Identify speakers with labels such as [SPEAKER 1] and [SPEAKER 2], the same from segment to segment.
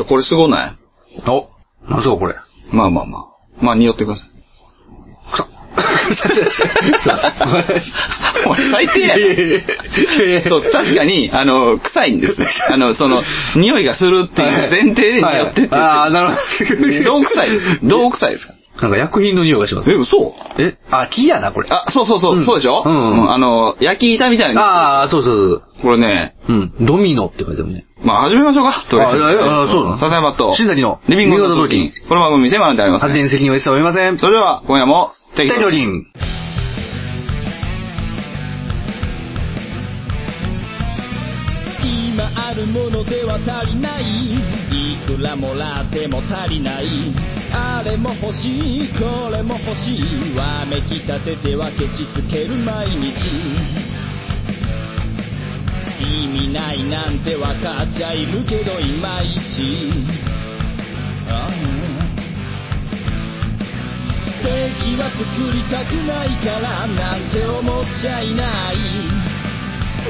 [SPEAKER 1] ょ、これすごない
[SPEAKER 2] お、なんすかこれ。
[SPEAKER 1] まあまあまあ。まあ、匂ってください。
[SPEAKER 2] くそ。お
[SPEAKER 1] 前最低やない
[SPEAKER 2] いいいい
[SPEAKER 1] そう、確かに、あの、臭いんですね。あの、その、匂いがするっていう前提で
[SPEAKER 2] はい
[SPEAKER 1] 匂ってって言ってる。
[SPEAKER 2] ああ、なるほ
[SPEAKER 1] ど
[SPEAKER 2] ど。
[SPEAKER 1] う臭いですどう臭いですか
[SPEAKER 2] なんか薬品の匂いがします
[SPEAKER 1] え、。嘘
[SPEAKER 2] え、あ、木やな、これ。
[SPEAKER 1] あ、そうそうそう、
[SPEAKER 2] うん
[SPEAKER 1] そうでしょ
[SPEAKER 2] うんうん
[SPEAKER 1] あの、焼き板みたいな。
[SPEAKER 2] ああ、そうそう
[SPEAKER 1] これね、
[SPEAKER 2] そう。うん。ドミノって書いてあるね。
[SPEAKER 1] まあ始めましょうか、とりあえず。
[SPEAKER 2] あえあそうなの
[SPEAKER 1] 笹山と、
[SPEAKER 2] 新谷の
[SPEAKER 1] リビングの時
[SPEAKER 2] リビング
[SPEAKER 1] に、この番組で学んであります、
[SPEAKER 2] 発言責任を一切負いません。
[SPEAKER 1] それでは、今夜も、適
[SPEAKER 2] 大
[SPEAKER 1] 当
[SPEAKER 2] 丈
[SPEAKER 1] に。
[SPEAKER 2] 人。
[SPEAKER 3] 今あるものでは足りないいくらもらっても足りないあれも欲しいこれも欲しいわめきたててはケチつける毎日意味ないなんてわかっちゃいるけどいまいちああ敵は作りたくないからなんて思っちゃいない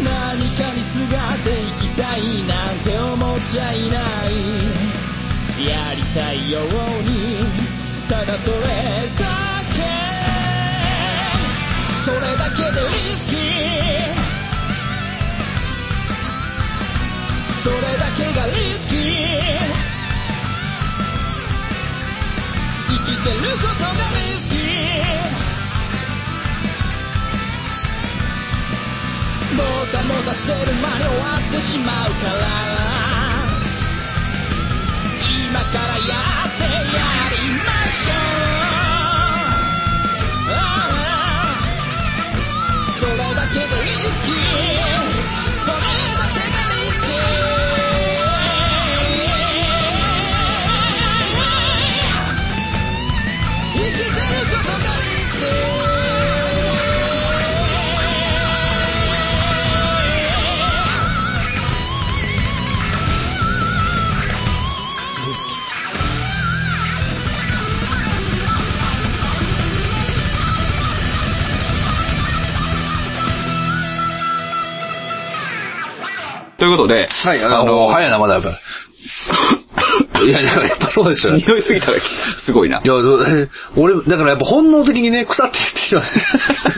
[SPEAKER 3] 何かにすがっていきたいなんて思っちゃいないやりたいようにただそれだけそれだけでリスキーそれだけがリスキー生きてることがリスキーもたもたしてる間に終わってしまうから今からやってやりましょうああそれだけでリスキーそれだけがリスキー生きてることがリスキー
[SPEAKER 1] ということで、
[SPEAKER 2] はい、あの、早いな、まだやっぱり。いや、だからやっぱそうでしょ。いや、
[SPEAKER 1] 匂いすぎたら、すごいな。
[SPEAKER 2] そう俺、だからやっぱ本能的にね、草って言ってし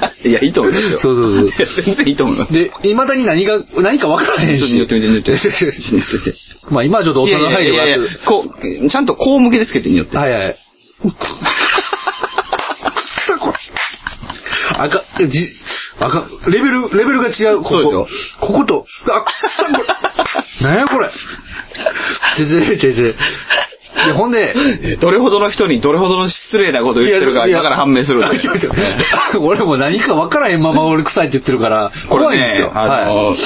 [SPEAKER 2] ま
[SPEAKER 1] いや、いいと思いますよ。
[SPEAKER 2] そうそうそう
[SPEAKER 1] いや全然いいと思います。
[SPEAKER 2] う。で、未だに何が、何か分からへん
[SPEAKER 1] ちょっと匂
[SPEAKER 2] し
[SPEAKER 1] って。みて、匂ってみて。
[SPEAKER 2] まあ今はちょっと
[SPEAKER 1] い
[SPEAKER 2] 大人
[SPEAKER 1] やいやい
[SPEAKER 2] の配慮が
[SPEAKER 1] やい
[SPEAKER 2] あ
[SPEAKER 1] や、こう、ちゃんとこう向けでつけて匂って。
[SPEAKER 2] って。はいはい。草これ。 赤、えじ、赤、レベル、レベルが違う。ここ
[SPEAKER 1] そうでしょ
[SPEAKER 2] ここと、あ、くっさ、これ。なんやこれ。全然、全然。いや、ほんで、
[SPEAKER 1] どれほどの人にどれほどの失礼なことを言ってるか、
[SPEAKER 2] いや
[SPEAKER 1] 今から判明するん
[SPEAKER 2] あ
[SPEAKER 1] で
[SPEAKER 2] ちょちょ俺も何か分からへんまま俺臭いって言ってるから、
[SPEAKER 1] こ
[SPEAKER 2] 怖
[SPEAKER 1] れ
[SPEAKER 2] いんです
[SPEAKER 1] ね
[SPEAKER 2] よ。、
[SPEAKER 1] あの、
[SPEAKER 2] はい。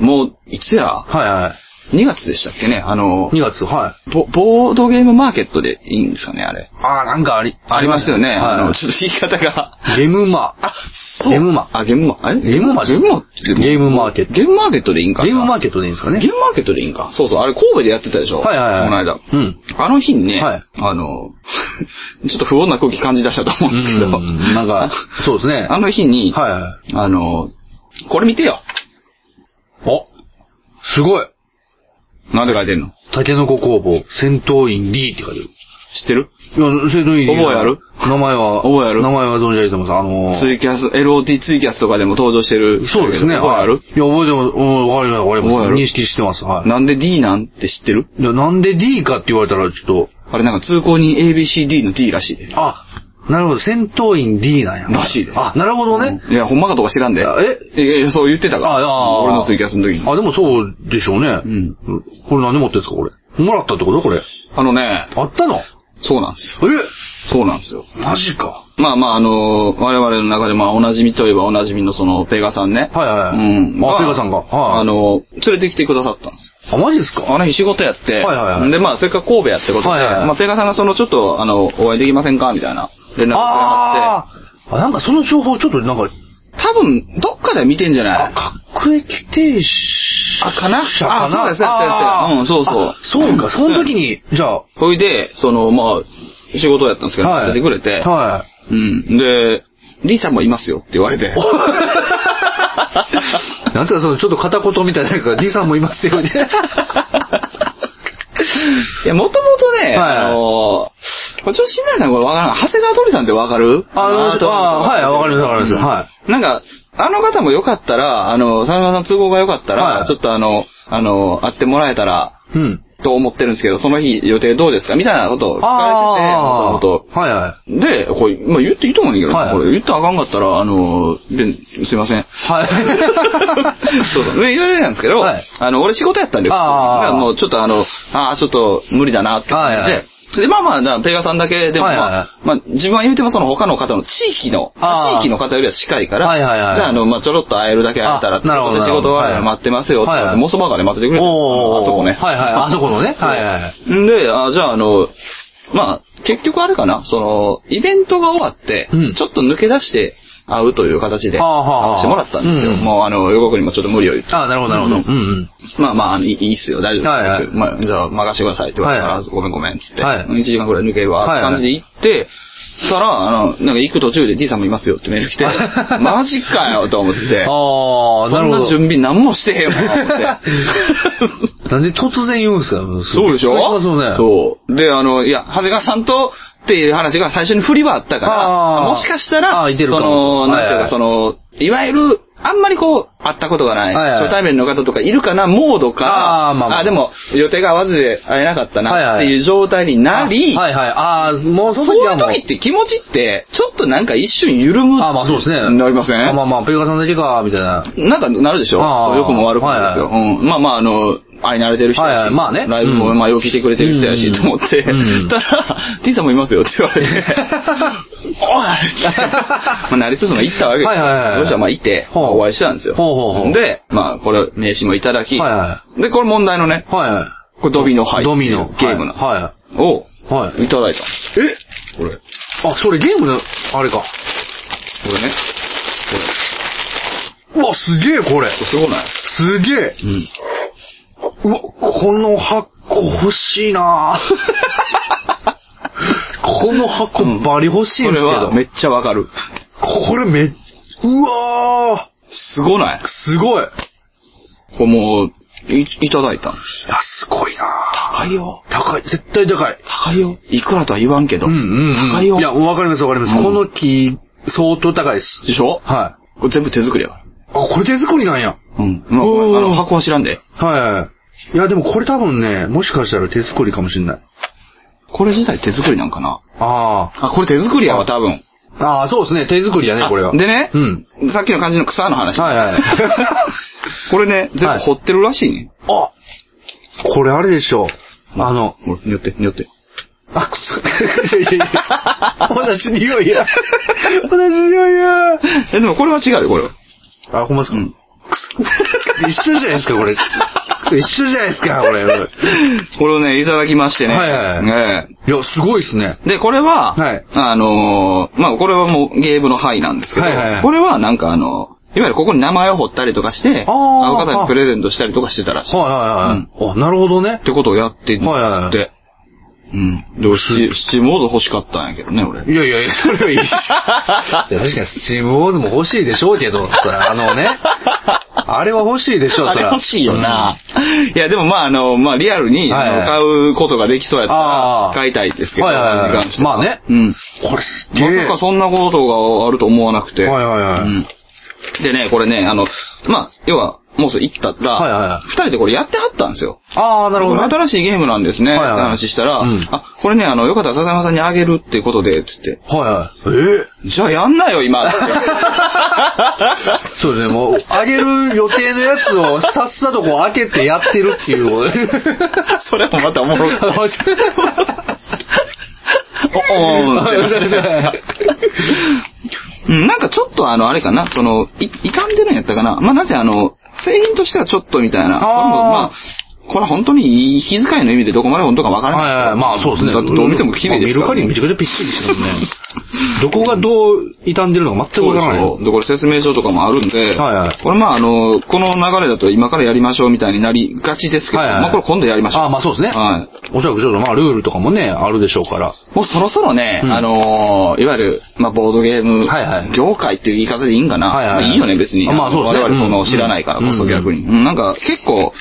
[SPEAKER 1] もう、いつや、
[SPEAKER 2] はいは
[SPEAKER 1] 2月でしたっけね、あの
[SPEAKER 2] い。、2月、はい。
[SPEAKER 1] ボボードゲームマーケットでいいんですかね、あれ。
[SPEAKER 2] ああ、なんかあり、
[SPEAKER 1] ありますよね。あ
[SPEAKER 2] は
[SPEAKER 1] の、ちょっと言い方が。
[SPEAKER 2] い。ゲームマ
[SPEAKER 1] あ、
[SPEAKER 2] そうゲームマ
[SPEAKER 1] あ、ゲームマ。え
[SPEAKER 2] ゲームマ
[SPEAKER 1] ゲームマって
[SPEAKER 2] ゲームマーケット
[SPEAKER 1] ゲームマーケットでいいんか
[SPEAKER 2] ー。ゲームマ
[SPEAKER 1] ケ
[SPEAKER 2] ー
[SPEAKER 1] ッ
[SPEAKER 2] ケットでいいんですかね
[SPEAKER 1] ゲ。ームマーケットでいいんか。そうそう。あれ、神戸でやってたでしょ
[SPEAKER 2] はいはいはい
[SPEAKER 1] この間。
[SPEAKER 2] うん。
[SPEAKER 1] あの日にね、
[SPEAKER 2] はい
[SPEAKER 1] あの、 ちょっと不穏な空気感じ出したと思う
[SPEAKER 2] うん
[SPEAKER 1] ですけ
[SPEAKER 2] ん
[SPEAKER 1] ど、、
[SPEAKER 2] な んか、そうですね。
[SPEAKER 1] あの日に、
[SPEAKER 2] はいはい。
[SPEAKER 1] あの、これ見てよ。
[SPEAKER 2] おすごい
[SPEAKER 1] なんで書いてんの
[SPEAKER 2] タケノコ工房、戦闘員 D って書いてる。
[SPEAKER 1] 知ってる
[SPEAKER 2] いや、戦闘員 D。
[SPEAKER 1] 覚えある
[SPEAKER 2] 名前は、
[SPEAKER 1] 覚えある
[SPEAKER 2] 名前は存じ上げてます。あのー
[SPEAKER 1] ツイキャス、LOT ツイキャスとかでも登場してる。
[SPEAKER 2] そうです
[SPEAKER 1] 覚
[SPEAKER 2] ね。
[SPEAKER 1] えあ
[SPEAKER 2] はい
[SPEAKER 1] る
[SPEAKER 2] いや、覚えてます。うんわかります。わか
[SPEAKER 1] 覚えあ
[SPEAKER 2] ります。
[SPEAKER 1] る
[SPEAKER 2] 認識してます。はい。
[SPEAKER 1] なんで D なんて知ってる
[SPEAKER 2] いやなんで D かって言われたら、ちょっと、
[SPEAKER 1] あれなんか通行人 ABCD の D らしいで。
[SPEAKER 2] あ、なるほど、戦闘員 D なんや。
[SPEAKER 1] らしいで
[SPEAKER 2] あ、なるほどね。
[SPEAKER 1] いや、ほんまかとか知らんで。
[SPEAKER 2] あえ
[SPEAKER 1] いやいや、そう言ってたから。
[SPEAKER 2] ああー
[SPEAKER 1] 俺のツイキャスの時に。
[SPEAKER 2] あ、でもそうでしょうね。
[SPEAKER 1] ん
[SPEAKER 2] これ何で持ってんですか、これ。もらったってことこれ。
[SPEAKER 1] あのね、
[SPEAKER 2] あったの
[SPEAKER 1] そうなんですよ。
[SPEAKER 2] え
[SPEAKER 1] そうなんですよ。
[SPEAKER 2] マジか。
[SPEAKER 1] まあまあ、あの我々の中で、まあ、おなじみといえばおなじみのその、ペガさんね。
[SPEAKER 2] はいはい
[SPEAKER 1] うん。
[SPEAKER 2] あ
[SPEAKER 1] が
[SPEAKER 2] ペガさんがはい
[SPEAKER 1] あの連れてきてくださったんです
[SPEAKER 2] あ、マジですか
[SPEAKER 1] よ。あの日仕事やって。
[SPEAKER 2] はいはいはい
[SPEAKER 1] で、まあ、せっかく神戸やってことで、
[SPEAKER 2] はいはいはい
[SPEAKER 1] まあ、ペガさんがその、ちょっと、あの、お会いできませんかみたいな連絡をあ
[SPEAKER 2] あーあ、なんかその情報ちょっとなんか、
[SPEAKER 1] って。多分、どっかで見てんじゃない
[SPEAKER 2] 各駅停車
[SPEAKER 1] あかな
[SPEAKER 2] 車かな
[SPEAKER 1] あそうですそうです
[SPEAKER 2] あー
[SPEAKER 1] うんそうそう
[SPEAKER 2] あそうか、その時に、じゃあ、
[SPEAKER 1] ほいで、その、まあ、仕事やったんですけど、連れてくれて。
[SPEAKER 2] は
[SPEAKER 1] うん。で、D さんもいますよって言われて。
[SPEAKER 2] い。なんすか、その、ちょっと片言みたいな、なんか、D さんもいますよね。
[SPEAKER 1] いや、もともとね、
[SPEAKER 2] はい
[SPEAKER 1] あのー、これちょっと信頼さんこれわからん。長谷川鳥さんってわかる
[SPEAKER 2] あの
[SPEAKER 1] ー
[SPEAKER 2] あはいわかりますわかりますは
[SPEAKER 1] なんか、あの方もよかったら、あの、佐野さん都合がよかったら、
[SPEAKER 2] はい
[SPEAKER 1] ちょっとあの、あの、会ってもらえたら、
[SPEAKER 2] うん。
[SPEAKER 1] と思ってるんですけど、その日予定どうですかみたいなことを聞かれてて、もと
[SPEAKER 2] あ
[SPEAKER 1] もと。
[SPEAKER 2] はいは
[SPEAKER 1] で、これ、まあ、言っていいと思うんだけど、
[SPEAKER 2] はい
[SPEAKER 1] これ言ったらあかんかったら、あの、で、すいません。
[SPEAKER 2] い。はい。
[SPEAKER 1] そうそう。ね言われたんですけど、
[SPEAKER 2] はい
[SPEAKER 1] あの、俺仕事やったんで、
[SPEAKER 2] あー
[SPEAKER 1] だからもうちょっとあの、ああ、ちょっと無理だなって感じで、
[SPEAKER 2] はいはい
[SPEAKER 1] で、まあまあ、だからペガさんだけでも、
[SPEAKER 2] はいはい
[SPEAKER 1] まあ、まあ、自分は言うてもその他の方の地域の、
[SPEAKER 2] あー
[SPEAKER 1] 地域の方よりは近いから、
[SPEAKER 2] はいはいはい
[SPEAKER 1] じゃあ、あの、まあ、ちょろっと会えるだけ会えたら
[SPEAKER 2] あなるほど
[SPEAKER 1] ってことで仕事
[SPEAKER 2] なるほ
[SPEAKER 1] は
[SPEAKER 2] ど
[SPEAKER 1] 待ってますよって、
[SPEAKER 2] はいはい
[SPEAKER 1] モスバーガーで待っててくれたんですよ
[SPEAKER 2] おー
[SPEAKER 1] あそこね。
[SPEAKER 2] はいはいあそこのねはいはい
[SPEAKER 1] んで、あじゃあ、あの、まあ、結局あれかな、その、イベントが終わって、
[SPEAKER 2] うん
[SPEAKER 1] ちょっと抜け出して会うという形で、
[SPEAKER 2] はあはあはあ
[SPEAKER 1] 会わせてもらったんですよ。
[SPEAKER 2] うん
[SPEAKER 1] もう、あの、予告にもちょっと無理を言って。
[SPEAKER 2] ああ、なるほど、なるほど。
[SPEAKER 1] う
[SPEAKER 2] うんんうん。
[SPEAKER 1] まあまああの、いいいっすよ、大丈夫です。
[SPEAKER 2] はいはい
[SPEAKER 1] まあ、じゃあ、任せてくださいって言われたから、
[SPEAKER 2] はいはい
[SPEAKER 1] ごめんごめんっつって、
[SPEAKER 2] はい
[SPEAKER 1] 1時間くらい抜けば、
[SPEAKER 2] はいはい
[SPEAKER 1] 感じで行って、そしたら、あの、なんか行く途中で D さんもいますよってメール来 て、マジかよと思って、
[SPEAKER 2] ああ、
[SPEAKER 1] そ
[SPEAKER 2] なる
[SPEAKER 1] ん
[SPEAKER 2] ほ
[SPEAKER 1] な
[SPEAKER 2] ど。
[SPEAKER 1] 準備何もしてへんわ、思って。
[SPEAKER 2] なんで突然言うんですか
[SPEAKER 1] そうでしょ
[SPEAKER 2] そうね。う。
[SPEAKER 1] そう。で、あの、いや、長谷川さんとっていう話が最初に振りはあったから、
[SPEAKER 2] あー
[SPEAKER 1] もしかしたら、
[SPEAKER 2] あーいてるか
[SPEAKER 1] その、
[SPEAKER 2] も
[SPEAKER 1] なんて
[SPEAKER 2] はいいうは
[SPEAKER 1] か、
[SPEAKER 2] い
[SPEAKER 1] その、いわゆる、あんまりこう、会ったことがない、
[SPEAKER 2] はいはい
[SPEAKER 1] 初対面の方とかいるかな、モードか、
[SPEAKER 2] あーまあまあ
[SPEAKER 1] でも、予定が合わずで会えなかった
[SPEAKER 2] はい
[SPEAKER 1] な、っ
[SPEAKER 2] は
[SPEAKER 1] て
[SPEAKER 2] い
[SPEAKER 1] いう状態になり、
[SPEAKER 2] はいはい。ああ、もうその
[SPEAKER 1] そう
[SPEAKER 2] 時
[SPEAKER 1] い
[SPEAKER 2] は
[SPEAKER 1] う
[SPEAKER 2] もう。
[SPEAKER 1] 時って気持ちって、ちょっとなんか一瞬緩む。
[SPEAKER 2] ああ、まあそうですね。
[SPEAKER 1] なりません
[SPEAKER 2] あまあまあ、ペガさんだけか、みたいな。
[SPEAKER 1] なんかなるでしょ
[SPEAKER 2] あー
[SPEAKER 1] そう良くも悪くもですよ。
[SPEAKER 2] は
[SPEAKER 1] うん。まあまあ、あの、会い慣れてる人やし、
[SPEAKER 2] はいはいまあね
[SPEAKER 1] ライブも、
[SPEAKER 2] うん
[SPEAKER 1] まあ、よう聞いてくれてる人やし、
[SPEAKER 2] うん
[SPEAKER 1] と思って、
[SPEAKER 2] うん
[SPEAKER 1] たら、T さんもいますよって言われ て、おいってまあ、なりつつも行ったわけですよ。
[SPEAKER 2] はいはいはいはい
[SPEAKER 1] そしたら、まあ、いて、
[SPEAKER 2] ほう
[SPEAKER 1] お会いしたんですよ。
[SPEAKER 2] ほうほうほう
[SPEAKER 1] で、まあ、これ、名刺もいただき、
[SPEAKER 2] はいは
[SPEAKER 1] で、これ問題のね、
[SPEAKER 2] はいは
[SPEAKER 1] これドミノ杯。
[SPEAKER 2] い。ドミノ。
[SPEAKER 1] ゲームの。
[SPEAKER 2] は
[SPEAKER 1] を、
[SPEAKER 2] い。はい。はい
[SPEAKER 1] いただいた。えこれ。
[SPEAKER 2] あ、それゲームの、あれか。
[SPEAKER 1] これね。
[SPEAKER 2] うわ、すげえ、こ
[SPEAKER 1] こ。
[SPEAKER 2] れ
[SPEAKER 1] れすごない
[SPEAKER 2] すげえ。
[SPEAKER 1] うん。
[SPEAKER 2] うわ、この箱欲し いなこの箱バリ欲しいん
[SPEAKER 1] こ
[SPEAKER 2] で
[SPEAKER 1] れ
[SPEAKER 2] すけど。
[SPEAKER 1] は、めっちゃわかる。
[SPEAKER 2] これめっ、うわ
[SPEAKER 1] すごない
[SPEAKER 2] ーすごいいや、
[SPEAKER 1] これもう、い、いただいた。
[SPEAKER 2] すごいな
[SPEAKER 1] 高いよ。
[SPEAKER 2] 高い、絶対高い。
[SPEAKER 1] 高いよ。いくらとは言わんけど。
[SPEAKER 2] うんうん、うん。
[SPEAKER 1] 高いよ。
[SPEAKER 2] いや、わかりますわかります。
[SPEAKER 1] うん
[SPEAKER 2] この木、相当高いです。
[SPEAKER 1] でしょ
[SPEAKER 2] は
[SPEAKER 1] これ全部手作りやか
[SPEAKER 2] い。あ、これ手作りなんや。
[SPEAKER 1] ら。うん。まあ、
[SPEAKER 2] おー
[SPEAKER 1] あの、箱は知らんで。
[SPEAKER 2] はい。いや、でもこれ多分ね、もしかしたら手作りかもしんない。
[SPEAKER 1] これ自体手作りなんかな
[SPEAKER 2] あ
[SPEAKER 1] あ、これ手作りやわ、多分。
[SPEAKER 2] あ。ああ、そうですね。手作りやね、これは。
[SPEAKER 1] でね、
[SPEAKER 2] うん。
[SPEAKER 1] さっきの感じの草の話。
[SPEAKER 2] はいはい
[SPEAKER 1] これね、全部掘ってるらしいね。
[SPEAKER 2] あこれあれでしょあの、
[SPEAKER 1] ほら、によって、によって。
[SPEAKER 2] あ、くそ。いやいやいや。同じ匂いや。 同じ匂いや。
[SPEAKER 1] え、でもこれは違うよ、これは。
[SPEAKER 2] あ、ほんまですか、
[SPEAKER 1] うん
[SPEAKER 2] 一緒じゃないですか、これ。 一緒じゃないですか、これ。い
[SPEAKER 1] これをね、いただきましてね。
[SPEAKER 2] はいはいはい
[SPEAKER 1] ね
[SPEAKER 2] や、すごいですね。
[SPEAKER 1] で、これは、
[SPEAKER 2] はい
[SPEAKER 1] あのーまあ、これはもうゲームの範囲なんですけど、
[SPEAKER 2] はいはいはい
[SPEAKER 1] これはなんかあの、いわゆるここに名前を彫ったりとかして、会う
[SPEAKER 2] あー
[SPEAKER 1] 方にプレゼントしたりとかしてたらしい。
[SPEAKER 2] はいはいはい。あ、なるほどね
[SPEAKER 1] っ。てことをやってんですって。
[SPEAKER 2] はいはいはい
[SPEAKER 1] うん。で、俺スチ、スチームウォーズ欲しかったんやけどね、俺。
[SPEAKER 2] いやいやいや、そ れはいいし。いや確かにスチームウォーズも欲しいでしょうけど、そらあのね。あれは欲しいでしょう、
[SPEAKER 1] あ
[SPEAKER 2] そ
[SPEAKER 1] れ
[SPEAKER 2] ら
[SPEAKER 1] 欲しいよな。いや、でもまあ、あの、まあ、リアルに、
[SPEAKER 2] はいは
[SPEAKER 1] あ
[SPEAKER 2] い
[SPEAKER 1] の買うことができそうやったら
[SPEAKER 2] あ、ー
[SPEAKER 1] 買いたいですけど、
[SPEAKER 2] はいはいはい
[SPEAKER 1] これに関しては
[SPEAKER 2] まあね
[SPEAKER 1] うん。
[SPEAKER 2] うんこれすげえ。
[SPEAKER 1] まさかそんなことがあると思わなくて。
[SPEAKER 2] はいはいはい
[SPEAKER 1] うんでね、これね、あの、まあ、要は、もうそれ行ったら、
[SPEAKER 2] はいはいはい
[SPEAKER 1] 二人でこれやってはったんですよ。
[SPEAKER 2] ああ、なるほど、
[SPEAKER 1] これ
[SPEAKER 2] ね。
[SPEAKER 1] 新しいゲームなんですね、
[SPEAKER 2] はいはい
[SPEAKER 1] って話したら、
[SPEAKER 2] うん
[SPEAKER 1] あ、これね、あの、よかったら笹山さんにあげるってことで、つって、
[SPEAKER 2] はい はい。え
[SPEAKER 1] じゃあやんなよ、 今。
[SPEAKER 2] えそうですね、もう、あげる予定のやつをさっさとこう開けてやってる っていう。
[SPEAKER 1] それもまたおもろかった。おおーんってうんなんかちょっとあの、あれかな、その、い、いかんでるんやったかな。まあ、なぜあの、製品としてはちょっとみたいな。
[SPEAKER 2] あー
[SPEAKER 1] それもまあ、これは本当にいい気遣いの意味でどこまで本当かわからない
[SPEAKER 2] はいはい、まあそうですね。
[SPEAKER 1] だってどう見ても綺麗です
[SPEAKER 2] まあ見る限りめちゃくちゃびっしりしてるね。どこがどう傷んでるのか全く
[SPEAKER 1] そう
[SPEAKER 2] わ
[SPEAKER 1] で
[SPEAKER 2] か
[SPEAKER 1] す
[SPEAKER 2] らない。
[SPEAKER 1] よ。で、これ説明書とかもあるんで、
[SPEAKER 2] はいはい
[SPEAKER 1] これまああの、この流れだと今からやりましょうみたいになりがちですけど、
[SPEAKER 2] はいはい
[SPEAKER 1] ま
[SPEAKER 2] はい
[SPEAKER 1] あこれ今度やりましょう。
[SPEAKER 2] ああ、まあそうですね。
[SPEAKER 1] はい。
[SPEAKER 2] おそらくちょっとまあルールとかもね、あるでしょうから。
[SPEAKER 1] もうそろそろね、
[SPEAKER 2] うん
[SPEAKER 1] あのーいわゆる、まあ、ボードゲーム
[SPEAKER 2] はいはい
[SPEAKER 1] 業界っていう言い方でいいんかな。
[SPEAKER 2] はいはいはい
[SPEAKER 1] まあ、いいよね、別に。
[SPEAKER 2] あまあそうですね
[SPEAKER 1] 我々その、
[SPEAKER 2] うん
[SPEAKER 1] 知らないからこそ
[SPEAKER 2] うん
[SPEAKER 1] 逆に。うんなんか、結構、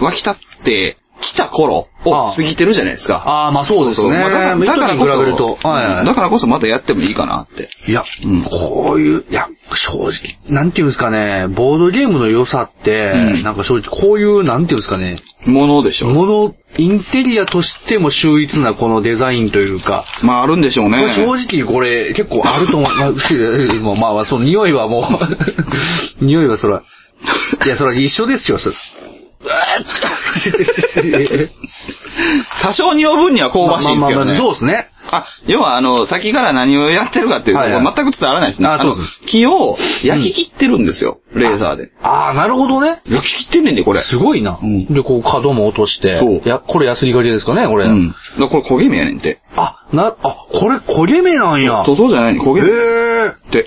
[SPEAKER 1] 湧き立って、来た頃を過ぎてるじゃないですか。
[SPEAKER 2] ああ、まあそうですね。
[SPEAKER 1] まあだ
[SPEAKER 2] まあ
[SPEAKER 1] から
[SPEAKER 2] 一時に比べると。はいはい
[SPEAKER 1] だからこそまたやってもいいかなって。
[SPEAKER 2] いや、
[SPEAKER 1] うん
[SPEAKER 2] こういう、いや、正直、なんていうんですかね、ボードゲームの良さって、
[SPEAKER 1] うん
[SPEAKER 2] なんか正直、こういう、なんていうんですかね、
[SPEAKER 1] ものでしょう。
[SPEAKER 2] もの、インテリアとしても秀逸なこのデザインというか、
[SPEAKER 1] まああるんでしょう
[SPEAKER 2] こ
[SPEAKER 1] ね
[SPEAKER 2] れ。正直これ結構あると思う。まあ失礼、もうまあまあ、その匂いはも う、匂いはそら、いや、そら一緒ですよ、それ。
[SPEAKER 1] 多少に呼ぶには香ばしいですけどね。
[SPEAKER 2] そうですね。
[SPEAKER 1] あ、要はあの、先から何をやってるかっていうと、
[SPEAKER 2] はいはい
[SPEAKER 1] これ全く伝わらないですね。
[SPEAKER 2] あ
[SPEAKER 1] の
[SPEAKER 2] そうです
[SPEAKER 1] 木を焼き切ってるんですよ、レーザーで。
[SPEAKER 2] ああ、なるほどね。
[SPEAKER 1] 焼き切ってんねんで、これ。
[SPEAKER 2] すごいな。
[SPEAKER 1] うん
[SPEAKER 2] で、こう角も落として。
[SPEAKER 1] そう
[SPEAKER 2] や、これヤスリ刈りですかね、これ。
[SPEAKER 1] うん。だからこれ焦げ目やねんて。
[SPEAKER 2] あ、な、あ、これ焦げ目なんや。
[SPEAKER 1] 塗装じゃないね焦げ
[SPEAKER 2] へ
[SPEAKER 1] 目っ
[SPEAKER 2] え。
[SPEAKER 1] て。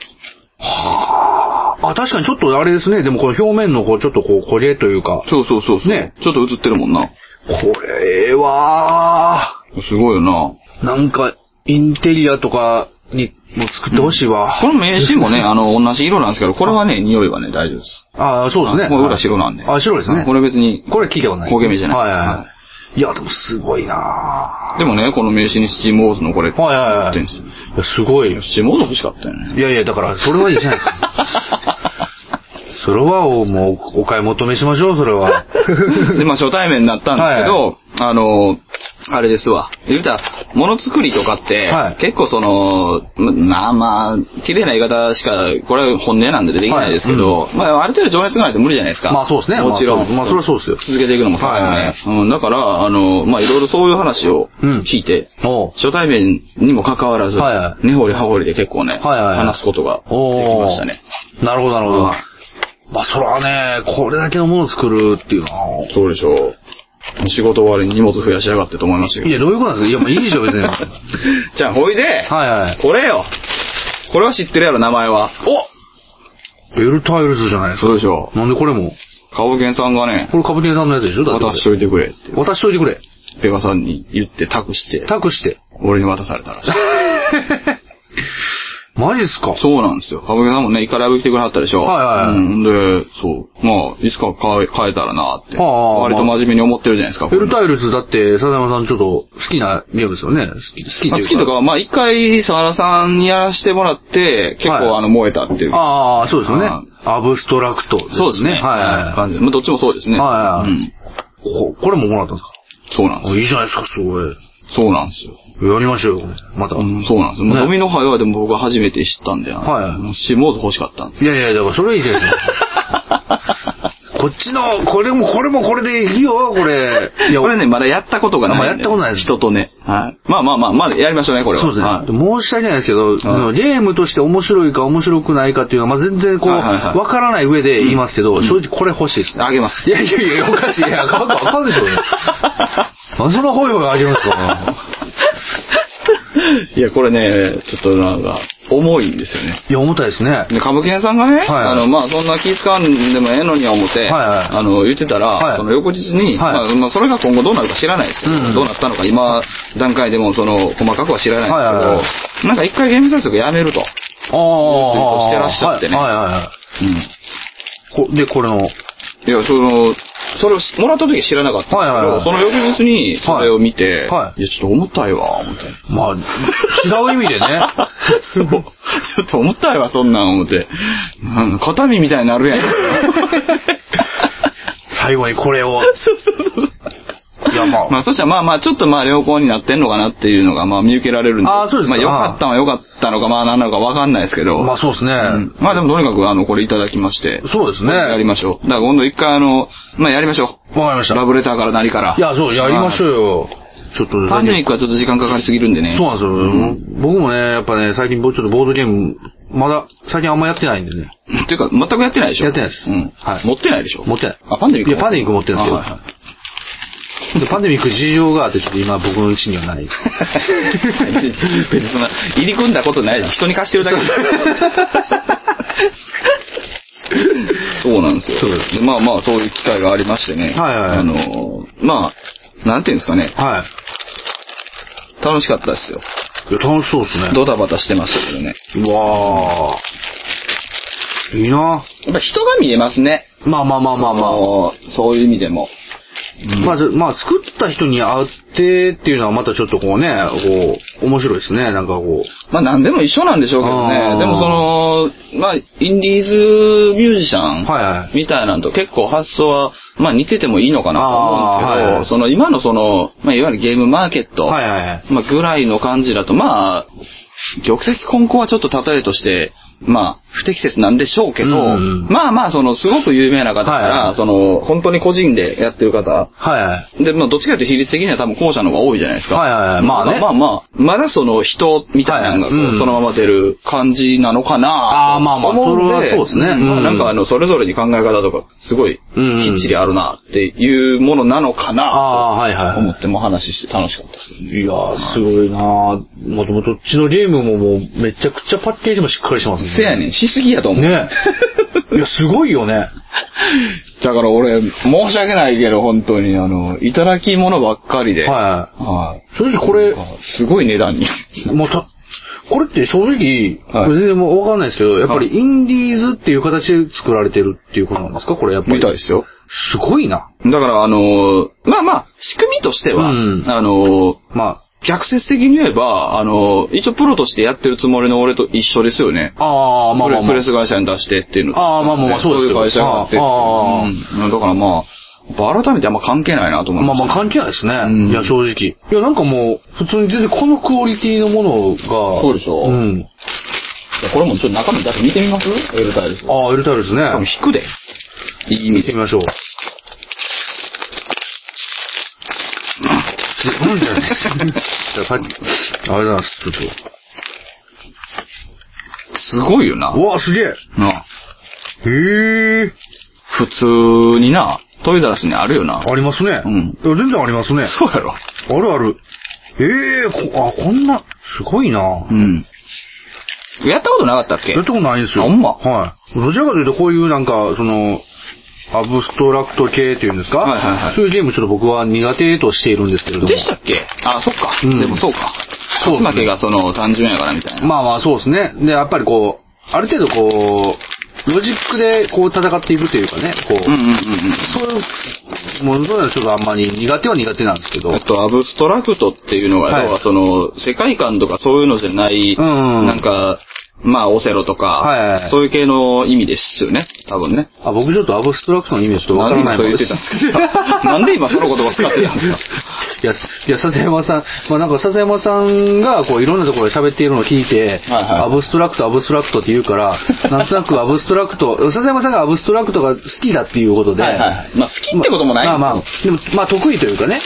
[SPEAKER 2] あ、確かにちょっとあれですね。でもこの表面のこう、ちょっとこう焦げというか。
[SPEAKER 1] そうそうそうそう。
[SPEAKER 2] ね
[SPEAKER 1] ちょっと映ってるもんな。
[SPEAKER 2] これは、
[SPEAKER 1] すごいよな。
[SPEAKER 2] なんか、インテリアとかにも作ってほしいわ。
[SPEAKER 1] この名刺 もね、あの、同じ色なんですけど、これはね、匂いはね、大丈夫です。
[SPEAKER 2] ああ、そうですね。
[SPEAKER 1] あこれ裏白なんで。
[SPEAKER 2] あ、白ですね。
[SPEAKER 1] これ別に。
[SPEAKER 2] これ聞いたことないです。
[SPEAKER 1] 焦げ目じゃない
[SPEAKER 2] はいはい
[SPEAKER 1] は
[SPEAKER 2] はい。いや、でもすごいなぁ
[SPEAKER 1] でもね、この名刺にスチームオーズのこれ、
[SPEAKER 2] はいはい
[SPEAKER 1] や
[SPEAKER 2] は
[SPEAKER 1] っ
[SPEAKER 2] い。
[SPEAKER 1] て
[SPEAKER 2] い
[SPEAKER 1] るんですよ
[SPEAKER 2] や、すごいよ。
[SPEAKER 1] スチームオーズ欲しかったよね。
[SPEAKER 2] いやいや、だから、それはいいじゃないですか。それは、もう、お買い求めしましょう、それは。
[SPEAKER 1] で、まあ初対面になったんですけど、あの、あれですわ。言うたら、もの作りとかって、
[SPEAKER 2] はい
[SPEAKER 1] 結構その、まあまあ、綺麗な言い方しか、これは本音なんでできないですけど、まあある程度情熱がないと無理じゃないですか。
[SPEAKER 2] まあそうですね
[SPEAKER 1] もちろん。
[SPEAKER 2] まあまあまあそれはそうですよ
[SPEAKER 1] 続けていくのもそうだよね、うん。だから、あの、まあいろいろそういう話を
[SPEAKER 2] うん
[SPEAKER 1] 聞いて、
[SPEAKER 2] おう
[SPEAKER 1] 初対面にもかかわらず、
[SPEAKER 2] はいは
[SPEAKER 1] 根掘り葉掘りで結構ね、
[SPEAKER 2] はいはい
[SPEAKER 1] 話すことができましたね。
[SPEAKER 2] なるほど、なるほど。
[SPEAKER 1] はい
[SPEAKER 2] まあ、それはね、これだけのものを作るっていうのは。
[SPEAKER 1] そうでしょう。仕事終わりに荷物増やしやがってと思いましたけど
[SPEAKER 2] い。や、どういうことなんですかいや、まあ、いいでしょ、別に。はい
[SPEAKER 1] じゃあ、ほいで、
[SPEAKER 2] はい。
[SPEAKER 1] これよ。これは知ってるやろ、名前は。
[SPEAKER 2] ベルタイルズじゃないで
[SPEAKER 1] お
[SPEAKER 2] すか。
[SPEAKER 1] そうでしょ
[SPEAKER 2] なんでこれも。
[SPEAKER 1] う。カボケンさんがね、
[SPEAKER 2] これカブテンさんのやつでしょだってこれ
[SPEAKER 1] 渡しといてくれって、
[SPEAKER 2] 渡しといてくれ。
[SPEAKER 1] ペガさんに言って託して、
[SPEAKER 2] 託 して。
[SPEAKER 1] 俺に渡されたらしい。
[SPEAKER 2] マジっすか
[SPEAKER 1] そうなんですよ。カボケンさんもね、イカライブ来てくれはったでしょ。
[SPEAKER 2] はいはいはい
[SPEAKER 1] うん。で、そう。まあ、いつか変え変えたらなって。
[SPEAKER 2] はあはあ
[SPEAKER 1] 割と真面目に思ってるじゃないですか。
[SPEAKER 2] ベルタイルズだって、笹山さんちょっと好きなゲームですよね。好き、好き
[SPEAKER 1] ま
[SPEAKER 2] っ
[SPEAKER 1] あ
[SPEAKER 2] て
[SPEAKER 1] 好き
[SPEAKER 2] い
[SPEAKER 1] と
[SPEAKER 2] う
[SPEAKER 1] かは、まあ一回、沢原さんにやらせてもらって、結構
[SPEAKER 2] はい
[SPEAKER 1] あの、燃えたっていう。
[SPEAKER 2] ああ、そうですよね
[SPEAKER 1] あ。
[SPEAKER 2] アブストラクト、
[SPEAKER 1] そうですね。
[SPEAKER 2] はい
[SPEAKER 1] 感
[SPEAKER 2] は
[SPEAKER 1] じでまあどっちもそうですね。
[SPEAKER 2] はいはい
[SPEAKER 1] うん。
[SPEAKER 2] いはい。ここれももらったんですか
[SPEAKER 1] そうなんで
[SPEAKER 2] あいいじゃないですか、すごい。
[SPEAKER 1] す。そうなんですよ。
[SPEAKER 2] やりましょうよ、また。
[SPEAKER 1] うんそうなんですよ。まあ
[SPEAKER 2] ね
[SPEAKER 1] ドミノ杯はでも僕は初めて知ったんだよ。
[SPEAKER 2] はい
[SPEAKER 1] もうシモーズ欲しかったんです。
[SPEAKER 2] いやいや、だからそれいいじゃないですか。こっちの、これもこれもこれでいいよ、これ。 い や、
[SPEAKER 1] これね、まだやったことがないんで。
[SPEAKER 2] あまだやったことないです
[SPEAKER 1] 人とね。はい。まあまあまあ、まあやりましょうね、これは。
[SPEAKER 2] そうですね。
[SPEAKER 1] はい
[SPEAKER 2] 申し訳ないですけど、そのゲームとして面白いか面白くないかっていうのは、まあ、全然こう、
[SPEAKER 1] はい
[SPEAKER 2] わ、
[SPEAKER 1] はいはい
[SPEAKER 2] からない上で言いますけど、正直これ欲しいですね。
[SPEAKER 1] あげます
[SPEAKER 2] い。やいやいや、おかしい。いや、買うか、買うでしょう よ。なんでそんなホイホイあげるんですか
[SPEAKER 1] いや、これね、ちょっとなんか、重いんですよね。
[SPEAKER 2] いや、重たいですね。
[SPEAKER 1] で、歌舞伎屋さんがね、
[SPEAKER 2] はい
[SPEAKER 1] あの、まあ、そんな気遣んでもええのには思って、
[SPEAKER 2] いはい
[SPEAKER 1] あの、言ってたら、
[SPEAKER 2] はい
[SPEAKER 1] その翌日に、
[SPEAKER 2] はい
[SPEAKER 1] まあ、まあ、それが今後どうなるか知らないですけど、
[SPEAKER 2] うんうん
[SPEAKER 1] どうなったのか、今、段階でも、その、細かくは知らないですけど、
[SPEAKER 2] はいはいは
[SPEAKER 1] なんか一回ゲーム対策やめると。
[SPEAKER 2] ああ。
[SPEAKER 1] してらっしゃってね
[SPEAKER 2] はいはいは
[SPEAKER 1] うん。
[SPEAKER 2] いこ。で、これの、
[SPEAKER 1] いや、その、それをもらった時は知らなかったんですけど、
[SPEAKER 2] はいはいはい
[SPEAKER 1] その翌日にそれを見て、
[SPEAKER 2] はいはい
[SPEAKER 1] や、ちょっと重たいわ、思って。
[SPEAKER 2] まあ、違う意味で ね。
[SPEAKER 1] そう。ちょっと重たいわ、そんなん思って。なんか肩身みたいにな るやん。
[SPEAKER 2] 最後にこれを。いや、まあ。
[SPEAKER 1] まあ、そしたらまあまあ、ちょっとまあ、良好になってんのかなっていうのが、まあ、見受けられるんで。
[SPEAKER 2] あーそうです
[SPEAKER 1] ま
[SPEAKER 2] か
[SPEAKER 1] あ、良かったのは良かったのか、まあ、なんなのかわかんないですけど。
[SPEAKER 2] まあそうですね。
[SPEAKER 1] うんまあ、でもとにかく、あの、これいただきまして。
[SPEAKER 2] そうですね。
[SPEAKER 1] やりましょう。だから今度一回、あの、まあ、やりましょ
[SPEAKER 2] わかりまし
[SPEAKER 1] う。
[SPEAKER 2] た。
[SPEAKER 1] ラブレターから何から。
[SPEAKER 2] いや、そう、やりましょうよ。ちょっと、
[SPEAKER 1] パンデミックはちょっと時間かかりすぎるんでね。
[SPEAKER 2] そうなんですよ。僕もね、やっぱね、最近ぼちょっとボードゲーム、まだ、最近あんまやってないんでね。
[SPEAKER 1] っていうか、全くやってないでしょ
[SPEAKER 2] やってないです
[SPEAKER 1] うん。
[SPEAKER 2] はい
[SPEAKER 1] 持ってないでしょ
[SPEAKER 2] 持ってない
[SPEAKER 1] あ、パンデミック
[SPEAKER 2] いやパンデミック持ってるんですよ
[SPEAKER 1] あはいはい
[SPEAKER 2] でパンデミック事情があって、ちょっと今僕のうちには ない。
[SPEAKER 1] 別にそんな、入り組んだことない人に貸してるだけですそうなんですよ。
[SPEAKER 2] そうです
[SPEAKER 1] でまあまあ、そういう機会がありましてね。
[SPEAKER 2] はいはいはい
[SPEAKER 1] あのー、まあ、なんていうんですかね。
[SPEAKER 2] は
[SPEAKER 1] 楽しかったですよ。
[SPEAKER 2] い。いや、楽しそうですね。
[SPEAKER 1] ドタバタしてましたけどね。
[SPEAKER 2] うわー。いいな
[SPEAKER 1] やっぱ人が見えますね。
[SPEAKER 2] まあまあまあまあまあ。
[SPEAKER 1] のーそういう意味でも。うん
[SPEAKER 2] まあ、ずまあ、作った人に会ってっていうのはまたちょっとこうね、こう、面白いですね、なんかこう。
[SPEAKER 1] まあ何でも一緒なんでしょうけど
[SPEAKER 2] あ
[SPEAKER 1] ね
[SPEAKER 2] ー。
[SPEAKER 1] でもその、まあ、インディーズミュージシャン
[SPEAKER 2] はいはい
[SPEAKER 1] みたいなんと結構発想は、まあ似ててもいいのかなと思うんですけ
[SPEAKER 2] あー
[SPEAKER 1] ど、
[SPEAKER 2] はいはい
[SPEAKER 1] その今のその、まあいわゆるゲームマーケット、
[SPEAKER 2] はいはいはい。
[SPEAKER 1] まあぐらいの感じだと、まあ、玉石混交はちょっと例えとして、まあ、不適切なんでしょうけど、
[SPEAKER 2] うん
[SPEAKER 1] まあまあ、その、すごく有名な方から、
[SPEAKER 2] はいはい
[SPEAKER 1] その、本当に個人でやってる方、
[SPEAKER 2] はいはい。
[SPEAKER 1] で、まあ、どっちかというと比率的には多分後者の方が多いじゃないですか。
[SPEAKER 2] はいはいはいまあね
[SPEAKER 1] まあまあ、まだその人みたいなのがこ
[SPEAKER 2] はいはいう
[SPEAKER 1] うんそのまま出る感じなのかな
[SPEAKER 2] あーまあまあ
[SPEAKER 1] と思ん
[SPEAKER 2] それはそうですね
[SPEAKER 1] ん
[SPEAKER 2] うん
[SPEAKER 1] なんかあの、それぞれに考え方とか、すごい、き
[SPEAKER 2] うん
[SPEAKER 1] っちりあるなっていうものなのか
[SPEAKER 2] あ
[SPEAKER 1] な
[SPEAKER 2] あ、はいは
[SPEAKER 1] と
[SPEAKER 2] い。
[SPEAKER 1] 思っても話しして楽しかったですね。
[SPEAKER 2] いやー、すごいなーもともとどっちのゲームももう、めちゃくちゃパッケージもしっかりしてますね。
[SPEAKER 1] せやねん、しすぎやと思う。
[SPEAKER 2] ねいや、すごいよね。
[SPEAKER 1] だから俺、申し訳ないけど、本当に、あの、いただき物ばっかりで。
[SPEAKER 2] は。
[SPEAKER 1] はい
[SPEAKER 2] 正直これ
[SPEAKER 1] い。、すごい値段に。
[SPEAKER 2] もうた、これって正直、
[SPEAKER 1] はい
[SPEAKER 2] これ全然もうわかんないですけど、やっぱりインディーズっていう形で作られてるっていうことなんですかこれやっぱり。
[SPEAKER 1] みたいですよ。
[SPEAKER 2] すごいな。
[SPEAKER 1] だから、あのーまあまあ、仕組みとしては、
[SPEAKER 2] うん
[SPEAKER 1] あのー
[SPEAKER 2] ま
[SPEAKER 1] 逆説的に言えば、あのー一応プロとしてやってるつもりの俺と一緒ですよね。
[SPEAKER 2] あ、ああ、まあまあまあ。
[SPEAKER 1] プレプレス会社に出してっていうのと
[SPEAKER 2] あーまあまあまあそうです
[SPEAKER 1] い
[SPEAKER 2] け
[SPEAKER 1] う
[SPEAKER 2] ど
[SPEAKER 1] 会社があって。
[SPEAKER 2] あー
[SPEAKER 1] うんだからまあ、やっぱ改めてあんま関係ないなと思いま
[SPEAKER 2] まあ
[SPEAKER 1] す、
[SPEAKER 2] まあ関係ないですね。
[SPEAKER 1] うん
[SPEAKER 2] いや、正直。いや、なんかもう、普通に全然このクオリティのものが。
[SPEAKER 1] そうでしょ
[SPEAKER 2] うん。
[SPEAKER 1] これもちょっと中身出して見てみますエルタイルス。
[SPEAKER 2] ああ、エルタイルですね。
[SPEAKER 1] 多分引くで。いい意味
[SPEAKER 2] 見
[SPEAKER 1] で
[SPEAKER 2] て。みましょう。なんじゃないですじゃあさっき、あれだな、ちょっ
[SPEAKER 1] すごいよな
[SPEAKER 2] と。。 うわ、すげえ
[SPEAKER 1] な
[SPEAKER 2] へえ、
[SPEAKER 1] 普通にな、トイザらスにあるよな。
[SPEAKER 2] ありますね。
[SPEAKER 1] うん
[SPEAKER 2] いや全然ありますね。
[SPEAKER 1] そうやろ。
[SPEAKER 2] あるある。ええこ、あ、こんな、すごいな
[SPEAKER 1] う。ん。やったことなかったっけ
[SPEAKER 2] やったことないんですよ。
[SPEAKER 1] あほんま
[SPEAKER 2] はい。どちらかというと、こういうなんか、その、アブストラクト系っていうんですか
[SPEAKER 1] はいはいはい
[SPEAKER 2] そういうゲームちょっと僕は苦手としているんですけれども。
[SPEAKER 1] でしたっけあ、そっか。
[SPEAKER 2] うん
[SPEAKER 1] でもそうか。
[SPEAKER 2] そう
[SPEAKER 1] 勝
[SPEAKER 2] で
[SPEAKER 1] ち負け
[SPEAKER 2] すね
[SPEAKER 1] がその単純やからみたいな。
[SPEAKER 2] まあまあそうですね。で、やっぱりこう、ある程度こう、ロジックでこう戦っていくというかね、こう、
[SPEAKER 1] うんうんうんうん。
[SPEAKER 2] そういう、ものはちょっとあんまり苦手は苦手なんですけど
[SPEAKER 1] あ。と、アブストラクトっていうのは、
[SPEAKER 2] はい
[SPEAKER 1] 要はその、世界観とかそういうのじゃない、
[SPEAKER 2] うんうん
[SPEAKER 1] なんか、まあ、オセロとか、
[SPEAKER 2] はいはいはい
[SPEAKER 1] そういう系の意味ですよね。多分ね。
[SPEAKER 2] あ、僕ちょっとアブストラクトのイメージとわ
[SPEAKER 1] な
[SPEAKER 2] か
[SPEAKER 1] んで今そう
[SPEAKER 2] らない
[SPEAKER 1] 言
[SPEAKER 2] も
[SPEAKER 1] って
[SPEAKER 2] です
[SPEAKER 1] たんですか なんで今その言葉使ってたんですか
[SPEAKER 2] いや、いや、笹山さん、まあなんか笹山さんがこういろんなところで喋っているのを聞いて、
[SPEAKER 1] はいはい
[SPEAKER 2] アブストラクト、アブストラクトって言う から、なんとなくアブストラクト、笹山さんがアブストラクトが好きだっていうことで、
[SPEAKER 1] はいはいまあ好きってこともないんです
[SPEAKER 2] ま
[SPEAKER 1] よ
[SPEAKER 2] あまあ、でも、まあ得意というかね、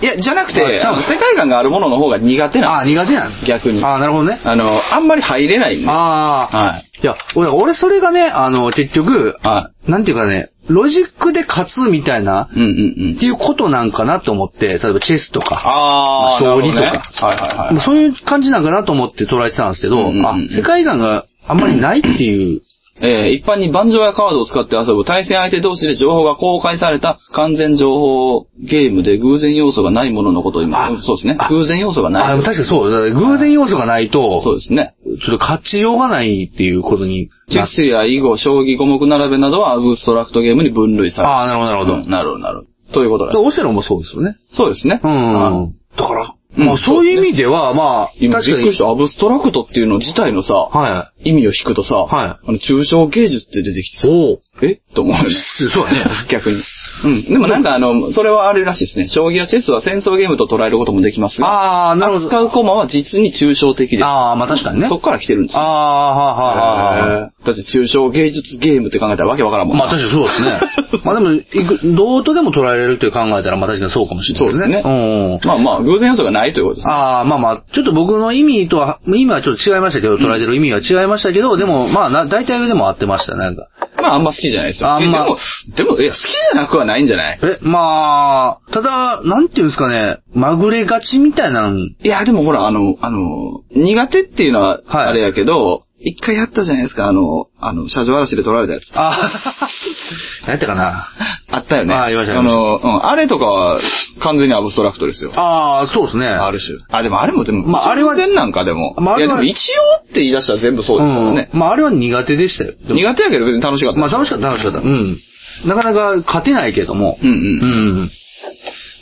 [SPEAKER 1] いや、じゃなくて、
[SPEAKER 2] はい
[SPEAKER 1] あの世界観があるものの方が苦手
[SPEAKER 2] あ
[SPEAKER 1] なん
[SPEAKER 2] あ、
[SPEAKER 1] です
[SPEAKER 2] 苦手なん
[SPEAKER 1] 逆に
[SPEAKER 2] ああ、なるほどね。
[SPEAKER 1] あの、あんまり入れないんで。は
[SPEAKER 2] ああ、。
[SPEAKER 1] はい
[SPEAKER 2] や、俺、俺それがね、あの、結局、
[SPEAKER 1] い。
[SPEAKER 2] なんていうかね、ロジックで勝つみたいな、
[SPEAKER 1] うんうんうん
[SPEAKER 2] っ。ていうことなんかなと思って、例えばチェスとか、
[SPEAKER 1] あー、
[SPEAKER 2] まあ
[SPEAKER 1] なるほどね
[SPEAKER 2] 将棋とか
[SPEAKER 1] はいはい
[SPEAKER 2] もう
[SPEAKER 1] はい。
[SPEAKER 2] そういう感じなんかなと思って捉えてたんですけど、
[SPEAKER 1] うんうんうん
[SPEAKER 2] あ、世界観があんまりないってい
[SPEAKER 1] え
[SPEAKER 2] う、
[SPEAKER 1] ー一般に盤上やカードを使って遊ぶ対戦相手同士で情報が公開された完全情報ゲームで偶然要素がないもののことを今、
[SPEAKER 2] あ
[SPEAKER 1] うんそうですね
[SPEAKER 2] あ。
[SPEAKER 1] 偶然要素が
[SPEAKER 2] あ、
[SPEAKER 1] な
[SPEAKER 2] で
[SPEAKER 1] い
[SPEAKER 2] も。確かにそう、だから偶然要素がないと、
[SPEAKER 1] そうですね。
[SPEAKER 2] ちょっと勝ちようがないっていうことに
[SPEAKER 1] チェ
[SPEAKER 2] なっ
[SPEAKER 1] スや囲碁、将棋、五目並べなどはアブストラクトゲームに分類される。
[SPEAKER 2] ああ、なるほど、なるほど。
[SPEAKER 1] うんなるほど、なるほど。ということで。
[SPEAKER 2] ですオセロもそうですよね。
[SPEAKER 1] そうですね。
[SPEAKER 2] う
[SPEAKER 1] はい
[SPEAKER 2] ん。だから、
[SPEAKER 1] うん
[SPEAKER 2] まあそういう意味では、まあ、
[SPEAKER 1] 今びっくりし
[SPEAKER 2] 確
[SPEAKER 1] た。アブストラクトっていうの自体のさ、
[SPEAKER 2] かにはい。
[SPEAKER 1] 意味を引くとさ、
[SPEAKER 2] はい
[SPEAKER 1] あの、抽象芸術って出てきてさ、
[SPEAKER 2] おう
[SPEAKER 1] えと思うよね。
[SPEAKER 2] そうだね。
[SPEAKER 1] 逆に。うん。でもなんかあの、それはあれらしいですね。将棋やチェスは戦争ゲームと捉えることもできますが、
[SPEAKER 2] ああ、なるほ
[SPEAKER 1] 扱
[SPEAKER 2] ど。
[SPEAKER 1] う駒は実に抽象的です。
[SPEAKER 2] ああ、まあ確かにね。
[SPEAKER 1] そっから来てるんです
[SPEAKER 2] あ
[SPEAKER 1] よ。
[SPEAKER 2] あ、はあ、はあ、はあ。
[SPEAKER 1] だって抽象芸術ゲームって考えたらわけわからんもんな
[SPEAKER 2] まあ確かにそうですね。 まあでも、いくどうとでも捉えられるって考えたら、まあ確かにそうかもしれないですね。
[SPEAKER 1] そうです
[SPEAKER 2] ね。
[SPEAKER 1] まあまあ、偶然要素がないということですね。
[SPEAKER 2] ああ、まあまあ、ちょっと僕の意味とは、意味はちょっと違いましたけど、捉えてる意味は違いましたけど、でも、まあ、な大体でも合ってましたね、なんか。
[SPEAKER 1] まああんま好きじゃないですよ。
[SPEAKER 2] あんま
[SPEAKER 1] えでも、でも、いや、好きじゃなくはないんじゃない
[SPEAKER 2] え、まあ、ただ、なんていうんですかね、まぐれがちみたいなの、
[SPEAKER 1] いや、でもほら、あの、あの、苦手っていうのは、
[SPEAKER 2] はい
[SPEAKER 1] あれやけど、一回やったじゃないですか、あの、あの、車上嵐で撮られたやつ。
[SPEAKER 2] あ 何やったかな。
[SPEAKER 1] あったよね。
[SPEAKER 2] あありました
[SPEAKER 1] あの、うん、あれとかは、完全にアブストラクトですよ。
[SPEAKER 2] ああ、そうですね。
[SPEAKER 1] ある種。あ、でもあれも、でも、
[SPEAKER 2] まああれは
[SPEAKER 1] 全然なんかでも。
[SPEAKER 2] まああ
[SPEAKER 1] い
[SPEAKER 2] れ
[SPEAKER 1] や、で
[SPEAKER 2] は
[SPEAKER 1] も一応って言い出したら全部そうですからね。
[SPEAKER 2] うん。まあ、あれは苦手でしたよ。でも
[SPEAKER 1] 苦手やけど別に楽しかった。
[SPEAKER 2] まあ、楽しかった、楽しかった。うん。なかなか勝てないけども。
[SPEAKER 1] うんうん
[SPEAKER 2] うん。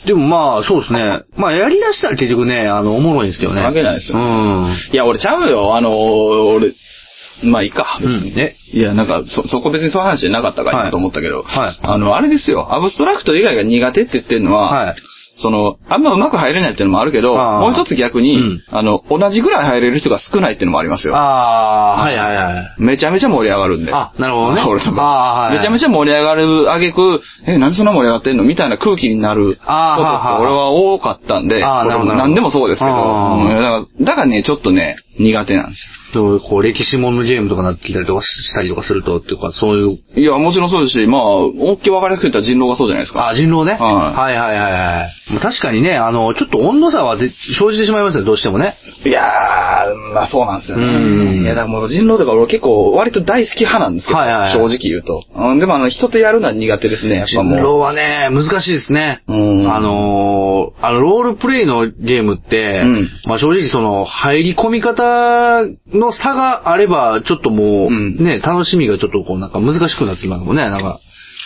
[SPEAKER 2] でもまあ、そうですね。まあ、やり出したら結局ね、あの、おもろいんですけどね。
[SPEAKER 1] 負けないですよ
[SPEAKER 2] うん。
[SPEAKER 1] いや、俺ちゃうよ。あのー、俺、まあいいか、別に。
[SPEAKER 2] うんえ
[SPEAKER 1] いや、なんか、そ、そこ別にそういう話じゃなかったか
[SPEAKER 2] はい
[SPEAKER 1] なと思ったけど、
[SPEAKER 2] はい
[SPEAKER 1] あの、あれですよ。アブストラクト以外が苦手って言ってるのは、
[SPEAKER 2] はい。
[SPEAKER 1] その、あんまうまく入れないっていうのもあるけど、
[SPEAKER 2] あー
[SPEAKER 1] もう一つ逆に、
[SPEAKER 2] うん
[SPEAKER 1] あの、同じぐらい入れる人が少ないっていうのもありますよ。
[SPEAKER 2] ああ、はいはいはい。
[SPEAKER 1] めちゃめちゃ盛り上がるんで。
[SPEAKER 2] あなるほどね
[SPEAKER 1] 俺とも
[SPEAKER 2] あーはい
[SPEAKER 1] めちゃめちゃ盛り上がるあげく、え、なんでそんな盛り上がってんのみたいな空気になることって俺
[SPEAKER 2] あーはーはー
[SPEAKER 1] は多かったんで、
[SPEAKER 2] あーなる
[SPEAKER 1] こ
[SPEAKER 2] ほど
[SPEAKER 1] れも何でもそうですけど、
[SPEAKER 2] あ
[SPEAKER 1] うん
[SPEAKER 2] ー
[SPEAKER 1] だから、だからね、ちょっとね、苦手なんですよ。
[SPEAKER 2] どういうこう、歴史ものゲームとかなってきたりとかしたりとかすると、っていうか、そういう、
[SPEAKER 1] いや、もちろんそうですし、まあ、大きい分かりやすく言ったら人狼がそうじゃないですか。
[SPEAKER 2] あ、人狼ね。
[SPEAKER 1] は
[SPEAKER 2] はいはいはいはい。まあ確かにね、あの、ちょっと温度差はで生じてしまいますね、どうしてもね。
[SPEAKER 1] いやー、まあそうなんですよね。
[SPEAKER 2] うん
[SPEAKER 1] いや、だからもう人狼とか俺結構割と大好き派なんですけど、
[SPEAKER 2] はいはいはい
[SPEAKER 1] 正直言うと。うん、でもあの、人とやるのは苦手ですね、やっ
[SPEAKER 2] 人
[SPEAKER 1] ぱもう。
[SPEAKER 2] 狼はね、難しいですね。
[SPEAKER 1] うん
[SPEAKER 2] あのーあの、ロールプレイのゲームって、
[SPEAKER 1] うん
[SPEAKER 2] まあ正直その、入り込み方の差があれば、ちょっともう、
[SPEAKER 1] うん
[SPEAKER 2] ね、楽しみがちょっとこう、なんか難しくなってきますもんね、なんか、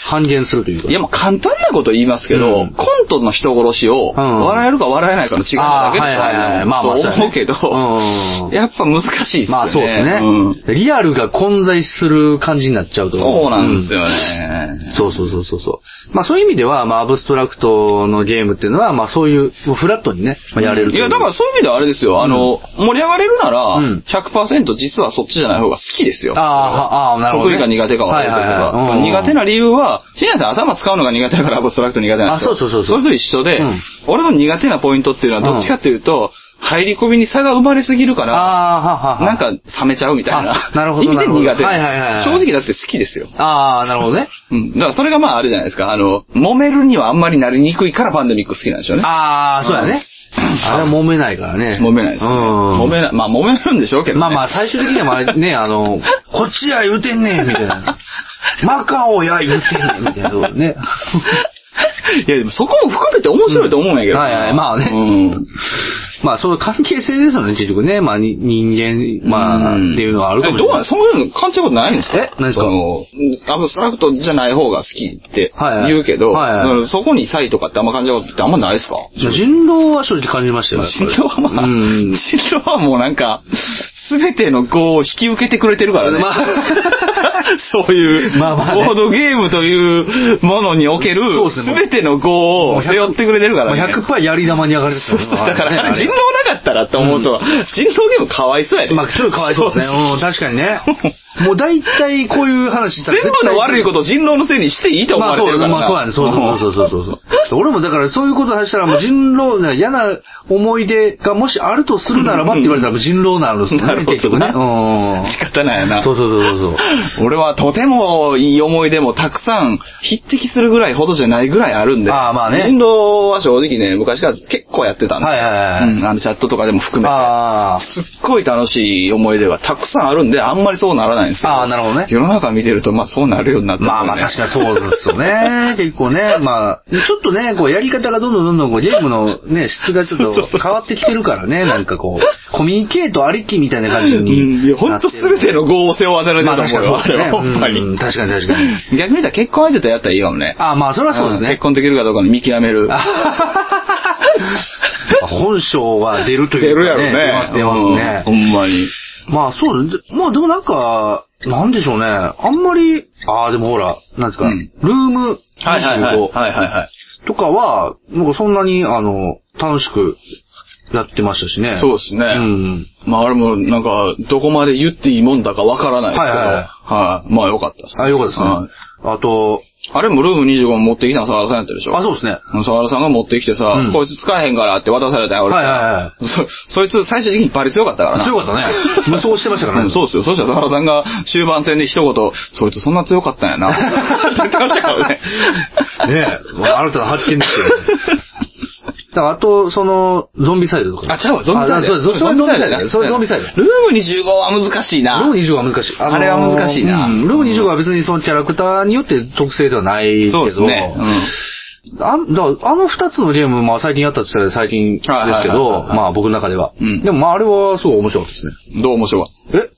[SPEAKER 2] 半減するというか。
[SPEAKER 1] いや、もう簡単なこと言いますけど、
[SPEAKER 2] うん
[SPEAKER 1] コントの人殺しを、
[SPEAKER 2] うん
[SPEAKER 1] 笑えるか笑えないかの違いだ
[SPEAKER 2] あ
[SPEAKER 1] け
[SPEAKER 2] ー
[SPEAKER 1] で
[SPEAKER 2] はいはいは
[SPEAKER 1] し
[SPEAKER 2] い
[SPEAKER 1] ょ
[SPEAKER 2] まあまあ
[SPEAKER 1] と思うけど、
[SPEAKER 2] そうやねうん
[SPEAKER 1] やっぱ難しいですよね。
[SPEAKER 2] まあそうですね、
[SPEAKER 1] うん
[SPEAKER 2] リアルが混在する感じになっちゃうと。
[SPEAKER 1] そうなんです
[SPEAKER 2] よ。
[SPEAKER 1] よね。
[SPEAKER 2] そうそうそうそうそう。まあそういう意味では、まあアブストラクトのゲームっていうのは、まあそういう、もうフラットにね、まあ、やれると
[SPEAKER 1] いや、だからそういう意味ではあれですよ。あの、盛り上がれるなら、
[SPEAKER 2] うん
[SPEAKER 1] 100%実はそっちじゃない方が好きですよ。
[SPEAKER 2] ああー、あーなるほど、ね。
[SPEAKER 1] 得意か苦手か分か
[SPEAKER 2] はい
[SPEAKER 1] る
[SPEAKER 2] はいはい
[SPEAKER 1] とか。
[SPEAKER 2] うん
[SPEAKER 1] 苦手な理由は、シニアさん頭使うのが苦手だからアブストラクト苦手なんですよ。
[SPEAKER 2] あそうそうそうそう
[SPEAKER 1] れと一緒で、
[SPEAKER 2] うん
[SPEAKER 1] 俺の苦手なポイントっていうのはどっちかっていうと、入り込みに差が生まれすぎるから、
[SPEAKER 2] ああ、ははは
[SPEAKER 1] なん、か冷めちゃうみたいな
[SPEAKER 2] あ。なるほど
[SPEAKER 1] 意味で
[SPEAKER 2] な
[SPEAKER 1] 苦
[SPEAKER 2] るほ
[SPEAKER 1] 手。
[SPEAKER 2] どはいはいはい
[SPEAKER 1] 正直だって好きですよ。
[SPEAKER 2] ああ、なるほどね。
[SPEAKER 1] うん。だからそれがまああるじゃないですか。あの、揉めるにはあんまりなりにくいからパンデミック好きなんでしょうね。
[SPEAKER 2] ああ、そうやね。あれは揉めないからね。
[SPEAKER 1] 揉めないですね。
[SPEAKER 2] うん。
[SPEAKER 1] 揉めない。まあ揉めるんでしょうけどね。
[SPEAKER 2] まあまあ、最終的にはまあね、あの、こっちや言うてんねん、みたいな。マカオや言うてんねん、みたいなこと ね。
[SPEAKER 1] いやでもそこも含めて面白いと思うんやけどな。
[SPEAKER 2] うんはいはいまあね
[SPEAKER 1] うん。
[SPEAKER 2] まあ、その関係性ですよね、結局ね。まあ、に人間、まあ、
[SPEAKER 1] ん
[SPEAKER 2] っていうのはあるかもしれない。
[SPEAKER 1] えどうなんそういうの感じたことないんですか
[SPEAKER 2] え何ですか
[SPEAKER 1] そのアブストラクトじゃない方が好きって
[SPEAKER 2] はいはい
[SPEAKER 1] 言うけど、
[SPEAKER 2] はいはい
[SPEAKER 1] うんそこに差異とかってあんま感じたことってあんまないですか
[SPEAKER 2] 人狼は正直感じましたよ。やっぱ
[SPEAKER 1] 人
[SPEAKER 2] り
[SPEAKER 1] 狼はまあ、
[SPEAKER 2] うん
[SPEAKER 1] 人。狼はもうなんか、すべての語を引き受けてくれてるからね。
[SPEAKER 2] まあ
[SPEAKER 1] そういう、
[SPEAKER 2] まあまあね
[SPEAKER 1] ボードゲームというものにおける
[SPEAKER 2] そう、です
[SPEAKER 1] す
[SPEAKER 2] ね
[SPEAKER 1] べての語を背負ってくれてるからね。
[SPEAKER 2] もう100%やり玉に上がるですよね。
[SPEAKER 1] だから、あれ人狼なかったらって思うと、人狼ゲームかわいそうやで。
[SPEAKER 2] まあ、ちょっとかわいそうですね。うん、確かにね。もう大体こういう話したら
[SPEAKER 1] 全
[SPEAKER 2] 絶対
[SPEAKER 1] 部の悪いことを人狼のせいにしていいと思われてるから。
[SPEAKER 2] まあそう、まあそうやね。そうそうそうそうそうそう。俺もだからそういうことをしたらもう人狼な、嫌な思い出がもしあるとするならばって言われたらもう人狼なのです
[SPEAKER 1] な
[SPEAKER 2] よ
[SPEAKER 1] る
[SPEAKER 2] ね、
[SPEAKER 1] ほど
[SPEAKER 2] 結局ね。うん。
[SPEAKER 1] 仕方ないよな。
[SPEAKER 2] そうそうそうそうそう。
[SPEAKER 1] 俺はとてもいい思い出もたくさん匹敵するぐらいほどじゃないぐらいあるんで。
[SPEAKER 2] ああまあね
[SPEAKER 1] 人狼は正直ね、昔から結構やってたんで。
[SPEAKER 2] はいはいはい
[SPEAKER 1] うん、あのチャットとかでも含めて。
[SPEAKER 2] ああ。
[SPEAKER 1] すっごい楽しい思い出がたくさんあるんで、あんまりそうならないんですけど。
[SPEAKER 2] ああなるほどね
[SPEAKER 1] 世の中見てると、まあそうなるようになってるよね
[SPEAKER 2] まあまあ確かにそうですよね。結構ね、まあ、ちょっとね、こうやり方がどんどんどんどんこうゲームのね、質がちょっと変わってきてるからね、なんかこう、コミュニケートありきみたいな感じ
[SPEAKER 1] うん
[SPEAKER 2] に。
[SPEAKER 1] いや、ほんとすべての業を背負わされて
[SPEAKER 2] ま
[SPEAKER 1] る
[SPEAKER 2] あ
[SPEAKER 1] と
[SPEAKER 2] 確
[SPEAKER 1] 思
[SPEAKER 2] か
[SPEAKER 1] う
[SPEAKER 2] に
[SPEAKER 1] よ、あれは
[SPEAKER 2] そうですね。
[SPEAKER 1] ほんまに。
[SPEAKER 2] うん確かに確かに。
[SPEAKER 1] 逆に言ったら結婚相手とやったらいいかもね。
[SPEAKER 2] ああまあそれはそうです
[SPEAKER 1] ん
[SPEAKER 2] ね
[SPEAKER 1] 結。婚できるかどうかの見極める。
[SPEAKER 2] 本性が出るというか、
[SPEAKER 1] 出るやろね。
[SPEAKER 2] 出ます、出ますね。
[SPEAKER 1] うんほんまに。
[SPEAKER 2] まあそうですまあでもなんか、なんでしょうね。あんまり、ああでもほら、なんですか、
[SPEAKER 1] うん
[SPEAKER 2] ルーム25
[SPEAKER 1] はいはいはい。
[SPEAKER 2] とかは、なんかそんなに、あの、楽しくやってましたしね。
[SPEAKER 1] そうですね
[SPEAKER 2] うん。
[SPEAKER 1] まああれもなんか、どこまで言っていいもんだかわからないですけど。
[SPEAKER 2] はいはいはい
[SPEAKER 1] はい。まあよかったですね。
[SPEAKER 2] あ、よかったですね。
[SPEAKER 1] はい
[SPEAKER 2] あと、
[SPEAKER 1] あれもルーム25持ってきたの沢田さんやったでしょ
[SPEAKER 2] あ、そうですね。
[SPEAKER 1] 沢田さんが持ってきてさ、
[SPEAKER 2] うん
[SPEAKER 1] こいつ使えへんからって渡されたよ、俺。
[SPEAKER 2] はいは
[SPEAKER 1] そ、そいつ最終的にバリ強かった からな。
[SPEAKER 2] 強かったね。無双してましたから
[SPEAKER 1] う
[SPEAKER 2] ね。
[SPEAKER 1] んそうですよ。そしたら、田原さんが終盤戦で一言、そいつそんな強かったん やな。って言ってましたからね。
[SPEAKER 2] ねえ、まあ新たな発見ですよね。だからあと、その、ゾンビサイドとか。
[SPEAKER 1] あ、違うわ、ゾンビサイド
[SPEAKER 2] あそうそうそれゾンビサイド
[SPEAKER 1] ね
[SPEAKER 2] ね。それゾンビサイド。
[SPEAKER 1] ルーム25は難しいな。
[SPEAKER 2] ロー25は難しい。のー
[SPEAKER 1] あれは難しいな
[SPEAKER 2] うんロー25は別にそのキャラクターによって特性ではないけど。
[SPEAKER 1] そうですね。う
[SPEAKER 2] あんだからあの二つのゲーム、まあ最近やったとしたら最近ですけ
[SPEAKER 1] はいはいはい
[SPEAKER 2] ど、
[SPEAKER 1] はい
[SPEAKER 2] まあ僕の中では。
[SPEAKER 1] うん
[SPEAKER 2] でもまああれはすごい面白かったですね。
[SPEAKER 1] ん。どう面白かっ
[SPEAKER 2] え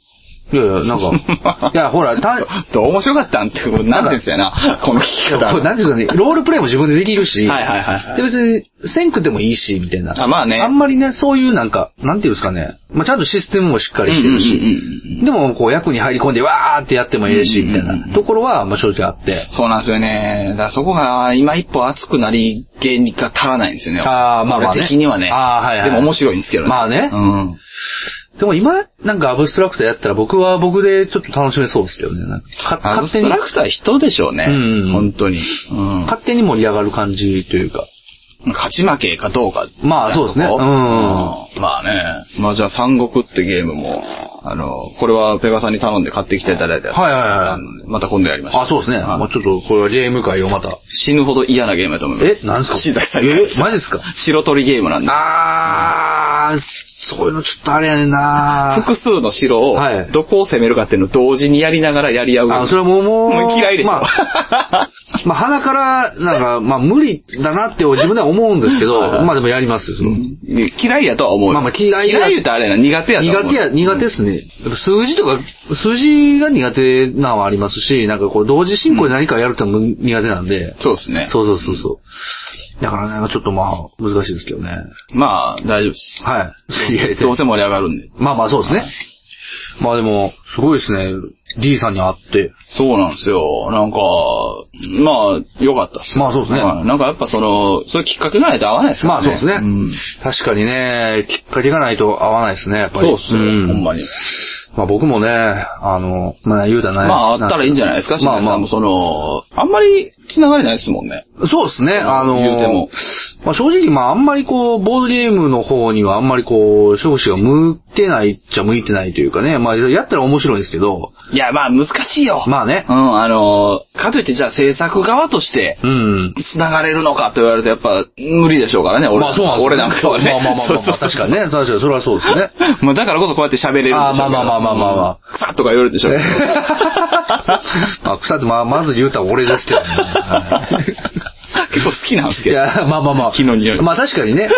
[SPEAKER 2] いやいや、なん か、いや、ほら、た、
[SPEAKER 1] どう面白かったんって、なんですよな、この聞き
[SPEAKER 2] これ
[SPEAKER 1] 方。
[SPEAKER 2] なんていうかね、ロールプレイも自分でできるし、
[SPEAKER 1] はいはいはいはい
[SPEAKER 2] で、別に、せんくてもいいし、みたいな。
[SPEAKER 1] あまあね
[SPEAKER 2] んまりね、そういうなんか、なんていうんですかね、まあちゃんとシステムもしっかりしてる
[SPEAKER 1] うんうんうん
[SPEAKER 2] し、でもこう役に入り込んで、わーってやってもいいし、みたい
[SPEAKER 1] うんうんうん
[SPEAKER 2] なところは、まあ正直あって。
[SPEAKER 1] そうなんですよね。だからそこが、今一歩熱くなり、芸人が足らないんですよね。
[SPEAKER 2] あーまあまあね
[SPEAKER 1] 俺的にはね。
[SPEAKER 2] あーはいはい
[SPEAKER 1] でも面白いんですけど
[SPEAKER 2] まあね
[SPEAKER 1] うん。
[SPEAKER 2] でも今、なんかアブストラクターやったら僕は僕でちょっと楽しめそうですけどね。なんかか
[SPEAKER 1] アブ
[SPEAKER 2] 勝手
[SPEAKER 1] ス
[SPEAKER 2] に
[SPEAKER 1] ト、ラクターは人でしょうね。
[SPEAKER 2] うんうんうん
[SPEAKER 1] 本当に。うん。
[SPEAKER 2] 勝手に盛り上がる感じというか。
[SPEAKER 1] 勝ち負けかどうか。
[SPEAKER 2] まあそうですね
[SPEAKER 1] うん。
[SPEAKER 2] うん
[SPEAKER 1] まあね。まあじゃあ、三国ってゲームも、あの、これはペガさんに頼んで買ってきていただいたやつ。
[SPEAKER 2] はいはいはい
[SPEAKER 1] あのまた今度やりましょう。
[SPEAKER 2] あ、そうですね。
[SPEAKER 1] はい
[SPEAKER 2] まあちょっと、これはゲーム界をまた。
[SPEAKER 1] 死ぬほど嫌なゲームだと思います。
[SPEAKER 2] え、なんすか
[SPEAKER 1] 椎茸さんから
[SPEAKER 2] え
[SPEAKER 1] したら
[SPEAKER 2] マジですか
[SPEAKER 1] 白鳥ゲームなんで。
[SPEAKER 2] あー、そういうのちょっとあれやねんな
[SPEAKER 1] 複数の城を
[SPEAKER 2] はい、
[SPEAKER 1] どこを攻めるかっていうのを同時にやりながらやり合う。
[SPEAKER 2] あ、それはもう、もう、
[SPEAKER 1] もう嫌いでしょ。
[SPEAKER 2] まあ、まあ、鼻から、なんか、まあ、無理だなって自分では思うんですけど、まあでもやりますよ、その
[SPEAKER 1] 嫌いやとは思うよ。
[SPEAKER 2] まあまあ嫌いや
[SPEAKER 1] 嫌い言うとあれやな、苦手やと思う。
[SPEAKER 2] 苦手や、苦手ですね。やっぱ数字とか、数字が苦手なのはありますし、なんかこう、同時進行で何かやるってのも苦手なんで、
[SPEAKER 1] そうですね。
[SPEAKER 2] そうそうそうそう。だからね、ちょっとまあ、難しいですけどね。
[SPEAKER 1] まあ、大丈夫です。
[SPEAKER 2] はい。いやいや
[SPEAKER 1] どうせ盛り上がるんで。
[SPEAKER 2] まあまあ、そうですね。まあでも、すごいですね。D さんに会って。
[SPEAKER 1] そうなんですよ。なんか、まあ、良かったっす。
[SPEAKER 2] まあそうですね
[SPEAKER 1] はいなんかやっぱその、そういうきっかけがないと合わないですか
[SPEAKER 2] ま
[SPEAKER 1] ら
[SPEAKER 2] あ
[SPEAKER 1] ね。
[SPEAKER 2] そうですね。
[SPEAKER 1] ん
[SPEAKER 2] 確かにね、きっかけがないと合わないですね、やっぱり。
[SPEAKER 1] そうっすよ、
[SPEAKER 2] ん
[SPEAKER 1] ほんまに。
[SPEAKER 2] まあ僕もね、あの、まあ言うたらない
[SPEAKER 1] まあ、あったらいいんじゃないですか、
[SPEAKER 2] まあ
[SPEAKER 1] ま
[SPEAKER 2] ま
[SPEAKER 1] あ、
[SPEAKER 2] あ
[SPEAKER 1] もうその、あんまり繋がりないですもんね。
[SPEAKER 2] そうですね、あの、
[SPEAKER 1] 言うても
[SPEAKER 2] まあ正直まああんまりこう、ボードゲームの方にはあんまりこう、少子が向いてないっちゃ向いてないというかね、まあやったら面白いんですけど、
[SPEAKER 1] いや、まあ、難しいよ。
[SPEAKER 2] まあね
[SPEAKER 1] う、ん、あの、かといってじゃあ制作側として、
[SPEAKER 2] うん。
[SPEAKER 1] 繋がれるのかと言われるとやっぱ無理でしょうからね、俺,、
[SPEAKER 2] まあそうなんですよ
[SPEAKER 1] 俺なんかはね。
[SPEAKER 2] まあまあまあまあまあ、確かにね、確かにそれはそうです よね。
[SPEAKER 1] まあだからこそこうやって喋れるんでしょうけど
[SPEAKER 2] あーまあまあまあまあまあ。
[SPEAKER 1] 草とか言われる でしょうけど。
[SPEAKER 2] まあ、草って、まあ、まず言うたら俺ですけどね。は
[SPEAKER 1] 結構好きなんです
[SPEAKER 2] いい
[SPEAKER 1] けど。
[SPEAKER 2] や、まあまあまあ。
[SPEAKER 1] 木の匂い
[SPEAKER 2] まあ確か にね。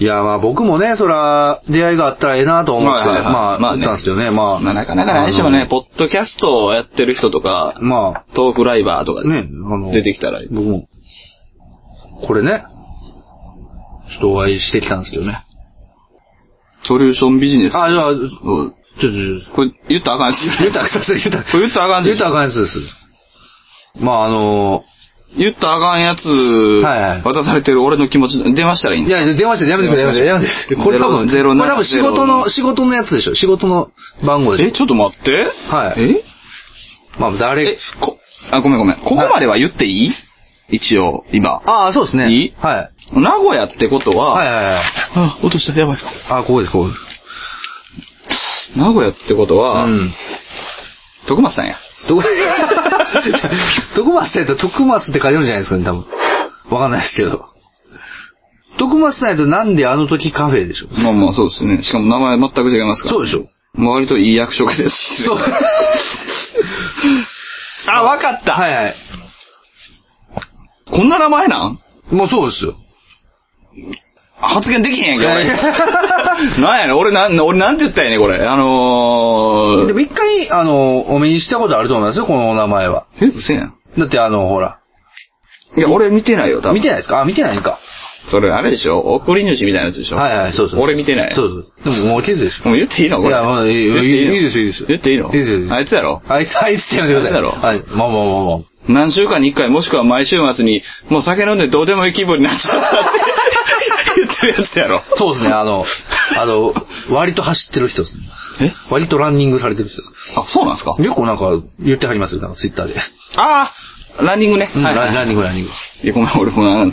[SPEAKER 2] いや、まあ僕もね、そら、出会いがあったらええなと思って、
[SPEAKER 1] はいはいはい
[SPEAKER 2] ま
[SPEAKER 1] ま
[SPEAKER 2] あ、ま
[SPEAKER 1] あ
[SPEAKER 2] あ、
[SPEAKER 1] ね
[SPEAKER 2] 言ったんですけどね、まあ。
[SPEAKER 1] まあなかなかないでしょうね。ポッドキャストをやってる人とか、
[SPEAKER 2] あの。ま
[SPEAKER 1] トークライバーとか
[SPEAKER 2] あ、
[SPEAKER 1] で
[SPEAKER 2] ね、あの、
[SPEAKER 1] 出てきたらいい。
[SPEAKER 2] 僕も、これね、ちょっとお会いしてきたんですけどね。
[SPEAKER 1] ソリューションビジネス。
[SPEAKER 2] あ、じゃあ、ちょ
[SPEAKER 1] うん
[SPEAKER 2] ちょちょ、
[SPEAKER 1] これ言ったらあかんし。
[SPEAKER 2] 言うたらあかんです、言うたら
[SPEAKER 1] これ言ったらあかんし
[SPEAKER 2] 言うたらあかんやつです。まあ、あの、
[SPEAKER 1] 言ったらあかんやつ、
[SPEAKER 2] はいはい
[SPEAKER 1] 渡されてる俺の気持ち、出ましたらいいん
[SPEAKER 2] い
[SPEAKER 1] ですか
[SPEAKER 2] や、電話して、やめてくれ、やめてくれ、やめてくれ。これ多分、
[SPEAKER 1] ゼロゼロ
[SPEAKER 2] これ多分仕事の、仕事のやつでしょ。仕事の番号でし
[SPEAKER 1] え、ちょっと待って。
[SPEAKER 2] はい
[SPEAKER 1] え
[SPEAKER 2] ょ。まあ、誰
[SPEAKER 1] え、、こ、あ、ごめんごめん。ここまでは言っていい一応、今。
[SPEAKER 2] ああ、そうですね。
[SPEAKER 1] いい
[SPEAKER 2] はい。
[SPEAKER 1] 名古屋ってことは、
[SPEAKER 2] はいはいはい。
[SPEAKER 1] あ、落とした、やばい。
[SPEAKER 2] あ、ここです、ここです。
[SPEAKER 1] 名古屋ってこと
[SPEAKER 2] う
[SPEAKER 1] は、
[SPEAKER 2] ん。
[SPEAKER 1] 徳松さんや。
[SPEAKER 2] どこ、 徳松さんやと徳松って書いてるんじゃないですかね、多分。わかんないですけど。徳松さんやとなんであの時カフェでしょ。
[SPEAKER 1] まあまあ、そうですね。しかも名前全く違いますから。
[SPEAKER 2] そうでしょ。
[SPEAKER 1] まあ割といい役職ですし。
[SPEAKER 2] そう
[SPEAKER 1] あ、わかった。
[SPEAKER 2] はいはい。
[SPEAKER 1] こんな名前なん
[SPEAKER 2] もうそうですよ。
[SPEAKER 1] 発言できへんやんけ、
[SPEAKER 2] いやい
[SPEAKER 1] 俺。なんやねん俺なん、俺なんて言ったんやねん、これ。あの
[SPEAKER 2] で
[SPEAKER 1] ー、
[SPEAKER 2] も一回、あの、お目にしたことあると思いますよ、このお名前は。
[SPEAKER 1] え、うせやん。
[SPEAKER 2] だってあの、ほら。
[SPEAKER 1] いや、俺見てないよ、多分。
[SPEAKER 2] 見てないですかあ、見てないんか。
[SPEAKER 1] それ、あれでしょ送り主みたいなやつでしょ
[SPEAKER 2] はいはい、そうそう。
[SPEAKER 1] 俺見てない。
[SPEAKER 2] そうそう。でももうケツでしょ。
[SPEAKER 1] もう言っていいのこれ。
[SPEAKER 2] いやまあいい
[SPEAKER 1] 言っての
[SPEAKER 2] いいですよいいですよ
[SPEAKER 1] 言っていいの
[SPEAKER 2] いいですよいいですよ
[SPEAKER 1] あいつやろ
[SPEAKER 2] あいつ、あいつってやめてくだ
[SPEAKER 1] あ
[SPEAKER 2] さい。
[SPEAKER 1] いつだろ
[SPEAKER 2] はい。まあまあまあまあ。
[SPEAKER 1] 何週間に一回もしくは毎週末に、もう酒飲んでどうでもいい気分になっちゃったって言ってるやつやろ。
[SPEAKER 2] そうですね、あの、あの、割と走ってる人です
[SPEAKER 1] え
[SPEAKER 2] ね。割とランニングされてる人。
[SPEAKER 1] あ、そうなんですか
[SPEAKER 2] 結構なんか言ってはりますよ、なんかツイッターで。
[SPEAKER 1] ああランニングね。
[SPEAKER 2] うん
[SPEAKER 1] はいはい
[SPEAKER 2] ランランニング、ランニング。
[SPEAKER 1] いや、ごめん、俺もな、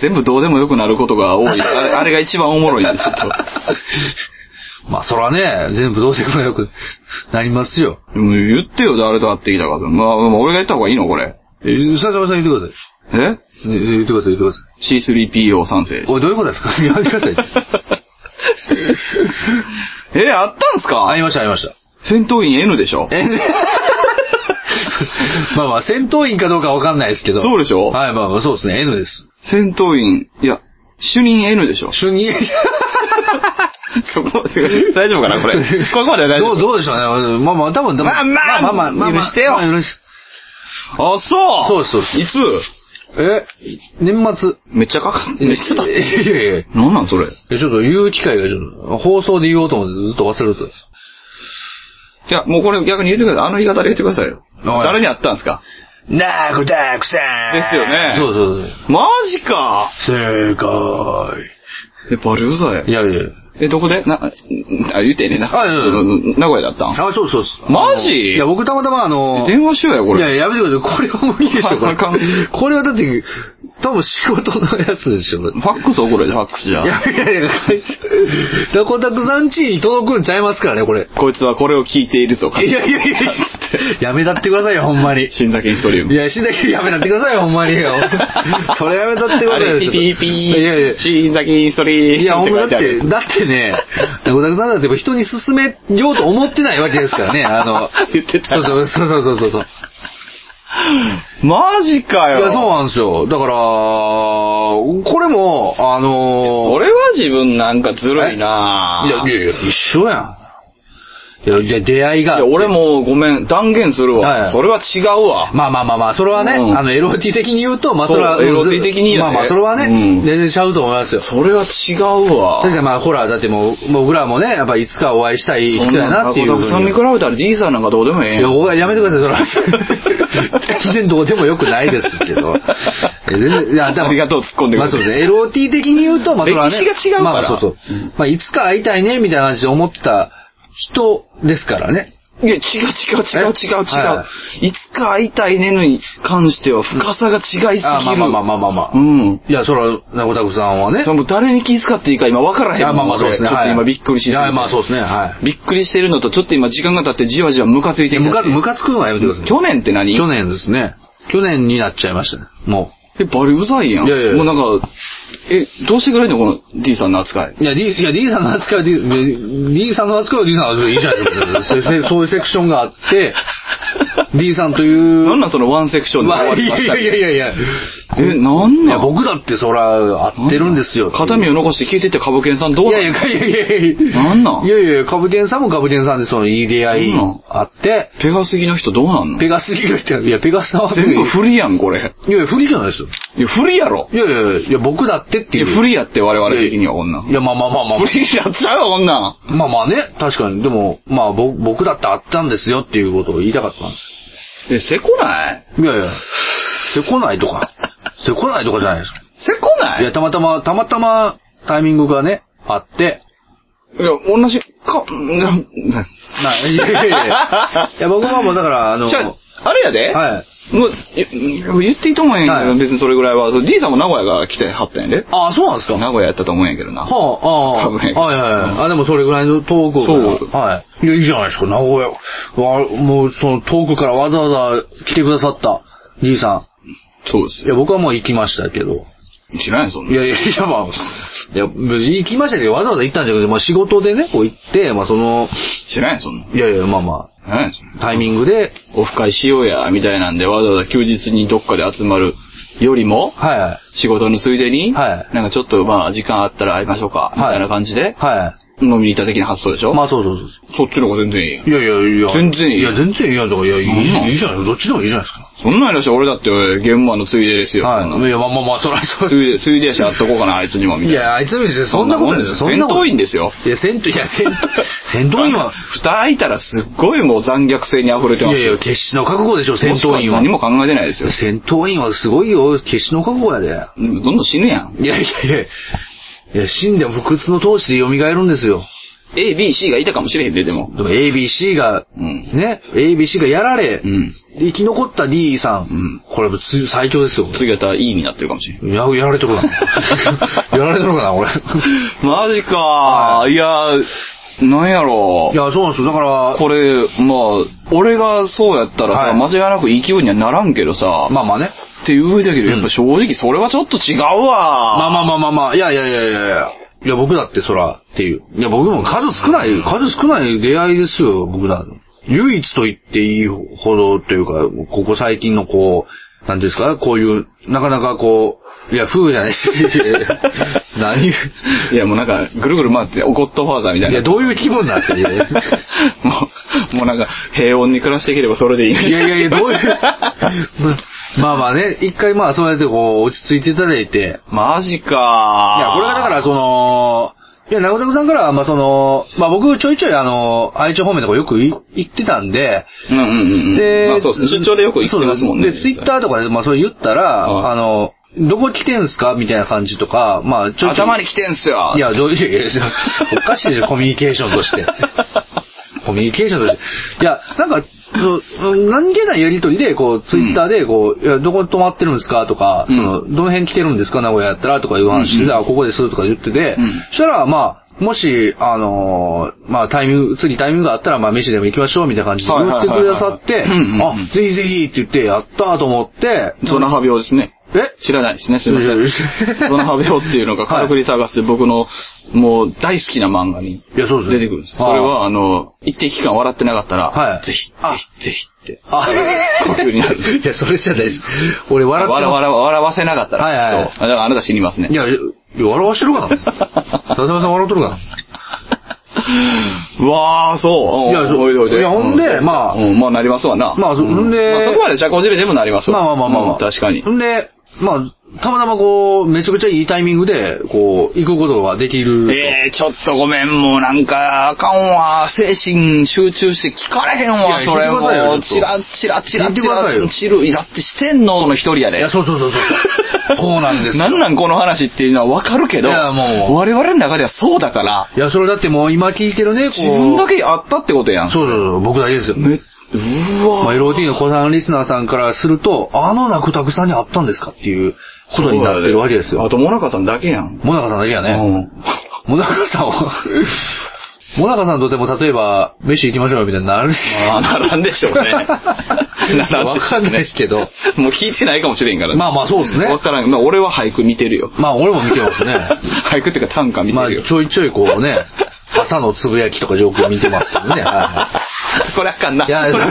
[SPEAKER 1] 全部どうでもよくなることが多い。あれあれが一番おもろいんで、ちょっ
[SPEAKER 2] まあ、そらね、全部どうせこれよくなりますよ。
[SPEAKER 1] と。でも言ってよ、誰と会ってきたかと。まあ、まあ俺が言った方がいいのこれ。
[SPEAKER 2] え、ささまさん言ってくだ
[SPEAKER 1] え
[SPEAKER 2] さい。え言ってください、言ってください。
[SPEAKER 1] ?C3PO 賛成。
[SPEAKER 2] おい、どういうことですか やめてください。
[SPEAKER 1] え、あったんすか
[SPEAKER 2] 会いました、会いました。
[SPEAKER 1] 戦闘員 N でしょ
[SPEAKER 2] え まあまあ、戦闘員かどうかわかんないですけど。
[SPEAKER 1] そうでしょ
[SPEAKER 2] はい、まあまあ、そうですね、N です。
[SPEAKER 1] 戦闘員、いや、主任 N でしょ
[SPEAKER 2] 主任。
[SPEAKER 1] そこ、大丈夫かなこれ。 ここまでは大丈
[SPEAKER 2] どう、
[SPEAKER 1] 夫。
[SPEAKER 2] どうでしょうね。まあまあ、多分、多分
[SPEAKER 1] まあまあ許してよ
[SPEAKER 2] まあ許し
[SPEAKER 1] あ、そう
[SPEAKER 2] そうですそう
[SPEAKER 1] いつ
[SPEAKER 2] え、年末。
[SPEAKER 1] めっちゃかかっめっちゃだ。
[SPEAKER 2] いやいやい
[SPEAKER 1] なんなんそれ。い
[SPEAKER 2] や。ちょっと言う機会がちょっと、放送で言おうと思ってずっと忘れてたんです
[SPEAKER 1] や、もうこれ逆に言ってください。あの言い方で言ってくださいよ。
[SPEAKER 2] はい
[SPEAKER 1] 誰に会ったんですか
[SPEAKER 2] よ。ダークダークさん
[SPEAKER 1] ですよね
[SPEAKER 2] そうそう
[SPEAKER 1] マジか
[SPEAKER 2] そう。正解。
[SPEAKER 1] え、バリうざい
[SPEAKER 2] い。やいや。
[SPEAKER 1] え、どこでな、あ、言ってえねんな。
[SPEAKER 2] あいやいや
[SPEAKER 1] 名古屋だったん
[SPEAKER 2] あ、そうそうです。
[SPEAKER 1] マジ
[SPEAKER 2] あのいや、僕たまたまあの、
[SPEAKER 1] 電話しようや、こ
[SPEAKER 2] いや
[SPEAKER 1] れ。
[SPEAKER 2] いや、やめてください。これは無理でし ょ、こ
[SPEAKER 1] あ
[SPEAKER 2] れ。
[SPEAKER 1] かん
[SPEAKER 2] これはだって、多分仕事のやつでしょ。
[SPEAKER 1] ファックス送れ、ファックスじ
[SPEAKER 2] い
[SPEAKER 1] ゃ。
[SPEAKER 2] やいやいや、 こいつダコタクさんちに届くんちゃいますからね、これ。
[SPEAKER 1] こいつはこれを聞いているぞ、
[SPEAKER 2] いやいやいや、やめだってくださいよ、ほんまに。
[SPEAKER 1] 死んだけストリーム。
[SPEAKER 2] いや、しなきゃやめだってくださいよ、ほんまによ。それやめだってください
[SPEAKER 1] あ
[SPEAKER 2] よ。
[SPEAKER 1] れピーピーピー。
[SPEAKER 2] いやいや。
[SPEAKER 1] 死んだけストリーム。
[SPEAKER 2] いや、ほんまだ
[SPEAKER 1] 書い
[SPEAKER 2] っ
[SPEAKER 1] ある
[SPEAKER 2] て、だってね、ダコタクさんだって人に勧めようと思ってないわけですからね、あの、
[SPEAKER 1] 言ってた
[SPEAKER 2] そう
[SPEAKER 1] な。
[SPEAKER 2] そうそうそうそうそう。
[SPEAKER 1] マジかよ。
[SPEAKER 2] いや、そうなんですよ。だから、これも、あのー
[SPEAKER 1] それは自分なんかずるいない
[SPEAKER 2] や、いやいや、一緒やん。いや、いや出会いが。
[SPEAKER 1] いや俺。もごめん、断言する
[SPEAKER 2] はいは
[SPEAKER 1] わ。
[SPEAKER 2] い
[SPEAKER 1] それは違うわ。
[SPEAKER 2] まあまあまあまあ、それはね、
[SPEAKER 1] うん
[SPEAKER 2] あの、エロティ的に言うと、まあそれは、
[SPEAKER 1] そうエロティ的にね
[SPEAKER 2] まあまあ、それはね、
[SPEAKER 1] うん
[SPEAKER 2] 全然ちゃうと思いますよ。
[SPEAKER 1] それは違うわ。
[SPEAKER 2] 確かにまあ、ほら、だってもう、もう僕らもね、やっぱいつかお会いしたい人
[SPEAKER 1] そん
[SPEAKER 2] やなっていう
[SPEAKER 1] たくさんに比べたら D さんなんかどうでもええ
[SPEAKER 2] い
[SPEAKER 1] や
[SPEAKER 2] や、
[SPEAKER 1] ん。
[SPEAKER 2] 僕はやめてください、それは。 全然どうでもよくないですけど。え全然いやでも
[SPEAKER 1] ありがとう突っ込んでく
[SPEAKER 2] ま
[SPEAKER 1] れ
[SPEAKER 2] あ
[SPEAKER 1] て
[SPEAKER 2] そうですね。LOT 的に言うと、まあそれはね。
[SPEAKER 1] 歴史が違うから
[SPEAKER 2] まあそうそう。まあいつか会いたいね、みたいな感じで思ってた人ですからね。
[SPEAKER 1] いや、違う違う違う違う違う。、
[SPEAKER 2] えはい
[SPEAKER 1] つか会いたいねのに関しては深さが違いすぎる。
[SPEAKER 2] あまあまあまあまあまあまあ
[SPEAKER 1] うん。
[SPEAKER 2] いや、そら、なこたくさんはね。
[SPEAKER 1] その誰に気遣っていいか今分からへん
[SPEAKER 2] いやまあまあそうですね。
[SPEAKER 1] ちょっと今びっくりし
[SPEAKER 2] い
[SPEAKER 1] て
[SPEAKER 2] や、まあそうですね。はい。
[SPEAKER 1] びっくりしてるのと、ちょっと今時間が経ってじわじわムカつい
[SPEAKER 2] い
[SPEAKER 1] て
[SPEAKER 2] や、
[SPEAKER 1] きた
[SPEAKER 2] むかつ、むかつくのはやめてください。
[SPEAKER 1] 去年って何
[SPEAKER 2] 去年ですね。去年になっちゃいましたね。も
[SPEAKER 1] え、バリうざいやん。
[SPEAKER 2] いやいやいや
[SPEAKER 1] もうなんか、え、どうしてくれんのこの D さんの扱い。
[SPEAKER 2] う。いや、D、いや、D さんの扱いは D、D さんの扱いは D さんの扱いでいいじゃないです か。せせそういうセクションがあって、D さんという。
[SPEAKER 1] なんなんそのワンセクションで
[SPEAKER 2] まあ
[SPEAKER 1] 終わりま
[SPEAKER 2] い
[SPEAKER 1] した
[SPEAKER 2] やいやいやいや。
[SPEAKER 1] え、なん
[SPEAKER 2] い
[SPEAKER 1] な
[SPEAKER 2] や、
[SPEAKER 1] ん
[SPEAKER 2] 僕だってそら、合ってるんですよ。
[SPEAKER 1] 肩身を残して聞いてってカブケンさんどう
[SPEAKER 2] い
[SPEAKER 1] な
[SPEAKER 2] や
[SPEAKER 1] ん
[SPEAKER 2] いや、いやいやいやいや。
[SPEAKER 1] なんなん
[SPEAKER 2] いやいやいや、カブケンさんもカブケンさんでそのいい出会い
[SPEAKER 1] うん
[SPEAKER 2] あって、
[SPEAKER 1] ペガすぎの人どうなんの
[SPEAKER 2] ペガスギルって、いや、ペガスさんは
[SPEAKER 1] 全部不利やん、これ。
[SPEAKER 2] いやいや、不利じゃないですよ。
[SPEAKER 1] いや、不利やろ。
[SPEAKER 2] いやいやいや、僕だってって
[SPEAKER 1] い
[SPEAKER 2] い
[SPEAKER 1] や、
[SPEAKER 2] う。
[SPEAKER 1] 不利やって我々的にはこんなん。
[SPEAKER 2] いや、まあまあまあまあ
[SPEAKER 1] 不。利やっちゃうよ、こんなん。
[SPEAKER 2] まあまあね、確かに。でも、まあ僕僕だってあったんですよっていうことを言いたかったんです
[SPEAKER 1] え、せこない
[SPEAKER 2] よ。いやいや、せこないとか、せこないとかじゃないですか。
[SPEAKER 1] せこない
[SPEAKER 2] いや、たまたま、たまたまタイミングがね、あって、
[SPEAKER 1] いや、同じ、か、な、な、
[SPEAKER 2] まあ、いやいや いやいや。いや、僕はもうだから、あの、
[SPEAKER 1] じゃあ、あれやで、
[SPEAKER 2] はい。
[SPEAKER 1] もう、い言っていいと思うんやけど、
[SPEAKER 2] はい
[SPEAKER 1] 別にそれぐらいは。そう D さんも名古屋から来てはったんやで。
[SPEAKER 2] ああ、そうなんですかは
[SPEAKER 1] 名古屋やったと思うんやけどな。
[SPEAKER 2] あ、ああ、
[SPEAKER 1] 多分やけど
[SPEAKER 2] はいはいはい。あ、でもそれぐらいの遠くから。
[SPEAKER 1] そう
[SPEAKER 2] はい。いや、いいじゃないですか、名古屋。わ、もうその遠くからわざわざ来てくださった、じいさ
[SPEAKER 1] そうです
[SPEAKER 2] ん。い
[SPEAKER 1] よ。
[SPEAKER 2] や、僕はもう行きましたけど。
[SPEAKER 1] 知らんよ、そん
[SPEAKER 2] い
[SPEAKER 1] な。
[SPEAKER 2] やいやいや、まあ、いや、無事行きましたけど、わざわざ行ったんじゃなくて、まあ仕事でね、こう行って、まあその、
[SPEAKER 1] 知らんよ、そんな。
[SPEAKER 2] いやいや、まあま
[SPEAKER 1] 何やそれ
[SPEAKER 2] あ、タイミングで、
[SPEAKER 1] オフ会しようや、みたいなんで、わざわざ休日にどっかで集まるよりも、
[SPEAKER 2] はいはい。
[SPEAKER 1] 仕事のついでに、
[SPEAKER 2] はい
[SPEAKER 1] なんかちょっとまあ、時間あったら会いましょうか、みたいな感じで、
[SPEAKER 2] は
[SPEAKER 1] 飲みに行った的な発想でしょ
[SPEAKER 2] い。まあそうそうそう。
[SPEAKER 1] そっちの方が全然いいやん。
[SPEAKER 2] いやいやいや。
[SPEAKER 1] 全然いい
[SPEAKER 2] いや、全然いいやんとか、いや、い
[SPEAKER 1] なんなん
[SPEAKER 2] いいいじゃないどっちでもいいじゃないですか。。
[SPEAKER 1] そんなんいらっしゃ俺だって、ゲームマンのついでですよ。そんない
[SPEAKER 2] いや、まあまあまあ、そらそう
[SPEAKER 1] ついで、ついでやしやっとこうかな、あいつにも、みたい
[SPEAKER 2] い
[SPEAKER 1] な。
[SPEAKER 2] や、あいつら別にそんなことない
[SPEAKER 1] ですよ。
[SPEAKER 2] そん
[SPEAKER 1] 戦
[SPEAKER 2] なこと
[SPEAKER 1] 闘員ですよ。
[SPEAKER 2] いや、戦闘、いや、戦 戦闘員は、
[SPEAKER 1] 蓋開いたらすっごいもう残虐性に溢れ
[SPEAKER 2] い
[SPEAKER 1] てま
[SPEAKER 2] や
[SPEAKER 1] す
[SPEAKER 2] い
[SPEAKER 1] よ。
[SPEAKER 2] や、決死の覚悟でしょ、戦闘員は
[SPEAKER 1] 何。も考えてないですよ。
[SPEAKER 2] 戦闘員はすごいよ、決死の覚悟やで。
[SPEAKER 1] うんどんどん死ぬやん。
[SPEAKER 2] いやいやいや、いや、死んでも不屈の闘志で蘇るんですよ。
[SPEAKER 1] A、B、C がいたかもしれへんで、でも。
[SPEAKER 2] でも ABC が、
[SPEAKER 1] うん。
[SPEAKER 2] ね、ABC がやられ、
[SPEAKER 1] うん。
[SPEAKER 2] 生き残った D さん、
[SPEAKER 1] うん
[SPEAKER 2] これもつ最強ですよ。
[SPEAKER 1] 次やったら E になってるかもしれん。
[SPEAKER 2] や、やられてるかな。 やられてるかな、俺。
[SPEAKER 1] マジかー。いやー、なんやろ
[SPEAKER 2] いや、そうなんですよ。だから、
[SPEAKER 1] これ、まあ、俺がそうやったらさ、
[SPEAKER 2] はい
[SPEAKER 1] 間違いなく勢いにはならんけどさ、
[SPEAKER 2] まあまあね。
[SPEAKER 1] っていう上だけど、やっぱ正直それはちょっと違う
[SPEAKER 2] まあ
[SPEAKER 1] わ。
[SPEAKER 2] まあまあまあまあ、いやいやいやいやいや。いや、僕だってそら、っていう。いや、僕も数少ない、数少ない出会いですよ、僕ら。唯一と言っていいほどというか、ここ最近のこう、なんていうんですかこういう、なかなかこう、いや、風じゃないし、 何
[SPEAKER 1] いや、もうなんか、ぐるぐる回って、おゴッドファーザーみたい
[SPEAKER 2] い
[SPEAKER 1] な。
[SPEAKER 2] や、どういう気分なんですかね。
[SPEAKER 1] もう、もうなんか、平穏に暮らしていければそれでいい。
[SPEAKER 2] いやいやいや、どういう、 まあまあね、一回まあそうやってこう、落ち着いていただいて、
[SPEAKER 1] マジか
[SPEAKER 2] いや、これがだから、その、いや、長田さんからは、まあ、その、まあ、僕、ちょいちょい、あの、愛知方面とかよくい行ってたんで、
[SPEAKER 1] うんうんうんうん。
[SPEAKER 2] で、
[SPEAKER 1] まあそうですね。出張でよく行ってますもん
[SPEAKER 2] そ
[SPEAKER 1] ね。
[SPEAKER 2] うですで、ツイッターとかで、まあ、それ言ったら、
[SPEAKER 1] あ
[SPEAKER 2] あの、どこ来てんすかみたいな感じとか、まあ、ちょいちょい。
[SPEAKER 1] 頭に来てんすよ。
[SPEAKER 2] いや、どういやいやいや、おかしいでしょ、コミュニケーションと して。コミュニケーションとして。いや、なんか、そう何気ないやりとりで、こう、ツイッターで、こう、いや、どこに泊まってるんですかとか、
[SPEAKER 1] うん
[SPEAKER 2] その、どの辺来てるんですか名古屋やったらとかいう話
[SPEAKER 1] うんう
[SPEAKER 2] で、
[SPEAKER 1] ん
[SPEAKER 2] あ、ここですとか言ってて、
[SPEAKER 1] うん
[SPEAKER 2] そしたら、まあ、もし、あのーまあ、タイミング、次タイミングがあったら、まあ、飯でも行きましょう、みたいな感じで
[SPEAKER 1] はい
[SPEAKER 2] 言
[SPEAKER 1] は
[SPEAKER 2] っ
[SPEAKER 1] い
[SPEAKER 2] て
[SPEAKER 1] はいはい
[SPEAKER 2] くださって、
[SPEAKER 1] うんうんうん
[SPEAKER 2] あ、ぜひぜひって言って、やったーと思って、
[SPEAKER 1] ゾナハ病ですね。
[SPEAKER 2] え
[SPEAKER 1] 知らないですね、すみませ
[SPEAKER 2] いやい
[SPEAKER 1] ん。
[SPEAKER 2] や
[SPEAKER 1] ゾナハ病っていうのが、カラクリ探すで僕の、もう大好きな漫画に
[SPEAKER 2] いや、そうです
[SPEAKER 1] 出てくるんです。それは、あの、一定期間笑ってなかったら、
[SPEAKER 2] はい
[SPEAKER 1] ぜひ、ぜ
[SPEAKER 2] あ
[SPEAKER 1] ひ、ぜひって。
[SPEAKER 2] あ、
[SPEAKER 1] 呼吸になる
[SPEAKER 2] いや、それじゃないです。俺笑って
[SPEAKER 1] 笑
[SPEAKER 2] ます
[SPEAKER 1] 笑笑わせなかったら、
[SPEAKER 2] はいはいはい
[SPEAKER 1] 人をだからあなた死にますね
[SPEAKER 2] い。や、いや笑わしてるかな。田島さん笑っとるか
[SPEAKER 1] う わあ、そう。
[SPEAKER 2] いやそう
[SPEAKER 1] おでおで
[SPEAKER 2] いやほんで
[SPEAKER 1] う
[SPEAKER 2] まあ
[SPEAKER 1] うんまあなりますわな。
[SPEAKER 2] まあそ
[SPEAKER 1] うん
[SPEAKER 2] ほんで
[SPEAKER 1] まあそこまで社交辞令でもなります
[SPEAKER 2] な。
[SPEAKER 1] わ。
[SPEAKER 2] まあまあまあまあ
[SPEAKER 1] う
[SPEAKER 2] まあ。
[SPEAKER 1] ん確かに。
[SPEAKER 2] んで、まあ、たまたまこう、めちゃくちゃいいタイミングで、こう、行くことができる。
[SPEAKER 1] ええー、ちょっとごめん、もうなんか、あかんわ、精神集中して聞かれへんわ、
[SPEAKER 2] いや
[SPEAKER 1] それ
[SPEAKER 2] 聞いてくださいよ
[SPEAKER 1] もう、
[SPEAKER 2] ち
[SPEAKER 1] チ
[SPEAKER 2] ょっと
[SPEAKER 1] ラチラチラ
[SPEAKER 2] 聞いて
[SPEAKER 1] チ
[SPEAKER 2] ください
[SPEAKER 1] ラ、
[SPEAKER 2] よ
[SPEAKER 1] チル、だってしてんのの一人やで。
[SPEAKER 2] いや、そうそうそう そう。そうなんですよ
[SPEAKER 1] なんなんこの話っていうのはわかるけど、
[SPEAKER 2] いやもう
[SPEAKER 1] 我々の中ではそうだから、
[SPEAKER 2] いや、それだってもう今聞いてるね、こ
[SPEAKER 1] 自
[SPEAKER 2] う。
[SPEAKER 1] 分だけあったってことやん。
[SPEAKER 2] そうそうそう、僕だけですよ。
[SPEAKER 1] めうわ
[SPEAKER 2] まあ、LOT の子さんリスナーさんからすると、あの泣くたくさんにあったんですかっていうことになってるわけです
[SPEAKER 1] あ
[SPEAKER 2] よ。
[SPEAKER 1] と、モナカさんだけやん。
[SPEAKER 2] もなかさんだけやね。もなかさんは、もなかさんとでも例えば、飯行きましょうよみたいになるし。
[SPEAKER 1] まあ、ならんでしょう ね。ならん
[SPEAKER 2] わ
[SPEAKER 1] でしょ
[SPEAKER 2] か
[SPEAKER 1] うんね
[SPEAKER 2] ないですけど。
[SPEAKER 1] もう聞いてないかもしれんから
[SPEAKER 2] まあまあそうですね
[SPEAKER 1] わからん。まあ、俺は俳句見て るよ。
[SPEAKER 2] まあ俺も見てますね。
[SPEAKER 1] 俳句っていうか短歌 見て
[SPEAKER 2] まあ
[SPEAKER 1] るよ。
[SPEAKER 2] ちょいちょいこうね、朝のつぶやきとかよく見てますけどね。は
[SPEAKER 1] これあかんな。
[SPEAKER 2] いや
[SPEAKER 1] これあ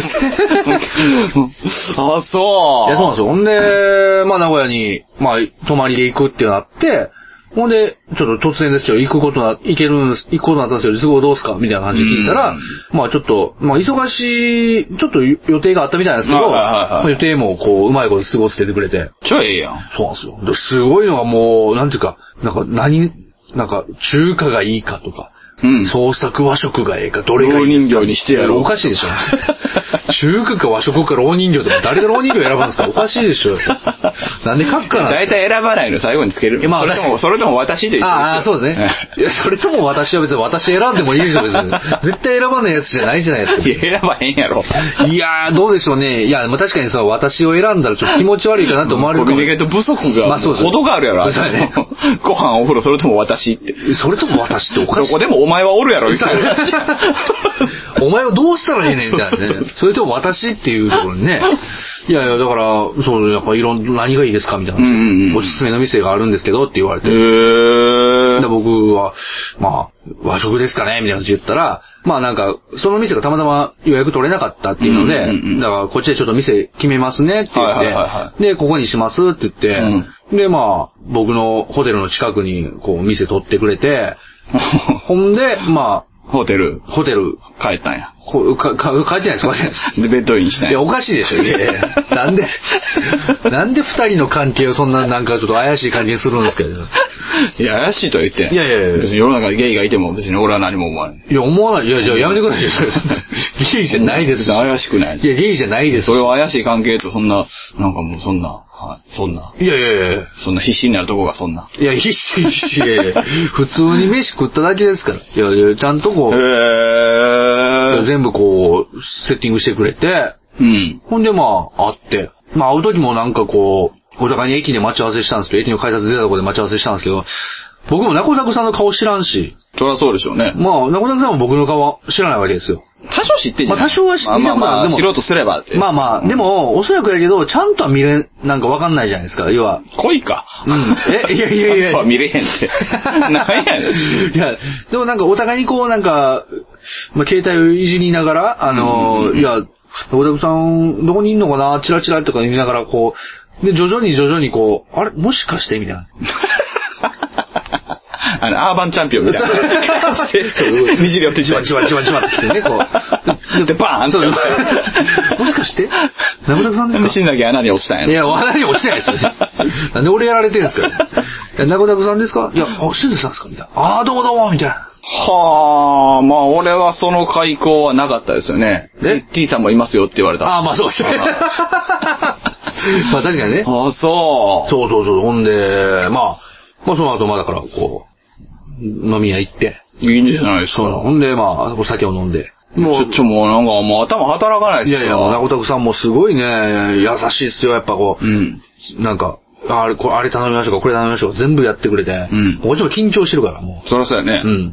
[SPEAKER 1] かん あ、そ。
[SPEAKER 2] いういや、そうなんですよ。ほんで、まあ名古屋に、まあ泊まりで行くってなって、ほんで、ちょっと突然ですけど、行くことな、行けるんです、行くことになったんですけど、都合どうすかみたいな感じで聞いた
[SPEAKER 1] う
[SPEAKER 2] ら
[SPEAKER 1] ん、
[SPEAKER 2] まあちょっと、まあ忙しい、ちょっと予定があったみたいなんですけど、
[SPEAKER 1] はいはいはいはい
[SPEAKER 2] まあ予定もこう、うまいこと過ごしててくれて、
[SPEAKER 1] ちょいええやん。
[SPEAKER 2] そうなんですよ。ですごいのがもう、なんていうか、なんか何、なんか中華がいいかとか、
[SPEAKER 1] うん。
[SPEAKER 2] 創作和食がええか、どれがいいですか
[SPEAKER 1] 老人形にしてやろう
[SPEAKER 2] いおかしいでしょ。中華か和食か老人形でも誰が老人形選ぶんですかおかしいでしょ。なんで書くかな
[SPEAKER 1] だいたい選ばないの最後につける。
[SPEAKER 2] いやまあ
[SPEAKER 1] それとも、それとも私
[SPEAKER 2] 私
[SPEAKER 1] で一緒ですよ
[SPEAKER 2] ああ、そうですね。いや、それとも私は別に私選んでもいいでしょ、別 に。絶対選ばないやつじゃないじゃないです
[SPEAKER 1] いや、選ばへんやろ。
[SPEAKER 2] か。いやー、どうでしょうね。いや、まあ確かにその私を選んだらちょっと気持ち悪いかなと思われ
[SPEAKER 1] コ
[SPEAKER 2] るか
[SPEAKER 1] ミュ
[SPEAKER 2] も
[SPEAKER 1] ニ。ケーション不足が、
[SPEAKER 2] まあそうです
[SPEAKER 1] 程があるやろ、あれ
[SPEAKER 2] そうだね
[SPEAKER 1] ご飯、お風呂、それとも私って。
[SPEAKER 2] それとも私っておか
[SPEAKER 1] ど
[SPEAKER 2] しい
[SPEAKER 1] こ。でもお前はおるやろ、みたいな。
[SPEAKER 2] お前をどうしたらええねんみたい
[SPEAKER 1] そうそ
[SPEAKER 2] な
[SPEAKER 1] う
[SPEAKER 2] ね。それとも私っていうところにね。いやいや、だから、そう、やっぱいろんな、何がいいですかみたいな、
[SPEAKER 1] うんうんうん
[SPEAKER 2] おすすめの店があるんですけどって言われて。
[SPEAKER 1] へー
[SPEAKER 2] で僕は、まあ、和食ですかねみたいなこと言ったら、まあなんか、その店がたまたま予約取れなかったっていうので、
[SPEAKER 1] うんうんうん
[SPEAKER 2] だからこっちでちょっと店決めますねって言って、
[SPEAKER 1] はいはいは
[SPEAKER 2] で、ここにしますって言って、で、まあ、僕のホテルの近くに、こう、店取ってくれて、ほんで、ま
[SPEAKER 1] ホテル
[SPEAKER 2] あ、、ホテル、
[SPEAKER 1] 帰ったんや。
[SPEAKER 2] こか、か、書いてないです、書いて ないです。
[SPEAKER 1] で、ベッドインしたん
[SPEAKER 2] いや、
[SPEAKER 1] や。
[SPEAKER 2] おかしいでしょ、いやいやなんで、なんで二人の関係をそんな、なんかちょっと怪しい感じにするんですけど。い
[SPEAKER 1] いや、怪しいとは言ってん
[SPEAKER 2] やいやいや
[SPEAKER 1] 別に世の中にゲイがいても別に俺は何も思わない。
[SPEAKER 2] や、思わない。いや、じゃあやめてくださいよ。ゲイじゃない ですし。
[SPEAKER 1] 別に怪しくない
[SPEAKER 2] いや、ゲイじゃないですし。
[SPEAKER 1] それは怪しい関係とそんな、なんかもうそんな、はい、そんな、
[SPEAKER 2] いやいやいや。
[SPEAKER 1] そんな必死になるとこがそんな。
[SPEAKER 2] いや、必死必死。いやいや普通に飯食っただけですから。いやいや、ちゃんとこう、
[SPEAKER 1] へえ。
[SPEAKER 2] 全部こう、セッティングしてくれて、
[SPEAKER 1] うん。
[SPEAKER 2] ほんでまあ、会って。まあ、会う時もなんかこう、お互いに駅で待ち合わせしたんですけど、駅の改札出たとこで待ち合わせしたんですけど、僕もナコナコさんの顔知らんし、
[SPEAKER 1] そりゃそうでしょうね。
[SPEAKER 2] まあ、ナコナコさんも僕の顔知らないわけですよ。
[SPEAKER 1] 多少知ってんじゃん。
[SPEAKER 2] まあ多少は知ってんじゃん
[SPEAKER 1] まあまあまあ
[SPEAKER 2] でも
[SPEAKER 1] 知ろうとすればって。
[SPEAKER 2] まあまあ、でも、おそらくやけど、ちゃんとは見れん、なんかわかんないじゃないですか、要は。
[SPEAKER 1] 恋か。
[SPEAKER 2] うんえいやいやいや
[SPEAKER 1] ちゃんとは見れへんって。 なんやねん。
[SPEAKER 2] いや、でもなんかお互いにこうなんか、まあ、携帯をいじりながら、あの、いや、小田さん、どこにいんのかなチラチラとか言いながら、こう、で、徐々に徐々にこう、あれもしかしてみたいな。
[SPEAKER 1] あの、アーバンチャンピオンみたいな感じで、 にじり寄っていっ
[SPEAKER 2] じ
[SPEAKER 1] ちゃ
[SPEAKER 2] わ
[SPEAKER 1] う
[SPEAKER 2] じわじわじわってきてね、こう。
[SPEAKER 1] でバーンって
[SPEAKER 2] そう。 もしかして名村さんですか
[SPEAKER 1] 死んだけ穴に落ちたんや
[SPEAKER 2] い
[SPEAKER 1] ろ。
[SPEAKER 2] や、笑い落ちてないですよ。 なんで俺やられてるんですかいやなこなこさんですかいや、あ、しずさんですかみたいな。ああー、どうもどうもみたいな。
[SPEAKER 1] はあ、まあ俺はその開口はなかったですよね。
[SPEAKER 2] え
[SPEAKER 1] ?T さんもいますよって言われた。
[SPEAKER 2] あ
[SPEAKER 1] あ
[SPEAKER 2] あ、まあそうですね。 まあ確かにね。
[SPEAKER 1] あ、そう。
[SPEAKER 2] そうそうそう。ほんで、まあ、まあその後まあだから、こう、飲み屋行って。
[SPEAKER 1] いいんじゃないですか。
[SPEAKER 2] そう。ほんで、まあ、お酒を飲んで。
[SPEAKER 1] もう、ちょ、ちょ、もうなんかもう頭働かないっす
[SPEAKER 2] い
[SPEAKER 1] よ。
[SPEAKER 2] やいや、なこたくさんもすごいね、優しいっすよ。やっぱこう、
[SPEAKER 1] うん。
[SPEAKER 2] なんか、あれ、これ、あれ頼みましょうか、これ頼みましょうか、全部やってくれて、
[SPEAKER 1] うん
[SPEAKER 2] こっちも緊張してるから、も
[SPEAKER 1] そりゃそうやね。
[SPEAKER 2] う。うん。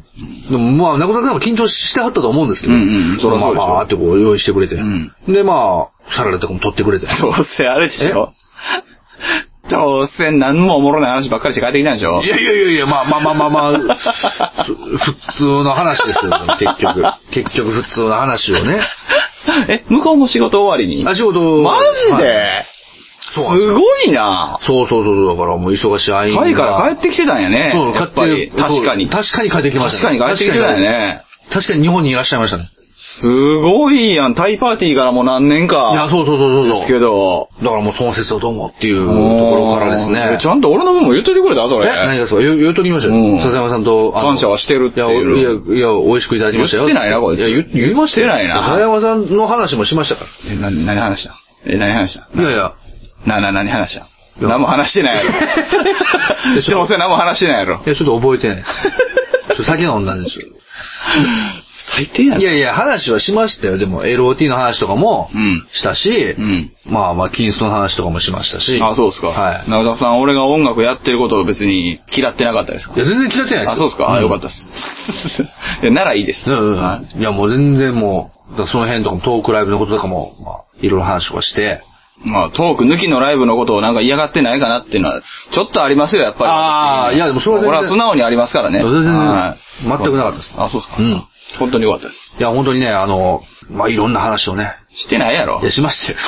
[SPEAKER 2] でも、まあ、なことなくも緊張してはったと思うんですけど、
[SPEAKER 1] うんうんそらそうでしょ
[SPEAKER 2] まあ、まあ、ってこう、用意してくれて、
[SPEAKER 1] ん
[SPEAKER 2] で、まあ、サラダとかも取ってくれて、
[SPEAKER 1] どうせあれでしょ。どうせ何もおもろない話ばっかりして帰ってきたんでしょ
[SPEAKER 2] いやいやいやいや、まあまあまあまあまあ、ふ普通の話ですよ、結局。結局、普通の話をね。
[SPEAKER 1] え、向こうも仕事終わりに
[SPEAKER 2] あ、仕事、
[SPEAKER 1] マジで、
[SPEAKER 2] はいそうなんです
[SPEAKER 1] す
[SPEAKER 2] よ
[SPEAKER 1] ごいな
[SPEAKER 2] そうそうそう、だからもう忙しい合間
[SPEAKER 1] タイから帰ってきてたんやね。
[SPEAKER 2] そう、
[SPEAKER 1] やっぱり。
[SPEAKER 2] 帰ってそう
[SPEAKER 1] 確かに。
[SPEAKER 2] 確かに帰ってきまし
[SPEAKER 1] 確
[SPEAKER 2] た
[SPEAKER 1] かに帰ってきてたんやね。
[SPEAKER 2] 確かに日本にいらっしゃいましたね。
[SPEAKER 1] すごいやん。タイパーティーからもう何年
[SPEAKER 2] いや、
[SPEAKER 1] か。
[SPEAKER 2] そうそうそうそうそう。
[SPEAKER 1] ですけど。
[SPEAKER 2] だからもうその説をどうもっていうところからです
[SPEAKER 1] おー
[SPEAKER 2] ね。
[SPEAKER 1] えちゃんと俺の分も言うといてくれたそ
[SPEAKER 2] え
[SPEAKER 1] れ。
[SPEAKER 2] 何がそう言う言うときました
[SPEAKER 1] うん
[SPEAKER 2] よ。笹山さんと。あの
[SPEAKER 1] 感謝はしてるっていう
[SPEAKER 2] いや、いや、いや、美味しくいただきましたよ。
[SPEAKER 1] 言ってないなこいつ
[SPEAKER 2] や、言言いましたよ
[SPEAKER 1] 言ってないな
[SPEAKER 2] 笹山さんの話もしましたか
[SPEAKER 1] え、な、何話したえ、何話した
[SPEAKER 2] ら。いやいや。
[SPEAKER 1] な、な、何話した
[SPEAKER 2] いや
[SPEAKER 1] 何も話してないや
[SPEAKER 2] で
[SPEAKER 1] ろ。
[SPEAKER 2] しょ
[SPEAKER 1] どうせ何も話してないやろ
[SPEAKER 2] い。や、ちょっと覚えてないです。ちょっと酒飲んだ んですよ。
[SPEAKER 1] 最低や
[SPEAKER 2] いやいや、話はしましたよ。でも、LOT の話とかも
[SPEAKER 1] うん、
[SPEAKER 2] したし、
[SPEAKER 1] うん
[SPEAKER 2] まあまあ、キンストの話とかもしましたし。
[SPEAKER 1] あ、そうですか。
[SPEAKER 2] はい。
[SPEAKER 1] 中田さん、俺が音楽やってることを別に嫌ってなかったですか
[SPEAKER 2] いや、全然嫌ってないですよ。。
[SPEAKER 1] あ、そうですか。あ、よかったたです。 いやならいいです。
[SPEAKER 2] うんうん
[SPEAKER 1] は
[SPEAKER 2] うん。いや、もう全然もう、だからその辺とかもトークライブのこととかも、まあ、いろいろ話とかして。
[SPEAKER 1] いまあ、トーク抜きのライブのことをなんか嫌がってないかなっていうのは、ちょっとありますよ、やっぱり。
[SPEAKER 2] あーいやでもそれは全然
[SPEAKER 1] 俺は素直にありますからね。
[SPEAKER 2] 全然
[SPEAKER 1] はい
[SPEAKER 2] 全くなかったです
[SPEAKER 1] あ、そうですか。
[SPEAKER 2] うん。
[SPEAKER 1] 本当によかったです。
[SPEAKER 2] いや、本当にね、あの、まあ、いろんな話をね、
[SPEAKER 1] してないやろ
[SPEAKER 2] いや、。しましたよ。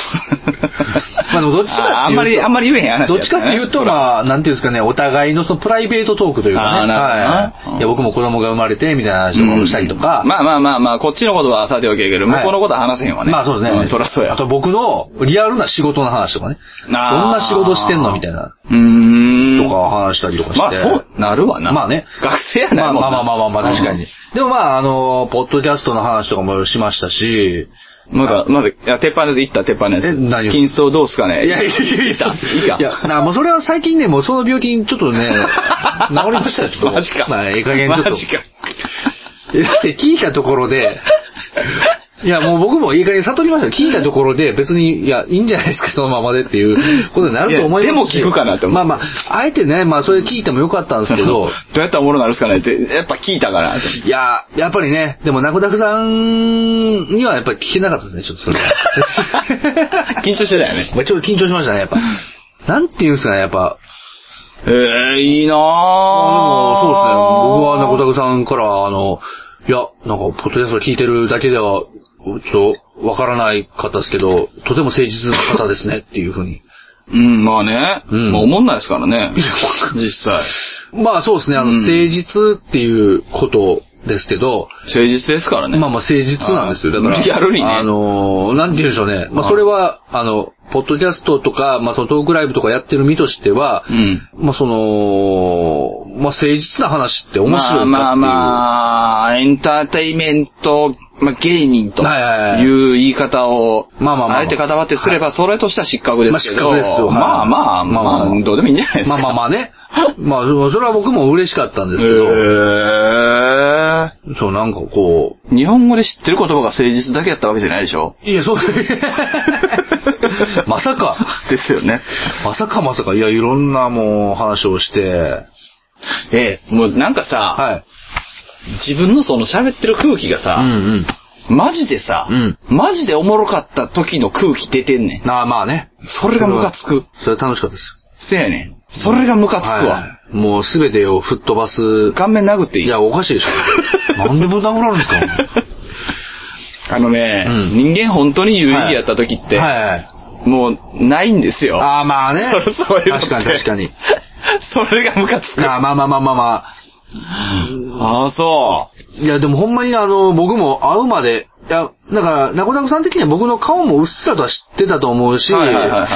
[SPEAKER 2] まあ、でもどっちかっていうと
[SPEAKER 1] ああんまり、あんまり言えへん話
[SPEAKER 2] ど
[SPEAKER 1] や
[SPEAKER 2] っち
[SPEAKER 1] た
[SPEAKER 2] か
[SPEAKER 1] ね
[SPEAKER 2] っていう
[SPEAKER 1] そ
[SPEAKER 2] と、
[SPEAKER 1] ら
[SPEAKER 2] まあ、なんていうんですかね、お互いのそのプライベートトークというかね。
[SPEAKER 1] あーなるほどな
[SPEAKER 2] は
[SPEAKER 1] うん
[SPEAKER 2] い。いや、僕も子供が生まれて、みたいな話とかもしたりとか。
[SPEAKER 1] まあまあまあまあ、こっちのことはさておきやけど、向こうのことは話せへんわね。
[SPEAKER 2] まあそうですね。
[SPEAKER 1] んそらそうや。
[SPEAKER 2] あと僕のリアルな仕事の話とかね。どんな仕事してんのみたいな。
[SPEAKER 1] うーん。
[SPEAKER 2] とか話したりとかして。
[SPEAKER 1] まあそう、なるわな。
[SPEAKER 2] まあね。
[SPEAKER 1] 学生や
[SPEAKER 2] ま
[SPEAKER 1] な
[SPEAKER 2] あ
[SPEAKER 1] いもん
[SPEAKER 2] ま
[SPEAKER 1] な
[SPEAKER 2] あまあまあまあまあ、確かに。。でもまあ、あの、ポッドキャストの話とかもしましたし、
[SPEAKER 1] まだ、まだ、いや、鉄板のやつ行った、鉄板のやつ。
[SPEAKER 2] え何を
[SPEAKER 1] 金相どうすかね
[SPEAKER 2] いやいやいや
[SPEAKER 1] 行った。いいか。
[SPEAKER 2] いや、なもうそれは最近ね、もうその病気、ちょっとね、治りましたよ、ちょっと。
[SPEAKER 1] マジか。
[SPEAKER 2] まあ、ええ加減ちょっと。
[SPEAKER 1] マジか。
[SPEAKER 2] えだって聞いたところで、いや、もう僕もいい加減悟りましたよ。聞いたところで、別に、いや、いいんじゃないですか、そのままでっていうことになると思いま
[SPEAKER 1] い
[SPEAKER 2] すし
[SPEAKER 1] やでも聞くかなと思う
[SPEAKER 2] まあまあ、あえてね、まあ、それ聞いてもよかったんですけど、
[SPEAKER 1] どうやったらおもろなるっすかねって、やっぱ聞いた から。
[SPEAKER 2] いや、やっぱりね、でも、ナコダクさんにはやっぱり聞けなかったですね、ちょっとそれは。
[SPEAKER 1] 緊張してたよね。
[SPEAKER 2] まあちょっと緊張しましたね、やっぱ。なんていうんですかね、やっぱ。
[SPEAKER 1] ええいいなぁ。
[SPEAKER 2] ああ、でも、そうですね。僕はナコダクさんから、あの、いや、なんか、ポッドキャスト聞いてるだけでは、ちょっと、わからない方ですけど、とても誠実な方ですね、っていうふ うに。
[SPEAKER 1] うん、まあね。
[SPEAKER 2] うん
[SPEAKER 1] まあ、おもんないですからね。実際。
[SPEAKER 2] まあ、そうですね、あの、
[SPEAKER 1] うん
[SPEAKER 2] 誠実っていうことですけど、
[SPEAKER 1] 誠実ですからね。
[SPEAKER 2] まあまあ誠実なんですよ。だから。
[SPEAKER 1] リアルにね
[SPEAKER 2] あのー、なんて言うんでしょうね。まあそれは、あの、ポッドキャストとか、まあそのトークライブとかやってる身としては、
[SPEAKER 1] うん
[SPEAKER 2] まあその、まあ誠実な話って面白いかってい
[SPEAKER 1] まあ
[SPEAKER 2] う。
[SPEAKER 1] まあまあ、エンターテイメント、まあ、芸人と
[SPEAKER 2] はいはいはい
[SPEAKER 1] いう言い方を、
[SPEAKER 2] まあまあまあ
[SPEAKER 1] えて固まってすれば、それとしては失格ですけど、
[SPEAKER 2] まあ失格ですよはい
[SPEAKER 1] まあまあ、ま
[SPEAKER 2] ま
[SPEAKER 1] あ
[SPEAKER 2] あまあ
[SPEAKER 1] まあ、どうでもいいんじゃないですか。
[SPEAKER 2] まあまあまあね。まあ、そそれは僕も嬉しかったんですけど、
[SPEAKER 1] へ
[SPEAKER 2] そう、なんかこう、
[SPEAKER 1] え日本語で知ってる言葉が誠実だけやったわけじゃないでしょ
[SPEAKER 2] いや、そう、 まさか、
[SPEAKER 1] ですよね。
[SPEAKER 2] まさかまさか、いや、いろんなもう話をして、
[SPEAKER 1] ええもうなんかさ、
[SPEAKER 2] はい。
[SPEAKER 1] 自分のその喋ってる空気が
[SPEAKER 2] うん
[SPEAKER 1] さ、
[SPEAKER 2] うん。
[SPEAKER 1] マジでさ、
[SPEAKER 2] うん
[SPEAKER 1] マジでおもろかった時の空気出てんねん。
[SPEAKER 2] なあ、まあね。
[SPEAKER 1] それがムカつく。
[SPEAKER 2] それは楽しかったです。
[SPEAKER 1] せやねん。それがムカつくわ。
[SPEAKER 2] はいもうすべてを吹っ飛ばす。
[SPEAKER 1] 顔面殴っていい
[SPEAKER 2] いや、おかしいでしょ。 なんでぶん殴られるんですか
[SPEAKER 1] あのね、
[SPEAKER 2] うん
[SPEAKER 1] 人間本当に有意義やった時って、
[SPEAKER 2] はいはい。
[SPEAKER 1] もう、ないんですよ。
[SPEAKER 2] ああ、まあね。
[SPEAKER 1] そろそろいるって
[SPEAKER 2] 確かに確かに。
[SPEAKER 1] それがムカつく。
[SPEAKER 2] なあ、まあまあまあまあま
[SPEAKER 1] ああ、そ
[SPEAKER 2] あ。いや、でもほんまにあの、僕も会うまで、いや、だから、ナコナコさん的には僕の顔もうっすらとは知ってたと思うし、
[SPEAKER 1] う。はいはいはいはい。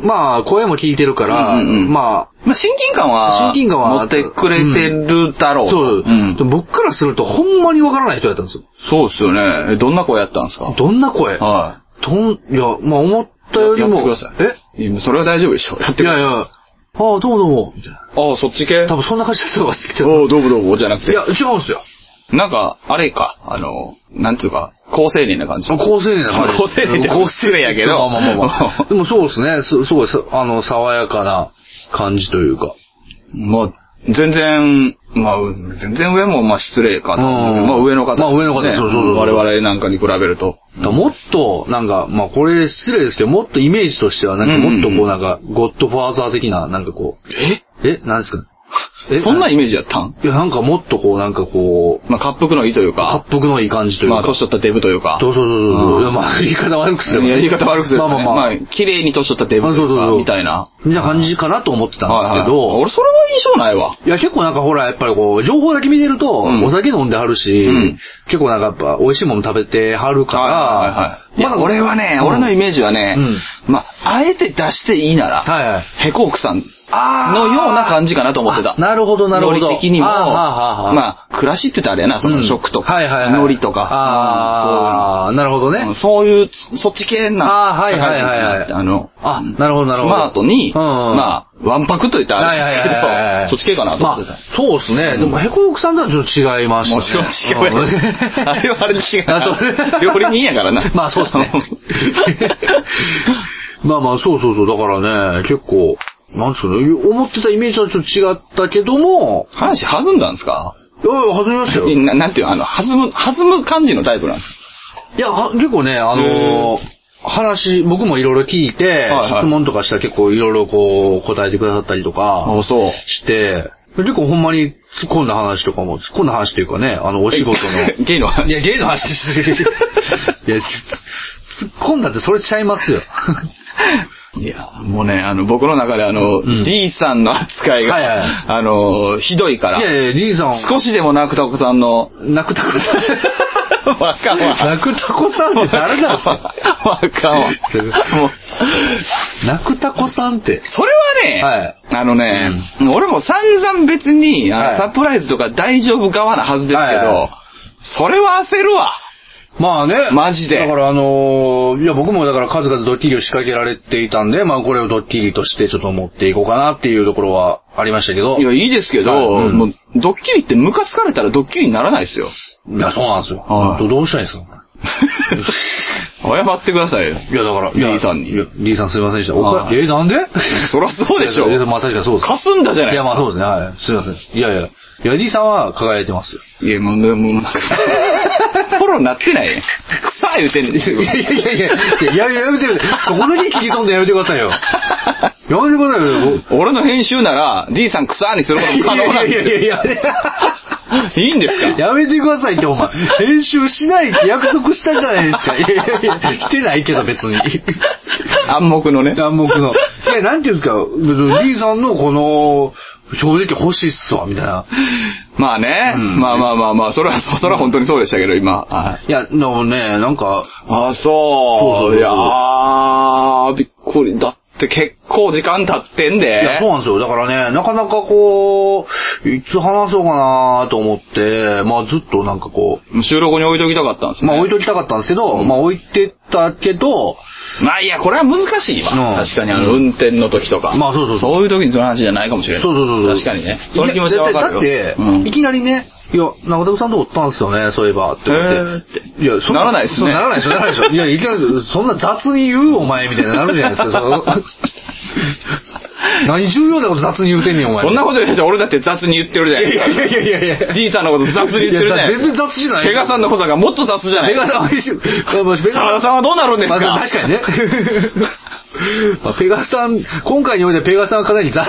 [SPEAKER 2] まあ、声も聞いてるから、
[SPEAKER 1] うんうんうん
[SPEAKER 2] ま
[SPEAKER 1] まあ、親近感は、
[SPEAKER 2] 親近感は
[SPEAKER 1] 持ってくれてるだろ
[SPEAKER 2] あ、
[SPEAKER 1] う。
[SPEAKER 2] そう、
[SPEAKER 1] ん
[SPEAKER 2] でも僕からするとほんまにわからない人だったんですよ。
[SPEAKER 1] そうですよね。えどんな声やったんですか
[SPEAKER 2] どんな声
[SPEAKER 1] は
[SPEAKER 2] どん、いや、まあ思ったより
[SPEAKER 1] や
[SPEAKER 2] も、
[SPEAKER 1] やってくだ
[SPEAKER 2] え
[SPEAKER 1] さい。えそれは大丈夫でしょ。やって
[SPEAKER 2] い
[SPEAKER 1] くだ
[SPEAKER 2] や
[SPEAKER 1] さ
[SPEAKER 2] い
[SPEAKER 1] い。
[SPEAKER 2] や、ああ、どうもどうも、みたいな。
[SPEAKER 1] ああ、そっち系
[SPEAKER 2] 多分そんな感じだったわ、す
[SPEAKER 1] おうどうもどうも、じゃなく
[SPEAKER 2] い
[SPEAKER 1] て
[SPEAKER 2] や、。違うんですよ。
[SPEAKER 1] なんか、あれか、あの、なんつうか、高青年な感じ。
[SPEAKER 2] 高青年な感じ。
[SPEAKER 1] 高青年って高青年やけど。
[SPEAKER 2] まあまあまあまあでもそうですね、すすごいさ、あの、爽やかな感じというか。
[SPEAKER 1] まあ、全然、まあ、全然上も、まあ失礼かな。
[SPEAKER 2] うん
[SPEAKER 1] まあ上の方ですね。
[SPEAKER 2] まあ上の方ですそうそうそう
[SPEAKER 1] 我々なんかに比べると。
[SPEAKER 2] だからもっと、なんか、まあこれ失礼ですけど、もっとイメージとしては、なんか
[SPEAKER 1] うんうん
[SPEAKER 2] もっとこうなんか、ゴッドファーザー的な、なんかこ
[SPEAKER 1] え
[SPEAKER 2] う、え、なんですか
[SPEAKER 1] そんな
[SPEAKER 2] イ
[SPEAKER 1] イメージやったん
[SPEAKER 2] いや、なんかもっとこう、なんかこう、
[SPEAKER 1] まあ、滑覆のいいというか、
[SPEAKER 2] 発服のいい感じという
[SPEAKER 1] ま
[SPEAKER 2] か。
[SPEAKER 1] あ、年取ったデブというか。
[SPEAKER 2] そうそうそうそう。
[SPEAKER 1] うん
[SPEAKER 2] いやまあ、言い方悪くすれば
[SPEAKER 1] いや言い方悪くする
[SPEAKER 2] まあ
[SPEAKER 1] とね
[SPEAKER 2] まあまあ。
[SPEAKER 1] まあ、綺麗に年取ったデブという
[SPEAKER 2] あそうそう
[SPEAKER 1] か
[SPEAKER 2] そう
[SPEAKER 1] みたいな。
[SPEAKER 2] みたいな感じかなと思ってたんですけ
[SPEAKER 1] はいはい
[SPEAKER 2] ど、
[SPEAKER 1] 俺、それは印象ないわ。
[SPEAKER 2] いや、結構なんかほら、やっぱりこう、情報だけ見てると、
[SPEAKER 1] うん
[SPEAKER 2] お酒飲んではるし、
[SPEAKER 1] うん
[SPEAKER 2] 結構なんかやっぱ、美味しいもの食べてはるから、
[SPEAKER 1] いや、俺はね、俺のイ
[SPEAKER 2] ージ。
[SPEAKER 1] メージはね、まあ、あえて出していいなら、
[SPEAKER 2] はいはい。
[SPEAKER 1] ヘコークさん
[SPEAKER 2] あ
[SPEAKER 1] のような感じかなと思ってた。
[SPEAKER 2] なるほど、なるほど。
[SPEAKER 1] ノリ的にも、
[SPEAKER 2] あーはーはーはー
[SPEAKER 1] まあ、暮らしって言ったらあれやな、そ
[SPEAKER 2] うん
[SPEAKER 1] の食とか、
[SPEAKER 2] はいはいはい。
[SPEAKER 1] ノリとか、
[SPEAKER 2] ああ、なるほど
[SPEAKER 1] うん
[SPEAKER 2] ね。
[SPEAKER 1] そういう、そっち系な、
[SPEAKER 2] あーはいはいはいはい
[SPEAKER 1] 社会人になってあの、
[SPEAKER 2] あ、なるほど、なる
[SPEAKER 1] ス
[SPEAKER 2] ほど。
[SPEAKER 1] マートに、
[SPEAKER 2] うん
[SPEAKER 1] まあ、ワンパクと言ったらあれですけど、そっち系かなと思ってた。
[SPEAKER 2] まあ、そうですね。でも、ヘコークさんとはちょっと違いましたね。
[SPEAKER 1] もちろん違うや ん。あれはあれで違うな。
[SPEAKER 2] あそう
[SPEAKER 1] 料理人やからな。
[SPEAKER 2] まあそうっすねまあまあ、そうそうそう。だからね、結構、なんですかね、思ってたイメージとはちょっと違ったけども、
[SPEAKER 1] 話弾んだんですか
[SPEAKER 2] いやいや、弾みましたよ。い
[SPEAKER 1] ななんていうのあの、弾む、弾む感じのタイプなんです
[SPEAKER 2] や、は結構ね、あのー話、僕もいろいろ聞い
[SPEAKER 1] は
[SPEAKER 2] て、
[SPEAKER 1] いはい
[SPEAKER 2] 質問とかしたら結構いろいろこう、答えてくださったりと
[SPEAKER 1] か
[SPEAKER 2] か、
[SPEAKER 1] そう。
[SPEAKER 2] して、結構ほんまに突っ込んだ話とかも、突っ込んだ話というかね、あの、お仕 事 の、
[SPEAKER 1] ゲイの
[SPEAKER 2] い
[SPEAKER 1] 話。
[SPEAKER 2] や、ゲイの話です。いや、つ突っ込んだってそれ ちゃいますよ。
[SPEAKER 1] いや、もうね、あの、僕の中であの、
[SPEAKER 2] ん
[SPEAKER 1] D さんの扱いが、
[SPEAKER 2] はいはいはい
[SPEAKER 1] あの、ひどいか
[SPEAKER 2] いや
[SPEAKER 1] ら、
[SPEAKER 2] いや、リーさん、
[SPEAKER 1] 少しでもなくたこさんの、
[SPEAKER 2] 泣くたこさ
[SPEAKER 1] わかん
[SPEAKER 2] ん。
[SPEAKER 1] わ。
[SPEAKER 2] 泣くたこさんって誰なんですか
[SPEAKER 1] わかんわ。もう、
[SPEAKER 2] 泣くたこさんって。
[SPEAKER 1] それはね、
[SPEAKER 2] はい
[SPEAKER 1] あのね、俺も散々別に、あの
[SPEAKER 2] はい
[SPEAKER 1] サプライズとか大丈夫側なはずですけど、
[SPEAKER 2] はいはい
[SPEAKER 1] それは焦るわ。
[SPEAKER 2] まあね。
[SPEAKER 1] マジで
[SPEAKER 2] だからあのーいや僕もだから数々ドッキリを仕掛けられていたんで、まあこれをドッキリとしてちょっと持っていこうかなっていうところはありましたけど。
[SPEAKER 1] いや、いいですけど、
[SPEAKER 2] はいうん
[SPEAKER 1] もうドッキリってムカつかれたらドッキリにならないですよ。
[SPEAKER 2] いや、そうなんですよ。
[SPEAKER 1] はい
[SPEAKER 2] どどうしたらいいんですか
[SPEAKER 1] 謝ってくださいよ。
[SPEAKER 2] いや、だから、いや
[SPEAKER 1] D さんに
[SPEAKER 2] いや D さんすいませんでした。おか
[SPEAKER 1] はい
[SPEAKER 2] え、なんで
[SPEAKER 1] そらそうでしょ
[SPEAKER 2] いやいやまあ確かにそうです。
[SPEAKER 1] かすんだじゃない
[SPEAKER 2] い
[SPEAKER 1] で
[SPEAKER 2] や、
[SPEAKER 1] すか。
[SPEAKER 2] まあそうですね。はい。すいません。いやいや。いや、D さんは輝いてますよ。
[SPEAKER 1] いや、もう、もう、もう フォローなってないね。さあ言うてんねん。自
[SPEAKER 2] い
[SPEAKER 1] 分
[SPEAKER 2] やいやいやいや、いやややめてやめて。そこだけ聞き飛んでやめてくださいよ。やめてくださいよ。
[SPEAKER 1] 俺の編集なら、D さん草にすることも可能なん
[SPEAKER 2] いや
[SPEAKER 1] で
[SPEAKER 2] い
[SPEAKER 1] すよ。
[SPEAKER 2] やいやいや。
[SPEAKER 1] いいんですか
[SPEAKER 2] やめてくださいって、お前。編集しないって約束したじゃないですか。いやいやいや、してないけど別に。
[SPEAKER 1] 暗黙のね。
[SPEAKER 2] 暗黙の。いや、なんていうんですか、別に D さんのこの、正直欲しいっすわ、みたいな。
[SPEAKER 1] まあね。
[SPEAKER 2] うん
[SPEAKER 1] まあまあまあまあ、それは、それは本当にそうでしたけど、今。あ
[SPEAKER 2] いや、でもね、なんか、
[SPEAKER 1] あ、そ
[SPEAKER 2] そうそうそう
[SPEAKER 1] う。いやー、びっくり。だって結構時間経ってん
[SPEAKER 2] いや、そう
[SPEAKER 1] で。
[SPEAKER 2] なんですよ。だからね、なかなかこう、いつ話そうかなと思って、まあずっとなんかこ
[SPEAKER 1] 収録に置いときたかったんです
[SPEAKER 2] う、まあ置い
[SPEAKER 1] と
[SPEAKER 2] ときたかったんですけど、まあ置いてたけど、
[SPEAKER 1] まあいや、これは難しいわ。
[SPEAKER 2] うん
[SPEAKER 1] 確かに、あの、運転の時とか。
[SPEAKER 2] まあそうそうそう
[SPEAKER 1] そういう時にその話じゃないかもしれない。
[SPEAKER 2] そうそうそうそう。
[SPEAKER 1] 確かにね。その気持ちはわかるよ。
[SPEAKER 2] いやだって、だ
[SPEAKER 1] う
[SPEAKER 2] って
[SPEAKER 1] ん
[SPEAKER 2] いきなりね、いや、中田さんとおったんすよね、そういえば、って言って。いや、そん
[SPEAKER 1] ならないっすね
[SPEAKER 2] そうならないですよ、ならないですよ。いや、いきなり、そんな雑に言う、お前、みたいになるじゃないですか、その 何重要なこと雑に言うてんねん、お前。
[SPEAKER 1] そんなこと言うと俺だって雑に言ってるじゃない
[SPEAKER 2] いやいやいやいやいや。
[SPEAKER 1] D さんのこと雑に言ってるじゃない
[SPEAKER 2] いや全然雑じゃない
[SPEAKER 1] ペガさんのことがもっと雑じゃない
[SPEAKER 2] ペガさんは一緒。ペ
[SPEAKER 1] 沢田さんはどうなるんですか
[SPEAKER 2] まあ確かに ね。まあペガさん、今回においてペガさんはかなり雑。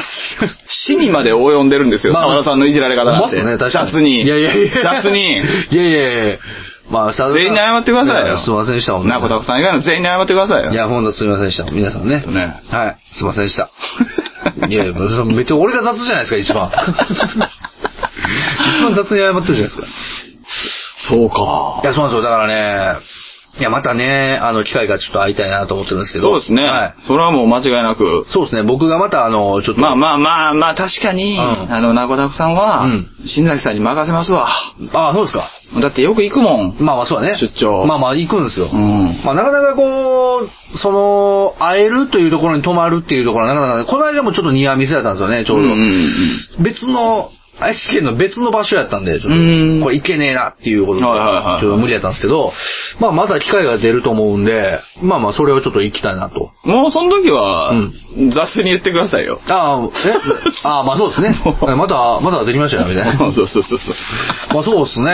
[SPEAKER 1] 死に まで及んでるんですよ。
[SPEAKER 2] まあ
[SPEAKER 1] 沢田さんのいじられ方なんて。
[SPEAKER 2] まあそうね確かに
[SPEAKER 1] 雑に。
[SPEAKER 2] いやいやいや
[SPEAKER 1] 雑に。
[SPEAKER 2] いやいやいや。まあ、全
[SPEAKER 1] 全員に謝ってくださいよ。
[SPEAKER 2] すいませんでした、
[SPEAKER 1] なこたくさん以外の全員に謝ってくださいよ。
[SPEAKER 2] いや、ほんとすみませんでした。皆さんね。
[SPEAKER 1] とね
[SPEAKER 2] はい。すいませんで した。いやいや、そのめっちゃ俺が雑じゃないですか、一番。一番雑に謝ってるじゃないですか。
[SPEAKER 1] そうか
[SPEAKER 2] い。や、そうなんですよ。だからね、いや、またね、あの、機会がちょっと会いたいなと思ってるんですけど。
[SPEAKER 1] そうですね。
[SPEAKER 2] はい。
[SPEAKER 1] それはもう間違いなく。
[SPEAKER 2] そうですね。僕がまた、あの、ちょっと。
[SPEAKER 1] まあまあまあまあ、確かに、
[SPEAKER 2] うん
[SPEAKER 1] あの、なこたくさんは、
[SPEAKER 2] うん
[SPEAKER 1] 新崎さんに任せますわ。
[SPEAKER 2] あ。あそうですか。
[SPEAKER 1] だってよく行くもん。
[SPEAKER 2] まあまあ、そうだね。
[SPEAKER 1] 出張
[SPEAKER 2] まあまあ、行くんですよ。
[SPEAKER 1] うん。
[SPEAKER 2] まあ、なかなかこう、その、会えるというところに泊まるっていうところはなかなかね、この間もちょっとニアミスやったんですよね、ちょうど。
[SPEAKER 1] うんうんうん
[SPEAKER 2] 別の、愛知県の別の場所やったんで、ちょっ
[SPEAKER 1] うん
[SPEAKER 2] と、これ行けねえなっていうことで、
[SPEAKER 1] はいはいはい
[SPEAKER 2] ちょっと無理やったんですけど、まあまた機会が出ると思うんで、まあまあそれをちょっと行きたいなと。
[SPEAKER 1] もうその時は、
[SPEAKER 2] うん
[SPEAKER 1] 雑に言ってくださいよ。
[SPEAKER 2] ああ、え ああ、まあそうですね。
[SPEAKER 1] もう
[SPEAKER 2] また、またできましたよ、みたいな。
[SPEAKER 1] そうそうそうそう。
[SPEAKER 2] まあそうですね。い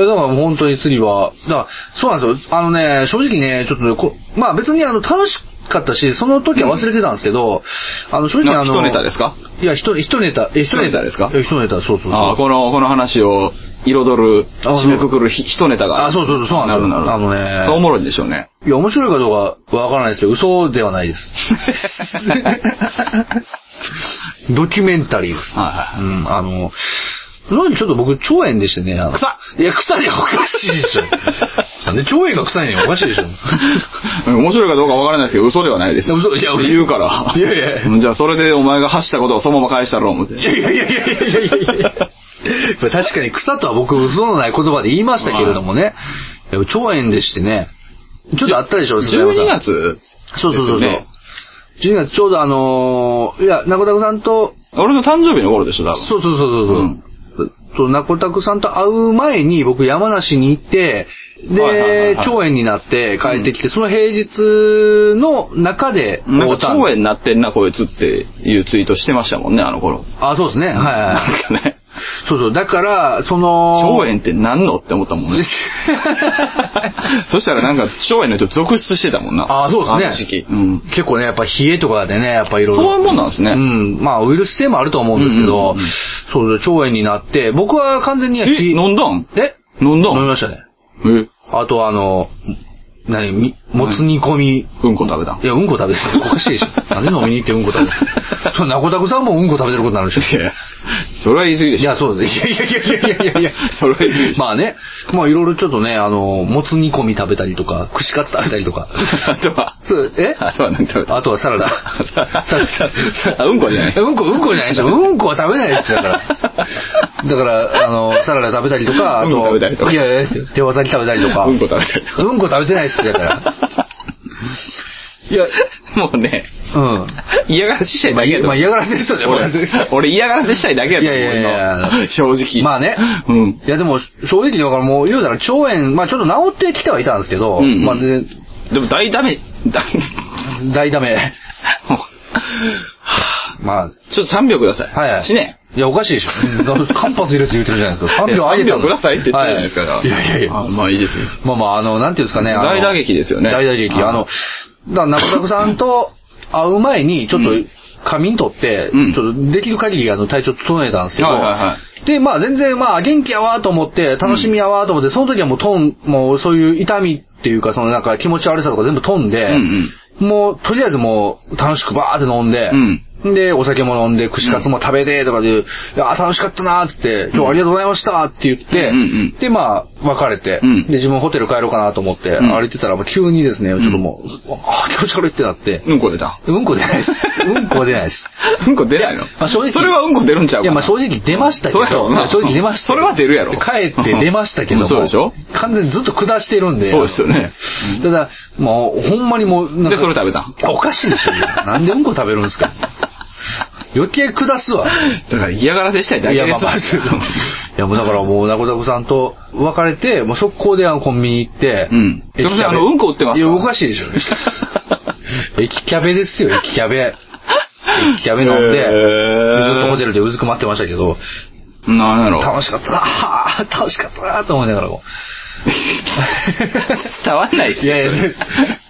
[SPEAKER 2] や、だからもう本当に次は、だからそうなんですよ。あのね、正直ね、ちょっとね、こまあ別にあの、楽しかったし、その時は忘れてたんですけど、あの、正直
[SPEAKER 1] な
[SPEAKER 2] あの、
[SPEAKER 1] 一ネタですか
[SPEAKER 2] いや、一一ネタ、え
[SPEAKER 1] 一ネタですか
[SPEAKER 2] いや一ネタ、そうそうそう。
[SPEAKER 1] ああ、この、この話を彩る、
[SPEAKER 2] あ
[SPEAKER 1] 締めくくるひ一ネタが。
[SPEAKER 2] あそうそうそうそ
[SPEAKER 1] な
[SPEAKER 2] うなんです
[SPEAKER 1] る
[SPEAKER 2] よ
[SPEAKER 1] なる。
[SPEAKER 2] あのね
[SPEAKER 1] そうおもろいんでしょうね。
[SPEAKER 2] いや、面白いかどうかわからないですけど、嘘ではない です。ドキュメンタリーです、ね。
[SPEAKER 1] はいは
[SPEAKER 2] うん、あの、その時ちょっと僕、腸炎でしてね。あの
[SPEAKER 1] 臭
[SPEAKER 2] いや、臭いよ、おかしいで しょ。なんで腸炎が臭いねんおかしいでしょ。
[SPEAKER 1] うん面白いかどうかわからないですけど、嘘ではないです。
[SPEAKER 2] 嘘いや
[SPEAKER 1] 言うから。
[SPEAKER 2] いやいやいや
[SPEAKER 1] うんじゃあ、それでお前が発したことをそのまま返したろ、思って。
[SPEAKER 2] いやいやいやいやいやいやいやいや。確かに草とは僕、嘘のない言葉で言いましたけれどもね。でも腸炎でしてね。ちょっとあったでしょ、菅山さん
[SPEAKER 1] 12月
[SPEAKER 2] そうそうそうそう。
[SPEAKER 1] ですよね
[SPEAKER 2] 12月ちょうどあのーいや、ナコタクさんと、
[SPEAKER 1] 俺の誕生日の頃でしょ、多分。
[SPEAKER 2] そうそうそうそう。
[SPEAKER 1] うん
[SPEAKER 2] そうナコタクさんと会う前に僕山梨に行って、で、
[SPEAKER 1] はいはいはいはい
[SPEAKER 2] 腸炎になって帰ってきて、その平日の中で
[SPEAKER 1] なんか、
[SPEAKER 2] 会うた
[SPEAKER 1] 腸炎になってんな、こいつっていうツイートしてましたもんね、あの頃。
[SPEAKER 2] あ、そうですね。はいはい
[SPEAKER 1] な
[SPEAKER 2] はい。
[SPEAKER 1] んかね、
[SPEAKER 2] そうそう。だから、その、
[SPEAKER 1] 腸炎って何のって思ったも んね。そしたらなんか、腸炎の人続出してたもんな。
[SPEAKER 2] あそうですね
[SPEAKER 1] あの時期。うん。
[SPEAKER 2] 結構ね、やっぱ冷えとかでね、やっぱいろいろ。
[SPEAKER 1] そういうもんなんですね。
[SPEAKER 2] うん。まあ、ウイルス性もあると思うんですけ
[SPEAKER 1] うんうん
[SPEAKER 2] ど、
[SPEAKER 1] うんうん
[SPEAKER 2] そう、腸炎になって、僕は完全には冷
[SPEAKER 1] え、飲んだん
[SPEAKER 2] え
[SPEAKER 1] 飲んだ
[SPEAKER 2] 飲み
[SPEAKER 1] ん
[SPEAKER 2] ましたね。
[SPEAKER 1] え、
[SPEAKER 2] あとあの、何、みもつ煮込み。
[SPEAKER 1] うんこ食べたん
[SPEAKER 2] いや、うんこ食べてた。おかしいでしょ。なんで飲みに行ってうんこ食べてた。 そのなこたくさんもうんこ食べてることになるでし
[SPEAKER 1] いや、それは言い過ぎで
[SPEAKER 2] ょ。い
[SPEAKER 1] しょ。
[SPEAKER 2] や、そうです。いやいやいやいやいやいや
[SPEAKER 1] それは言い過ぎでしょ。
[SPEAKER 2] まあね、まあいろいろちょっとね、あの、もつ煮込み食べたりとか、串カツ食べたりとか。
[SPEAKER 1] あとは、
[SPEAKER 2] そう、え
[SPEAKER 1] あとは何食べた
[SPEAKER 2] あとはサラダ。サラダ
[SPEAKER 1] あうんこじゃない
[SPEAKER 2] うんこ、うんこじゃないでしょ。うんこは食べないですよだから。だから、あの、サラダ食べたりとか、あ
[SPEAKER 1] うんこ食べたりとか
[SPEAKER 2] いやいやですよ手羽先食べたりとか。
[SPEAKER 1] うんこ食べたりとか
[SPEAKER 2] うんこ食べてないですって、だから。いや、
[SPEAKER 1] もうね、
[SPEAKER 2] うん。
[SPEAKER 1] 嫌がらせしたい
[SPEAKER 2] ま
[SPEAKER 1] だ
[SPEAKER 2] あ、
[SPEAKER 1] けや
[SPEAKER 2] い
[SPEAKER 1] と思
[SPEAKER 2] まあ
[SPEAKER 1] う。
[SPEAKER 2] 嫌がらせですよね、これ
[SPEAKER 1] 俺俺嫌がらせしたいだけやと思う
[SPEAKER 2] いやいやいや
[SPEAKER 1] 今正直。
[SPEAKER 2] まあね。
[SPEAKER 1] うん。
[SPEAKER 2] いやでも、正直だからもう、言うたら腸炎、まあちょっと治ってきてはいたんですけど、
[SPEAKER 1] うんうん
[SPEAKER 2] まあ全
[SPEAKER 1] でも大ダ メ、だ、
[SPEAKER 2] 然大 ダメ。
[SPEAKER 1] もう
[SPEAKER 2] まあ、
[SPEAKER 1] ちょっと3秒ください。
[SPEAKER 2] はいはい。
[SPEAKER 1] 死ね。
[SPEAKER 2] いや、おかしいでしょ。 間髪入れて言ってるじゃないですか。3秒あげ
[SPEAKER 1] 3
[SPEAKER 2] た
[SPEAKER 1] 秒
[SPEAKER 2] の
[SPEAKER 1] くださいって言ってるじゃないですか。ら
[SPEAKER 2] はい、いやいやいや。
[SPEAKER 1] あまあいいですよ。
[SPEAKER 2] まあまあ、あの、なんていうんですかね。あの
[SPEAKER 1] 大打撃ですよね
[SPEAKER 2] 大打撃。
[SPEAKER 1] はい
[SPEAKER 2] あの、だから、中田さんと会う前に、ちょっと
[SPEAKER 1] うん、
[SPEAKER 2] 仮眠取って、
[SPEAKER 1] うん
[SPEAKER 2] ちょっとできる限りあの体調整えたんですけど、
[SPEAKER 1] はいはいは
[SPEAKER 2] で、まあ全然、まあ元気やわと思って、楽しみやわと思って、その時はもうトン、もうそういう痛みっていうか、そのなんか気持ち悪さとか全部飛んで、
[SPEAKER 1] うん
[SPEAKER 2] もうとりあえずもう楽しくバーって飲んで、で、お酒も飲んで、串カツも食べて、とかで、いやー、楽しかったなーっつって、今日はありがとうございましたって言って、
[SPEAKER 1] うんうん
[SPEAKER 2] で、まあ、別れて、
[SPEAKER 1] うん
[SPEAKER 2] で、自分ホテル帰ろうかなと思って、
[SPEAKER 1] ん
[SPEAKER 2] 歩いてたら、まあ急にですね、ちょっともう、あー気持ち悪いってなって、
[SPEAKER 1] うんこ出た。
[SPEAKER 2] うんこ出 ないです。うんこは出ないです。
[SPEAKER 1] うんこ出ないの
[SPEAKER 2] いやまあ正直
[SPEAKER 1] それはうんこ出るんちゃう
[SPEAKER 2] い
[SPEAKER 1] か
[SPEAKER 2] や、まあ
[SPEAKER 1] な
[SPEAKER 2] 正直出ましたけ
[SPEAKER 1] そうやろ
[SPEAKER 2] ど、
[SPEAKER 1] うな
[SPEAKER 2] まあ正直出ましたけど。
[SPEAKER 1] それは出るやろ
[SPEAKER 2] 帰って出ましたけども、
[SPEAKER 1] そうでしょ
[SPEAKER 2] 完全にずっと下してるんで。
[SPEAKER 1] そうですよね。
[SPEAKER 2] ただ、もう、ほんまにもう、なんか
[SPEAKER 1] で、それ食べた。
[SPEAKER 2] いやおかしいでしょ。なんでうんこ食べるんですか。余計下すわ。
[SPEAKER 1] だから嫌がらせしたいだ
[SPEAKER 2] い
[SPEAKER 1] け
[SPEAKER 2] や、
[SPEAKER 1] で
[SPEAKER 2] まあ
[SPEAKER 1] す
[SPEAKER 2] まあ、
[SPEAKER 1] わ。
[SPEAKER 2] そうそういや、もうだからもう、なこだこさんと別れて、もう速攻であのコンビニ行って。
[SPEAKER 1] うんす
[SPEAKER 2] 駅
[SPEAKER 1] いません
[SPEAKER 2] キャベ
[SPEAKER 1] あのうんこ売ってます
[SPEAKER 2] い
[SPEAKER 1] か
[SPEAKER 2] や、おかしいで しょ。駅キャベですよ、駅キャベ。駅キャベ飲んで、
[SPEAKER 1] へー
[SPEAKER 2] ずっとホテルでうずくまってましたけど、
[SPEAKER 1] なんやろ。
[SPEAKER 2] 楽しかったなあー楽しかったなーと思いながらも。
[SPEAKER 1] 伝わんないっす
[SPEAKER 2] いやいや、そうです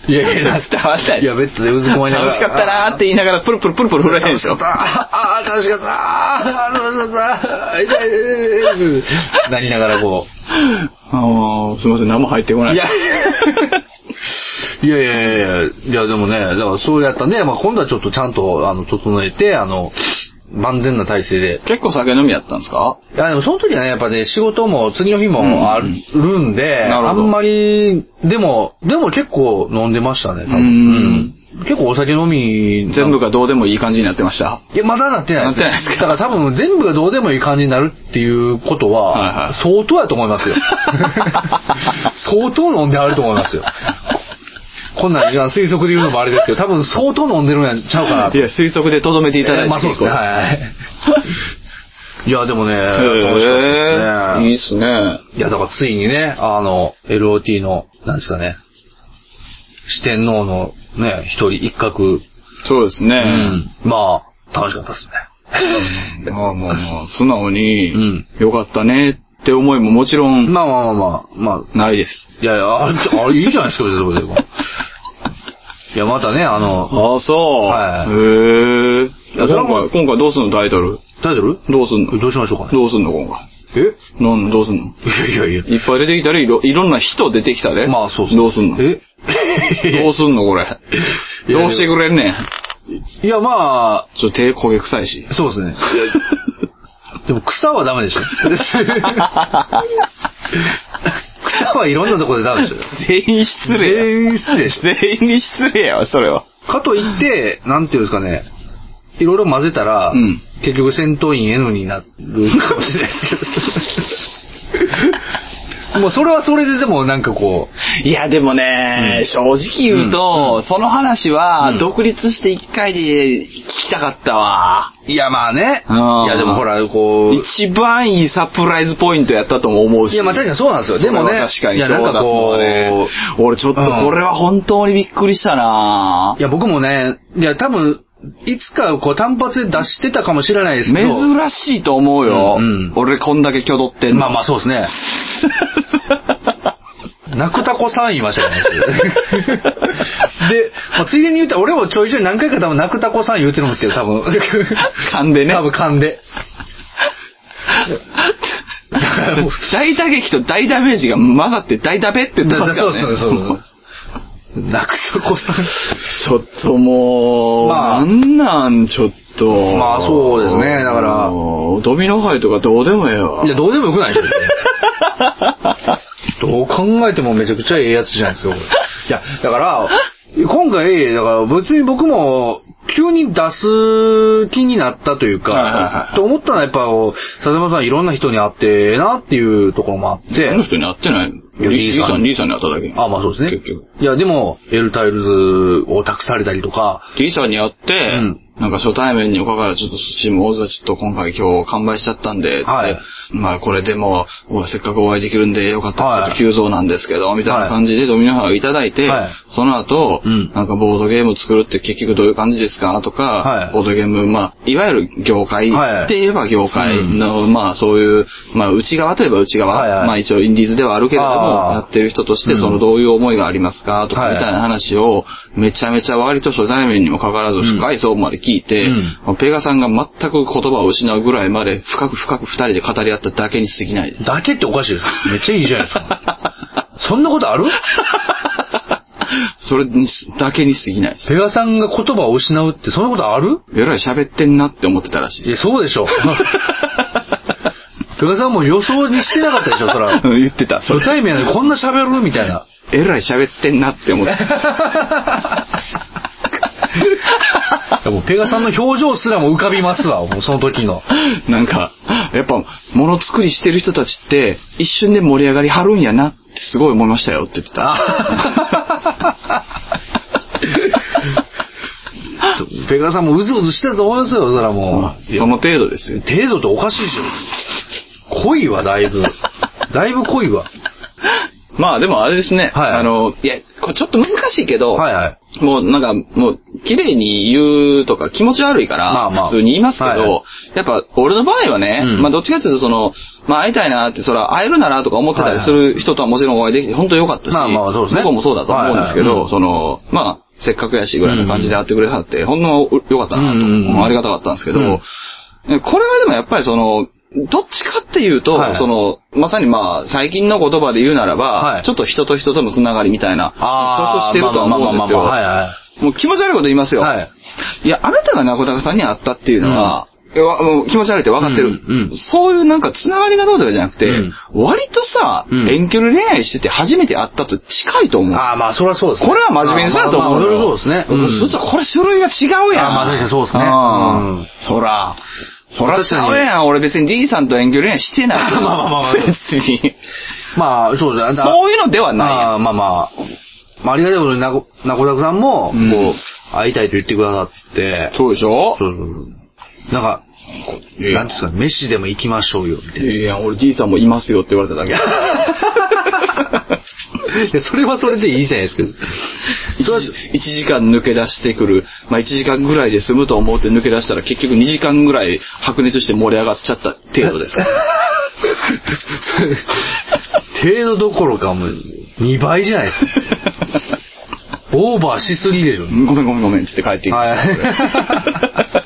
[SPEAKER 2] いやいや、だって
[SPEAKER 1] 伝わんない
[SPEAKER 2] いや、ベッドでうずくまりながら。
[SPEAKER 1] 楽しかったなーって言いながら、プルプルプルプル震えてんでしょ。
[SPEAKER 2] ああ、楽しかった。ああ、楽しかった。痛い。なりながらこう。
[SPEAKER 1] ああ、すいません、何も入ってこない。
[SPEAKER 2] いやいやいやいやいや、いやでもね、だからそうやったんで、まあ今度はちょっとちゃんと、あの、整えて、あの、万全な体制で。
[SPEAKER 1] 結構酒飲みやったんですか
[SPEAKER 2] いや、でもその時はね、やっぱね、仕事も次の日
[SPEAKER 1] うん
[SPEAKER 2] もあるんで、
[SPEAKER 1] なる
[SPEAKER 2] あ
[SPEAKER 1] ほど
[SPEAKER 2] んまり、でも、でも結構飲んでましたね、多分。
[SPEAKER 1] うん
[SPEAKER 2] うん結構お酒飲み、
[SPEAKER 1] 全部がどうでもいい感じになってました。
[SPEAKER 2] いや、まだなってないです、ね。
[SPEAKER 1] なってないですか
[SPEAKER 2] だから多分全部がどうでもいい感じになるっていうこと
[SPEAKER 1] はいは
[SPEAKER 2] は、
[SPEAKER 1] い
[SPEAKER 2] 相当やと思います よ。相当飲んであると思いますよ。こんなんいや推測で言うのもあれですけど、多分相当飲んでるんやちゃうかなと。
[SPEAKER 1] いや、推測でとどめていただいて。
[SPEAKER 2] えーまあそうですね。はいはい。いや、でもね、楽しかっ
[SPEAKER 1] へ
[SPEAKER 2] た
[SPEAKER 1] え。いい
[SPEAKER 2] で
[SPEAKER 1] っすね。
[SPEAKER 2] すね。いや、だからついにね、あの、LOT の、なんですかね、四天王のね、一人一角、
[SPEAKER 1] そうです
[SPEAKER 2] う
[SPEAKER 1] ね。
[SPEAKER 2] ん、まあ、楽しかったですね。
[SPEAKER 1] まあまあまあ、素直に、
[SPEAKER 2] うん
[SPEAKER 1] よかったねって思いももちろん、
[SPEAKER 2] まあまあまあまあ、ま
[SPEAKER 1] ないです。
[SPEAKER 2] あ、いやいや、あれ、あれいいじゃないですか、別にそれでも。いや、またね、あの、
[SPEAKER 1] ああ、そう。
[SPEAKER 2] はい
[SPEAKER 1] へえ。
[SPEAKER 2] いやそれは
[SPEAKER 1] 今
[SPEAKER 2] もう
[SPEAKER 1] 回、今回どうすんのタイトル。
[SPEAKER 2] タイトル
[SPEAKER 1] どうすんの
[SPEAKER 2] どうしましょうかね。
[SPEAKER 1] どうすんの今回。
[SPEAKER 2] え
[SPEAKER 1] なんどうすんの
[SPEAKER 2] いやいやいや。
[SPEAKER 1] いっぱい出てきたらいろ、いろんな人出てきたで。
[SPEAKER 2] まあそう
[SPEAKER 1] どうすんの
[SPEAKER 2] え
[SPEAKER 1] どうすんのこれ。
[SPEAKER 2] や
[SPEAKER 1] どうしてくれんねん。
[SPEAKER 2] いや、まあ、
[SPEAKER 1] ちょっと手焦げ臭いし。
[SPEAKER 2] そうですね。でも草はダメ でしょ。草はいろんなところでダメでしょ。
[SPEAKER 1] 全員失礼や。
[SPEAKER 2] 全員失礼でし
[SPEAKER 1] 全員に失礼やわ、それは。
[SPEAKER 2] ょ。かといって、なんていうんですかね、いろいろ混ぜたら、
[SPEAKER 1] うん
[SPEAKER 2] 結局戦闘員 N になるかもしれないです けど。もうそれはそれででもなんかこ
[SPEAKER 1] いや、でもね、正直言うと、その話
[SPEAKER 2] う
[SPEAKER 1] は
[SPEAKER 2] ん、
[SPEAKER 1] 独立して一回で聞きたかったわ。
[SPEAKER 2] う、いやまあね、
[SPEAKER 1] うん
[SPEAKER 2] いやでもほら、こう、
[SPEAKER 1] 一番いいサプライズポイントやったとも思うし。
[SPEAKER 2] いやまあ確かにそうなんですよ。でも
[SPEAKER 1] それ
[SPEAKER 2] ね
[SPEAKER 1] は、確かに
[SPEAKER 2] いやなんかこ
[SPEAKER 1] そう
[SPEAKER 2] う、
[SPEAKER 1] だったね俺ちょっとこれは本当にびっくりしたない
[SPEAKER 2] や、僕もね、いや、多分、いつかこう単発で出してたかもしれないですけど。
[SPEAKER 1] 珍しいと思うよ。
[SPEAKER 2] うんうん
[SPEAKER 1] 俺こんだけ挙動ってんの。
[SPEAKER 2] まあまあそうですね。 泣くたこさんいましたよね。 で、まあ、ついでに言ったら、俺もちょいちょい何回か多分泣くたこさん言うてるんですけど、 多分。
[SPEAKER 1] 噛んでね
[SPEAKER 2] 多。分噛んで。だからもう
[SPEAKER 1] 大打撃と大ダメージが混ざって大ダベって言って
[SPEAKER 2] だ
[SPEAKER 1] ます
[SPEAKER 2] だ
[SPEAKER 1] か
[SPEAKER 2] そう
[SPEAKER 1] ら
[SPEAKER 2] で
[SPEAKER 1] ね。
[SPEAKER 2] すそうです。泣くたこさん。
[SPEAKER 1] ちょっともう、
[SPEAKER 2] まあ
[SPEAKER 1] なんなん、ちょっと。
[SPEAKER 2] まあそうですねだから
[SPEAKER 1] もうドミノ杯とかどうでもええわ。
[SPEAKER 2] いや、どうでもよくないですよね。どう考えてもめちゃくちゃええやつじゃないですか、これいや、だから、今回、だから別に僕も、急に出す気になったという
[SPEAKER 1] はいはいはい
[SPEAKER 2] か
[SPEAKER 1] は、い
[SPEAKER 2] と思ったのはやっぱ、佐々山さんいろんな人に会ってええなっていうところもあっ
[SPEAKER 1] あの
[SPEAKER 2] て、
[SPEAKER 1] 人に会ってない
[SPEAKER 2] いや
[SPEAKER 1] リ
[SPEAKER 2] リー
[SPEAKER 1] ー
[SPEAKER 2] さ
[SPEAKER 1] さ
[SPEAKER 2] ん
[SPEAKER 1] ん、リーさんに会っただけ。
[SPEAKER 2] あ、まあそうですね
[SPEAKER 1] 結局。。
[SPEAKER 2] いや、でも、エルタイルズを託されたりとか、
[SPEAKER 1] リーさんに会って、
[SPEAKER 2] ん
[SPEAKER 1] なんか初対面にもかかわらず、ちょっとチーム大津はちょっと今回今日完売しちゃったんで、
[SPEAKER 2] はい
[SPEAKER 1] まあこれでも、おせっかくお会いできるんでよかった
[SPEAKER 2] は
[SPEAKER 1] ら
[SPEAKER 2] い
[SPEAKER 1] ちょっと急増なんですけど、みたいな感じでドミノ杯をいただいて、
[SPEAKER 2] はい
[SPEAKER 1] その後、
[SPEAKER 2] うん
[SPEAKER 1] なんかボードゲーム作るって結局どういう感じですかとか、
[SPEAKER 2] はい
[SPEAKER 1] ボードゲーム、まあ、いわゆる業界
[SPEAKER 2] はい
[SPEAKER 1] って言えば業界の、まあそういう、まあ内側といえば内側、
[SPEAKER 2] はいはい
[SPEAKER 1] まあ一応インディーズではあるけれども、
[SPEAKER 2] あー
[SPEAKER 1] やってる人としてそうの
[SPEAKER 2] ん
[SPEAKER 1] どういう思いがありますかとか、
[SPEAKER 2] はい
[SPEAKER 1] みたいな話を、めちゃめちゃ割と初対面にもかかわらず深い層まで聞いて、
[SPEAKER 2] うん
[SPEAKER 1] まあペガさんが全く言葉を失うぐらいまで深く深く二人で語り合っただけに過ぎないです。
[SPEAKER 2] だけっておかしいです。めっちゃいいじゃないですか。そんなことある
[SPEAKER 1] それにす、だけに過ぎないです。
[SPEAKER 2] ペガさんが言葉を失うってそんなことある
[SPEAKER 1] えらい喋ってんなって思ってたらしい
[SPEAKER 2] い
[SPEAKER 1] で
[SPEAKER 2] や、
[SPEAKER 1] す。
[SPEAKER 2] そう でしょ。ペガさんも予想にしてなかったでしょ、そら。
[SPEAKER 1] うん言ってた。 そ
[SPEAKER 2] 初
[SPEAKER 1] れ。
[SPEAKER 2] 対面でこんな喋るみたいな。
[SPEAKER 1] えらい喋ってんなって思って た。
[SPEAKER 2] いやもうペガさんの表情すらも浮かびますわ、もうその時の。
[SPEAKER 1] なんか、やっぱ、もの作りしてる人たちって、一瞬で盛り上がりはるんやなってすごい思いましたよって言ってた。
[SPEAKER 2] ペガさんもうずうずしてたと思いますよ、そらもう。いや
[SPEAKER 1] その程度ですよ。
[SPEAKER 2] 程度っておかしいでしょ。濃いわ、だいぶ。だいぶ濃いわ。
[SPEAKER 1] まあでもあれですね。
[SPEAKER 2] はい
[SPEAKER 1] あの、いや、これちょっと難しいけど、
[SPEAKER 2] はいはい。
[SPEAKER 1] もうなんか、もう、綺麗に言うとか気持ち悪いから、
[SPEAKER 2] まあまあ
[SPEAKER 1] 普通に言いますけど、
[SPEAKER 2] はいはい
[SPEAKER 1] やっぱ、俺の場合はね、
[SPEAKER 2] うん
[SPEAKER 1] まあどっちかっていうと、その、まあ会いたいなって、そら会えるならとか思ってたりする人とはもちろんお会いできて、本当良かったし、
[SPEAKER 2] まあまあそうですね
[SPEAKER 1] 僕もそうだと思うんですけど、
[SPEAKER 2] はいはいうん
[SPEAKER 1] その、まあ、せっかくやしぐらいの感じで会ってくれはって、ほんの良かったなと、
[SPEAKER 2] うんうんうん
[SPEAKER 1] ありがたかったんですけど、
[SPEAKER 2] うん
[SPEAKER 1] これはでもやっぱりその、どっちかっていうと、
[SPEAKER 2] はい
[SPEAKER 1] その、まさにまあ、最近の言葉で言うならば、
[SPEAKER 2] はい
[SPEAKER 1] ちょっと人と人とのつながりみたいな、
[SPEAKER 2] あ
[SPEAKER 1] 不足
[SPEAKER 2] あ、
[SPEAKER 1] してるとは思うんですよ。
[SPEAKER 2] まあまあまあまあはい
[SPEAKER 1] もう気持ち悪いこと言いますよ。、
[SPEAKER 2] はい。はいい。
[SPEAKER 1] や、あなたが名古屋さんに会ったっていうのは、えわもう気持ち悪いって分かってる。
[SPEAKER 2] うんうん
[SPEAKER 1] そういうなんかつながりがどうとかじゃなくて、
[SPEAKER 2] うん
[SPEAKER 1] 割とさ、
[SPEAKER 2] うん
[SPEAKER 1] 遠距離恋愛してて初めて会ったと近いと思う。
[SPEAKER 2] ああ、まあ、それはそうですね。
[SPEAKER 1] これは真面目にそうやと思う
[SPEAKER 2] まあまあ
[SPEAKER 1] よ。
[SPEAKER 2] まあそれはそうです
[SPEAKER 1] そ
[SPEAKER 2] ね。
[SPEAKER 1] したらこれ種類が違うやん。
[SPEAKER 2] あまあ確かにそうですね
[SPEAKER 1] ん
[SPEAKER 2] うん
[SPEAKER 1] そら。そら
[SPEAKER 2] 確かに
[SPEAKER 1] 違うやん。俺別に D さんと遠距離恋愛してない。
[SPEAKER 2] まあまあまあまあ
[SPEAKER 1] 別に。
[SPEAKER 2] まあ、そうだ。だ
[SPEAKER 1] そういうのではない
[SPEAKER 2] まあまあまあ。まあ、ありがたいことに、なこ、なこだくさんも、こ
[SPEAKER 1] うん
[SPEAKER 2] う、会いたいと言ってくださって
[SPEAKER 1] やん。、そうでしょ
[SPEAKER 2] そうそうそうなんか、こうなんですか、飯でも行きましょうよ、みたい
[SPEAKER 1] いやいや、俺 D さんもいますよって言われただ け。
[SPEAKER 2] な。いやそれはそれでいいじゃないですか。
[SPEAKER 1] 1, 時間抜け出してくる。まあ1時間ぐらいで済むと思って抜け出したら結局2時間ぐらい白熱して盛り上がっちゃった程度 です。
[SPEAKER 2] 程度どころかもう、2倍じゃないですか。オーバーしすぎでしょ。
[SPEAKER 1] ごめんごめんごめんって言って帰っていきました。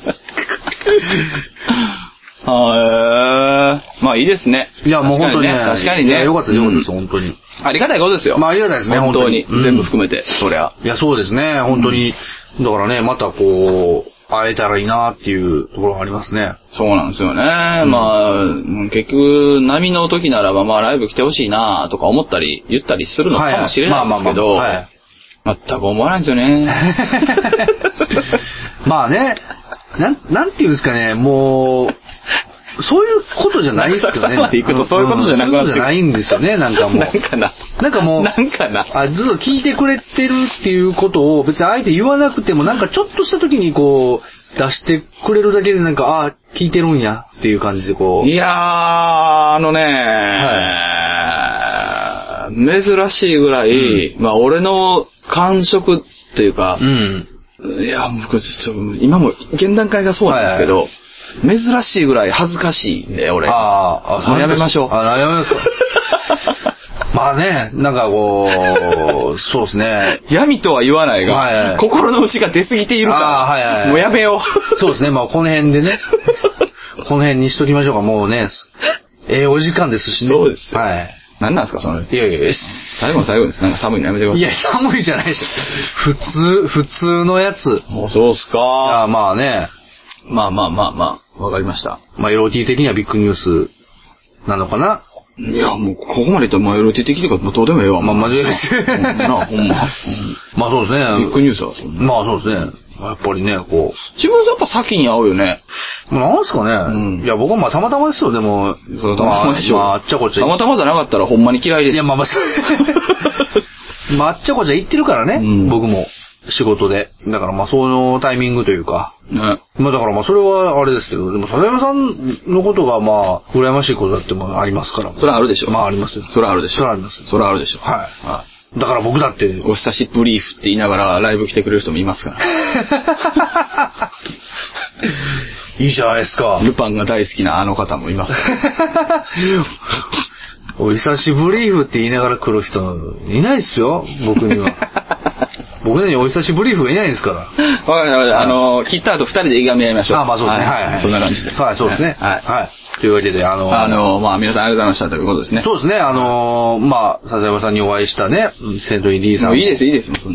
[SPEAKER 1] はい。まあいいですね。
[SPEAKER 2] いや、もう本当にね。
[SPEAKER 1] 確かに
[SPEAKER 2] い
[SPEAKER 1] ね。
[SPEAKER 2] やよかったです、よかったです、
[SPEAKER 1] うん
[SPEAKER 2] 本当に。
[SPEAKER 1] ありがたいことですよ。
[SPEAKER 2] まあありがたいですね
[SPEAKER 1] 本当に
[SPEAKER 2] 本当。に
[SPEAKER 1] 全部含めて、そりゃ。
[SPEAKER 2] いや、そうですね、本当に。だからね、またこう、会えたらいいなっていうところがありますね。
[SPEAKER 1] そうなんですよね。まあ、うん結局、波の時ならば、まあ、ライブ来てほしいなとか思ったり、言ったりするのかもしれないんですけど
[SPEAKER 2] はい、はい
[SPEAKER 1] 全く思わないんですよ ね。
[SPEAKER 2] まあまあまあはいまあね、なん、なんていうんですかね、もう、そういうことじゃないですよね。
[SPEAKER 1] 中田さんまで行くとそういうことじゃなくなってくる
[SPEAKER 2] そういうことじゃないんですよね、なんかもう。
[SPEAKER 1] なんかな。
[SPEAKER 2] なんかもう、
[SPEAKER 1] なんかな。
[SPEAKER 2] あ、ずっと聞いてくれてるっていうことを別にあえて言わなくても、なんかちょっとした時にこう、出してくれるだけでなんか、ああ、聞いてるんやっていう感じでこ
[SPEAKER 1] いやー、あのね、珍しいぐらい、まあ俺の感触っていうか
[SPEAKER 2] う。う、ん。
[SPEAKER 1] いや、僕、ちょっと、今も、現段階がそうなんですけど、
[SPEAKER 2] はい
[SPEAKER 1] 珍しいぐらい恥ずかしいんで、俺。
[SPEAKER 2] あー
[SPEAKER 1] もうやめましょう
[SPEAKER 2] あ、やめますか。 まあね、なんかこう、そうですね。
[SPEAKER 1] 闇とは言わないが、
[SPEAKER 2] はい
[SPEAKER 1] 心の内が出過ぎているから、
[SPEAKER 2] あーはいはいはい
[SPEAKER 1] もうやめよう。
[SPEAKER 2] そうですね、まあこの辺でね。この辺にしときましょうか、もうね。ええお時間ですしね。
[SPEAKER 1] そうですよ
[SPEAKER 2] はい。
[SPEAKER 1] 何なんですか、その、
[SPEAKER 2] いやいやいや。
[SPEAKER 1] 最後の最後です。なんか寒いのやめてくださ
[SPEAKER 2] い
[SPEAKER 1] い。
[SPEAKER 2] や、寒いじゃないでしょ。普通、普通のやつ。
[SPEAKER 1] もうそうっす
[SPEAKER 2] あ
[SPEAKER 1] か。
[SPEAKER 2] あまあね、
[SPEAKER 1] まあまあまあまあ、わかりました。
[SPEAKER 2] まあ LOT 的にはビッグニュースなのかな。
[SPEAKER 1] いや、もう、ここまで言ったら、まあ、いろいろ出てきてるから、まあ、どうでもええわ。
[SPEAKER 2] まあ
[SPEAKER 1] ま
[SPEAKER 2] まあ、間違いです。
[SPEAKER 1] あ、なあ、ほんま。
[SPEAKER 2] まあそうです
[SPEAKER 1] うんビッ
[SPEAKER 2] ね。
[SPEAKER 1] グニュースだ、そんな。
[SPEAKER 2] まあそうですね。やっぱりね、こ
[SPEAKER 1] 自分やっぱ先に会うよね。
[SPEAKER 2] う。まあなんすかね。
[SPEAKER 1] うん
[SPEAKER 2] いや、僕はまあたまたまですよ、でも。
[SPEAKER 1] それたまたまでしょ。
[SPEAKER 2] まあ、あっちゃこっちゃ。
[SPEAKER 1] たまたまじゃなかったら、ほんまに嫌いです。
[SPEAKER 2] いや、まあまあ、 まああっちゃこっちゃ行ってるからね。
[SPEAKER 1] うん
[SPEAKER 2] 僕も。仕事で。だからまあ、そのタイミングというか。
[SPEAKER 1] ね。
[SPEAKER 2] まあだからまあ、それはあれですけど、でも、笹山さんのことがまあ、羨ましいことだってもありますから。
[SPEAKER 1] それはあるでしょ。
[SPEAKER 2] まあありますよ。
[SPEAKER 1] それはあるでしょ。
[SPEAKER 2] それはありますよ
[SPEAKER 1] それはあるでしょ。
[SPEAKER 2] はい
[SPEAKER 1] は
[SPEAKER 2] だから僕だって
[SPEAKER 1] い。、お久しぶりーふって言いながら、ライブ来てくれる人もいます から。
[SPEAKER 2] いいじゃないですか。
[SPEAKER 1] ルパンが大好きなあの方もいますから。
[SPEAKER 2] お久しぶりーふって言いながら来る人いないっすよ、僕に は。僕にはお久しぶりーふがいないんですから。
[SPEAKER 1] わかりましたあの、切った後二人でいがみ合いましょう。
[SPEAKER 2] あまあそうですね。はい、
[SPEAKER 1] そんな感じで。
[SPEAKER 2] はい、そうですね。
[SPEAKER 1] はい。
[SPEAKER 2] はい。というわけで、あの、
[SPEAKER 1] あの、まあ皆さんありがとうございましたということですね。
[SPEAKER 2] そうですね、あの、まあ、笹山さんにお会いしたね、セントリーリーさ
[SPEAKER 1] も
[SPEAKER 2] ん。
[SPEAKER 1] ういいです、いいです。もうそん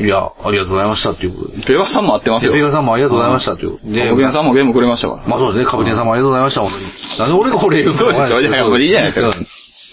[SPEAKER 1] ない
[SPEAKER 2] や、ありがとうございましたっていうことで。
[SPEAKER 1] ペガさんも会ってますよ。
[SPEAKER 2] ペガさんもありがとうございましたという。
[SPEAKER 1] で、僕さんもゲームくれましたから。
[SPEAKER 2] まあそうですね、カブテンさんもありがとうございました、本当に。なんで俺がこれ言うの
[SPEAKER 1] そうでしょいやいやもういいじゃないですか
[SPEAKER 2] うん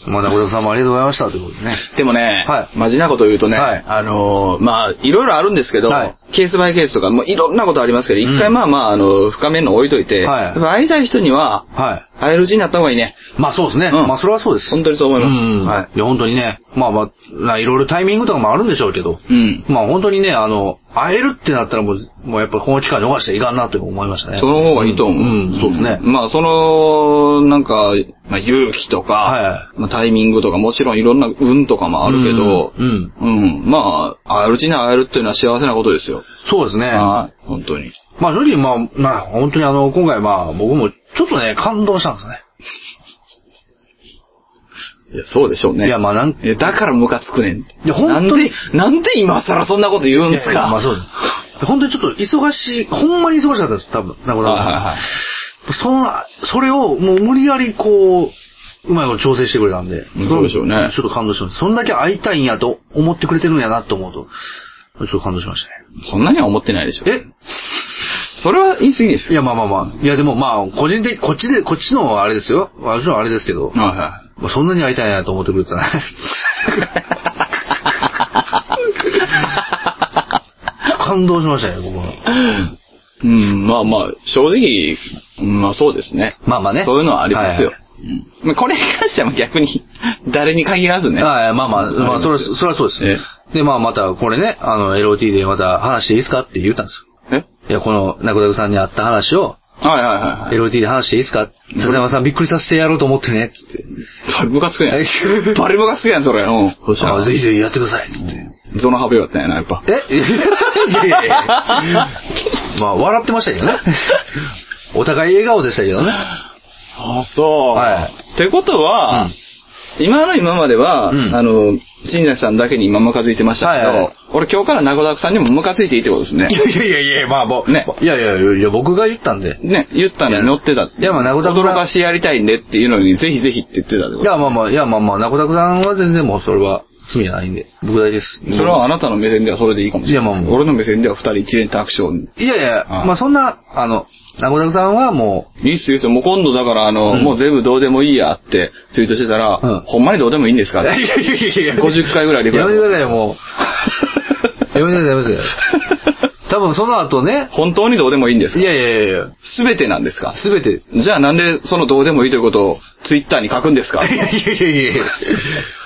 [SPEAKER 2] まあ、ナコダさんもありがとうございました、ということでね。
[SPEAKER 1] でもね、
[SPEAKER 2] はい
[SPEAKER 1] マジなこと言うとね、
[SPEAKER 2] はい
[SPEAKER 1] あのーまあ、いろいろあるんですけど、
[SPEAKER 2] はい
[SPEAKER 1] ケースバイケースとか、もういろんなことありますけど、一、
[SPEAKER 2] うん
[SPEAKER 1] 回まあまあ、あの、深めるの置いといて、
[SPEAKER 2] はい
[SPEAKER 1] やっぱ会いたい人には、
[SPEAKER 2] はい。
[SPEAKER 1] 会えるうちになった方がいいね。
[SPEAKER 2] まあそうですね。
[SPEAKER 1] うん
[SPEAKER 2] まあそれはそうです。
[SPEAKER 1] 本当にそう思います
[SPEAKER 2] うん
[SPEAKER 1] はい
[SPEAKER 2] いや、本当にね。まあまあ、ないろいろタイミングとかもあるんでしょうけど。
[SPEAKER 1] うん。
[SPEAKER 2] まあ本当にね、あの、会えるってなったらもう、もうやっぱこの機会逃していかんなと思いましたね。
[SPEAKER 1] その方がいいと思う。
[SPEAKER 2] うん、うんそうですね。
[SPEAKER 1] まあ、その、なんか、まあ、勇気とか、
[SPEAKER 2] は
[SPEAKER 1] まあ、タイミングとか、もちろんいろんな運とかもあるけど、
[SPEAKER 2] うんうん。
[SPEAKER 1] うんまあ、会えるうちに会えるっていうのは幸せなことですよ。
[SPEAKER 2] そうですね。
[SPEAKER 1] はい。本当に。
[SPEAKER 2] まあ正直まあ、まあ本当にあの、今回まあ僕もちょっとね、感動したんですね。
[SPEAKER 1] いや、そうでしょうね。
[SPEAKER 2] いや、まあなん
[SPEAKER 1] え、だからムカつくねん。い
[SPEAKER 2] や本当
[SPEAKER 1] なんで、
[SPEAKER 2] に
[SPEAKER 1] なんで今更そんなこと言うん
[SPEAKER 2] い
[SPEAKER 1] で
[SPEAKER 2] や
[SPEAKER 1] す
[SPEAKER 2] い
[SPEAKER 1] か
[SPEAKER 2] やまあそうです。本当にちょっと忙しい、ほんまに忙しかったです、多分。なるほど。
[SPEAKER 1] はいはいはい
[SPEAKER 2] そんな、それをもう無理やりこう、うまいこと調整してくれたんで。
[SPEAKER 1] うんそうでしょうね
[SPEAKER 2] ちょっと感動しました。そんだけ会いたいんやと思ってくれてるんやなと思うと、ちょっと感動しまし
[SPEAKER 1] そんなには思ってないでしたょ。
[SPEAKER 2] ね。
[SPEAKER 1] それは言い過ぎです
[SPEAKER 2] えい
[SPEAKER 1] よ。
[SPEAKER 2] や、まあまあまあ。いや、でもまあ、個人的、こっちで、こっちのあれですよ。私のあれですけど、
[SPEAKER 1] はいは
[SPEAKER 2] まあそんなに会いたいんやと思ってくれ てたな。感動しましたね、僕は。
[SPEAKER 1] い。うん、まあまあ、正直、うんまあそうですね。
[SPEAKER 2] まあまあね。
[SPEAKER 1] そういうのはありますよ
[SPEAKER 2] はい。
[SPEAKER 1] うんまあこれに関しては逆に、 誰に限らずね。
[SPEAKER 2] はい、まあまあ、まあ、それは、それはそうです。
[SPEAKER 1] え
[SPEAKER 2] で、まあまた、これね、あの、LOT でまた話していいですかって言ったんです
[SPEAKER 1] え
[SPEAKER 2] よ。いや、この、ナクダクさんに会った話を、
[SPEAKER 1] はいはいはいはい。
[SPEAKER 2] LOT で話していいですか笹山さんびっくりさせてやろうと思ってね、つって。
[SPEAKER 1] バリブカつく やん。バリブカつくやん、それ。うん。そした
[SPEAKER 2] あ
[SPEAKER 1] ら
[SPEAKER 2] ぜひぜひやってください、つって。
[SPEAKER 1] ゾノハベよったんやな、やっぱ。
[SPEAKER 2] えいやいやいやまあ、笑ってましたけどね。お互い笑顔でしたけどね。
[SPEAKER 1] あ、そう。
[SPEAKER 2] は
[SPEAKER 1] ってことは、今の今までは、
[SPEAKER 2] うん
[SPEAKER 1] あの、新崎さんだけに今ムカついてましたけど、
[SPEAKER 2] はいはい
[SPEAKER 1] 俺今日から名古屋さんにもムカついていいってことですね
[SPEAKER 2] い。やいやいやいや、まあもう、
[SPEAKER 1] ね
[SPEAKER 2] いやいやいやいや、僕が言ったんで。
[SPEAKER 1] ね、言ったのに乗ってたって。
[SPEAKER 2] いやまあ名古屋さん
[SPEAKER 1] 驚かしてやりたいんでっていうのに、ぜひぜひって言ってたってこ
[SPEAKER 2] いや、まあまあ、いや、まあまあ、ナコダクさんは全然もうそれは罪じゃないんで、僕だけです。
[SPEAKER 1] と。それはあなたの目線ではそれでいいかもしれない。
[SPEAKER 2] いやまあまあ
[SPEAKER 1] 俺の目線では二人一連とアクション。
[SPEAKER 2] いやいや、
[SPEAKER 1] ああ
[SPEAKER 2] まあそんな、あの、ナコダクさんはも
[SPEAKER 1] いいっすよ、いいっすよ。もう今度だから、あの、
[SPEAKER 2] うん
[SPEAKER 1] もう全部どうでもいいやってツイートしてたら、
[SPEAKER 2] うん
[SPEAKER 1] ほんまにどうでもいいんです
[SPEAKER 2] う、
[SPEAKER 1] か って
[SPEAKER 2] やいやい
[SPEAKER 1] 50回ぐらいリプラ
[SPEAKER 2] や
[SPEAKER 1] イ
[SPEAKER 2] めてくださいよ、もう。やめてください、やめてください。多分その後ね、
[SPEAKER 1] 本当にどうでもいいんですか
[SPEAKER 2] いやいやいやいや、
[SPEAKER 1] すべてなんですか
[SPEAKER 2] すべて、
[SPEAKER 1] じゃあなんでそのどうでもいいということをツイッターに書くんですか
[SPEAKER 2] いやいやいやいや、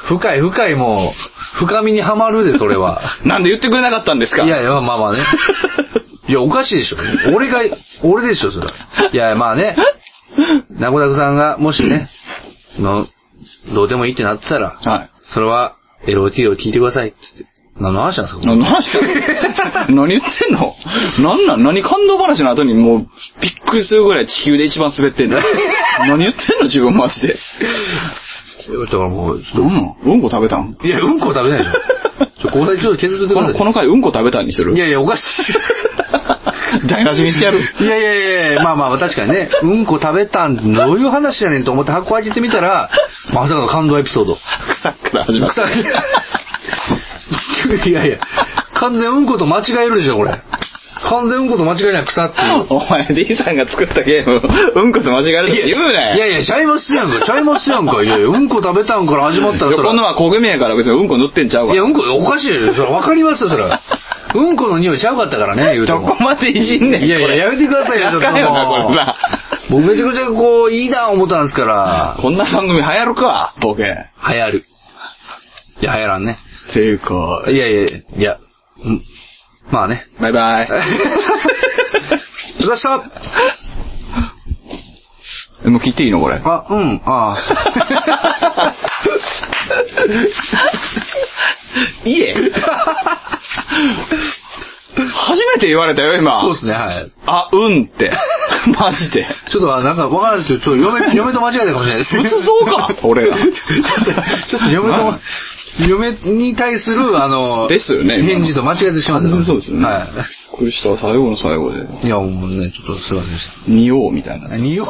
[SPEAKER 2] 深い深いもう、深みにはまるで、それは。
[SPEAKER 1] なんで言ってくれなかったんですか
[SPEAKER 2] いやいや、まあまあね。いや、おかしいでしょ。俺が、俺でしょ、それは。いや、まあ ね。ナコダクさんが、もしね、の、どうでもいいってなってたら、
[SPEAKER 1] はい。
[SPEAKER 2] それは、LOT を聞いてください、つって。何の話なんですかこれ
[SPEAKER 1] な何してんの何言ってんの何なん何感動話の後にもうびっくりするぐらい地球で一番滑ってん の何言ってんの自分マジで。
[SPEAKER 2] だからもう、ち
[SPEAKER 1] う
[SPEAKER 2] ょっ
[SPEAKER 1] ん。うんこ食べたん
[SPEAKER 2] と、いや、うんこは食べない でしょ。ちょ、ここだけちょっと削ってく
[SPEAKER 1] こ
[SPEAKER 2] ださ
[SPEAKER 1] の
[SPEAKER 2] い。
[SPEAKER 1] この回うんこ食べたんにする
[SPEAKER 2] いやいや、おかし
[SPEAKER 1] 台無しにしてやる。
[SPEAKER 2] い。いやいやいやいやまあまあ確かにね、うんこ食べたん、どういう話やねんと思って箱開けてみ たら、まさかの感動エピソード。
[SPEAKER 1] 草から始まる。
[SPEAKER 2] 草いやいや、完全うんこと間違えるでしょ、これ。完全うんこと間違えない草っ ていう。
[SPEAKER 1] お前 D さんが作ったゲーム、うんこと間違えるって言うなよ。
[SPEAKER 2] いやいや、ちゃいますやんか、ちゃいますやんか。いやいや、うんこ食べたんから始まったらそ
[SPEAKER 1] 横の
[SPEAKER 2] ら。
[SPEAKER 1] は焦げ目やから別にうんこ塗ってんちゃうか
[SPEAKER 2] い
[SPEAKER 1] ら
[SPEAKER 2] や、。うんこおかしいでしょ。それわかりますよ、それ。 うんこの匂いちゃうかったからね、言うて
[SPEAKER 1] ど
[SPEAKER 2] も
[SPEAKER 1] こ。までいじんねん。
[SPEAKER 2] いやい
[SPEAKER 1] こ
[SPEAKER 2] や、
[SPEAKER 1] れ
[SPEAKER 2] やめてくださいよ、ちょっと
[SPEAKER 1] 仲よな、こ
[SPEAKER 2] も
[SPEAKER 1] れさ。
[SPEAKER 2] う。僕めちゃくちゃこう、いいな思ったんですから。
[SPEAKER 1] こんな番組流行るか、ボケ。っ
[SPEAKER 2] 流行る。いや、流行らんね。
[SPEAKER 1] ていうか、
[SPEAKER 2] いやいや、いや、うんま あね。
[SPEAKER 1] バイバ イ。
[SPEAKER 2] 出した
[SPEAKER 1] えもう切っていいのこれ。
[SPEAKER 2] あ、うん、 あ
[SPEAKER 1] いえ。初めて言われたよ、今。
[SPEAKER 2] あ。そうですね、はい。
[SPEAKER 1] あ、うんって。 マジで。
[SPEAKER 2] ちょっとあなんかわからないですけど、ちょっと嫁、嫁と間違えたかもしれないです。
[SPEAKER 1] 仏像 か、俺ら。
[SPEAKER 2] ちょっと嫁と、嫁に対する、あの、
[SPEAKER 1] ですよね今の
[SPEAKER 2] 返事と間違えてしまっ
[SPEAKER 1] 完
[SPEAKER 2] た。
[SPEAKER 1] 全にそうですよね。び
[SPEAKER 2] は
[SPEAKER 1] っくりした、最後の最後で。
[SPEAKER 2] い。いや、もうね、ちょっとすいませんでし
[SPEAKER 1] 見ようみたいな
[SPEAKER 2] た。。匂い。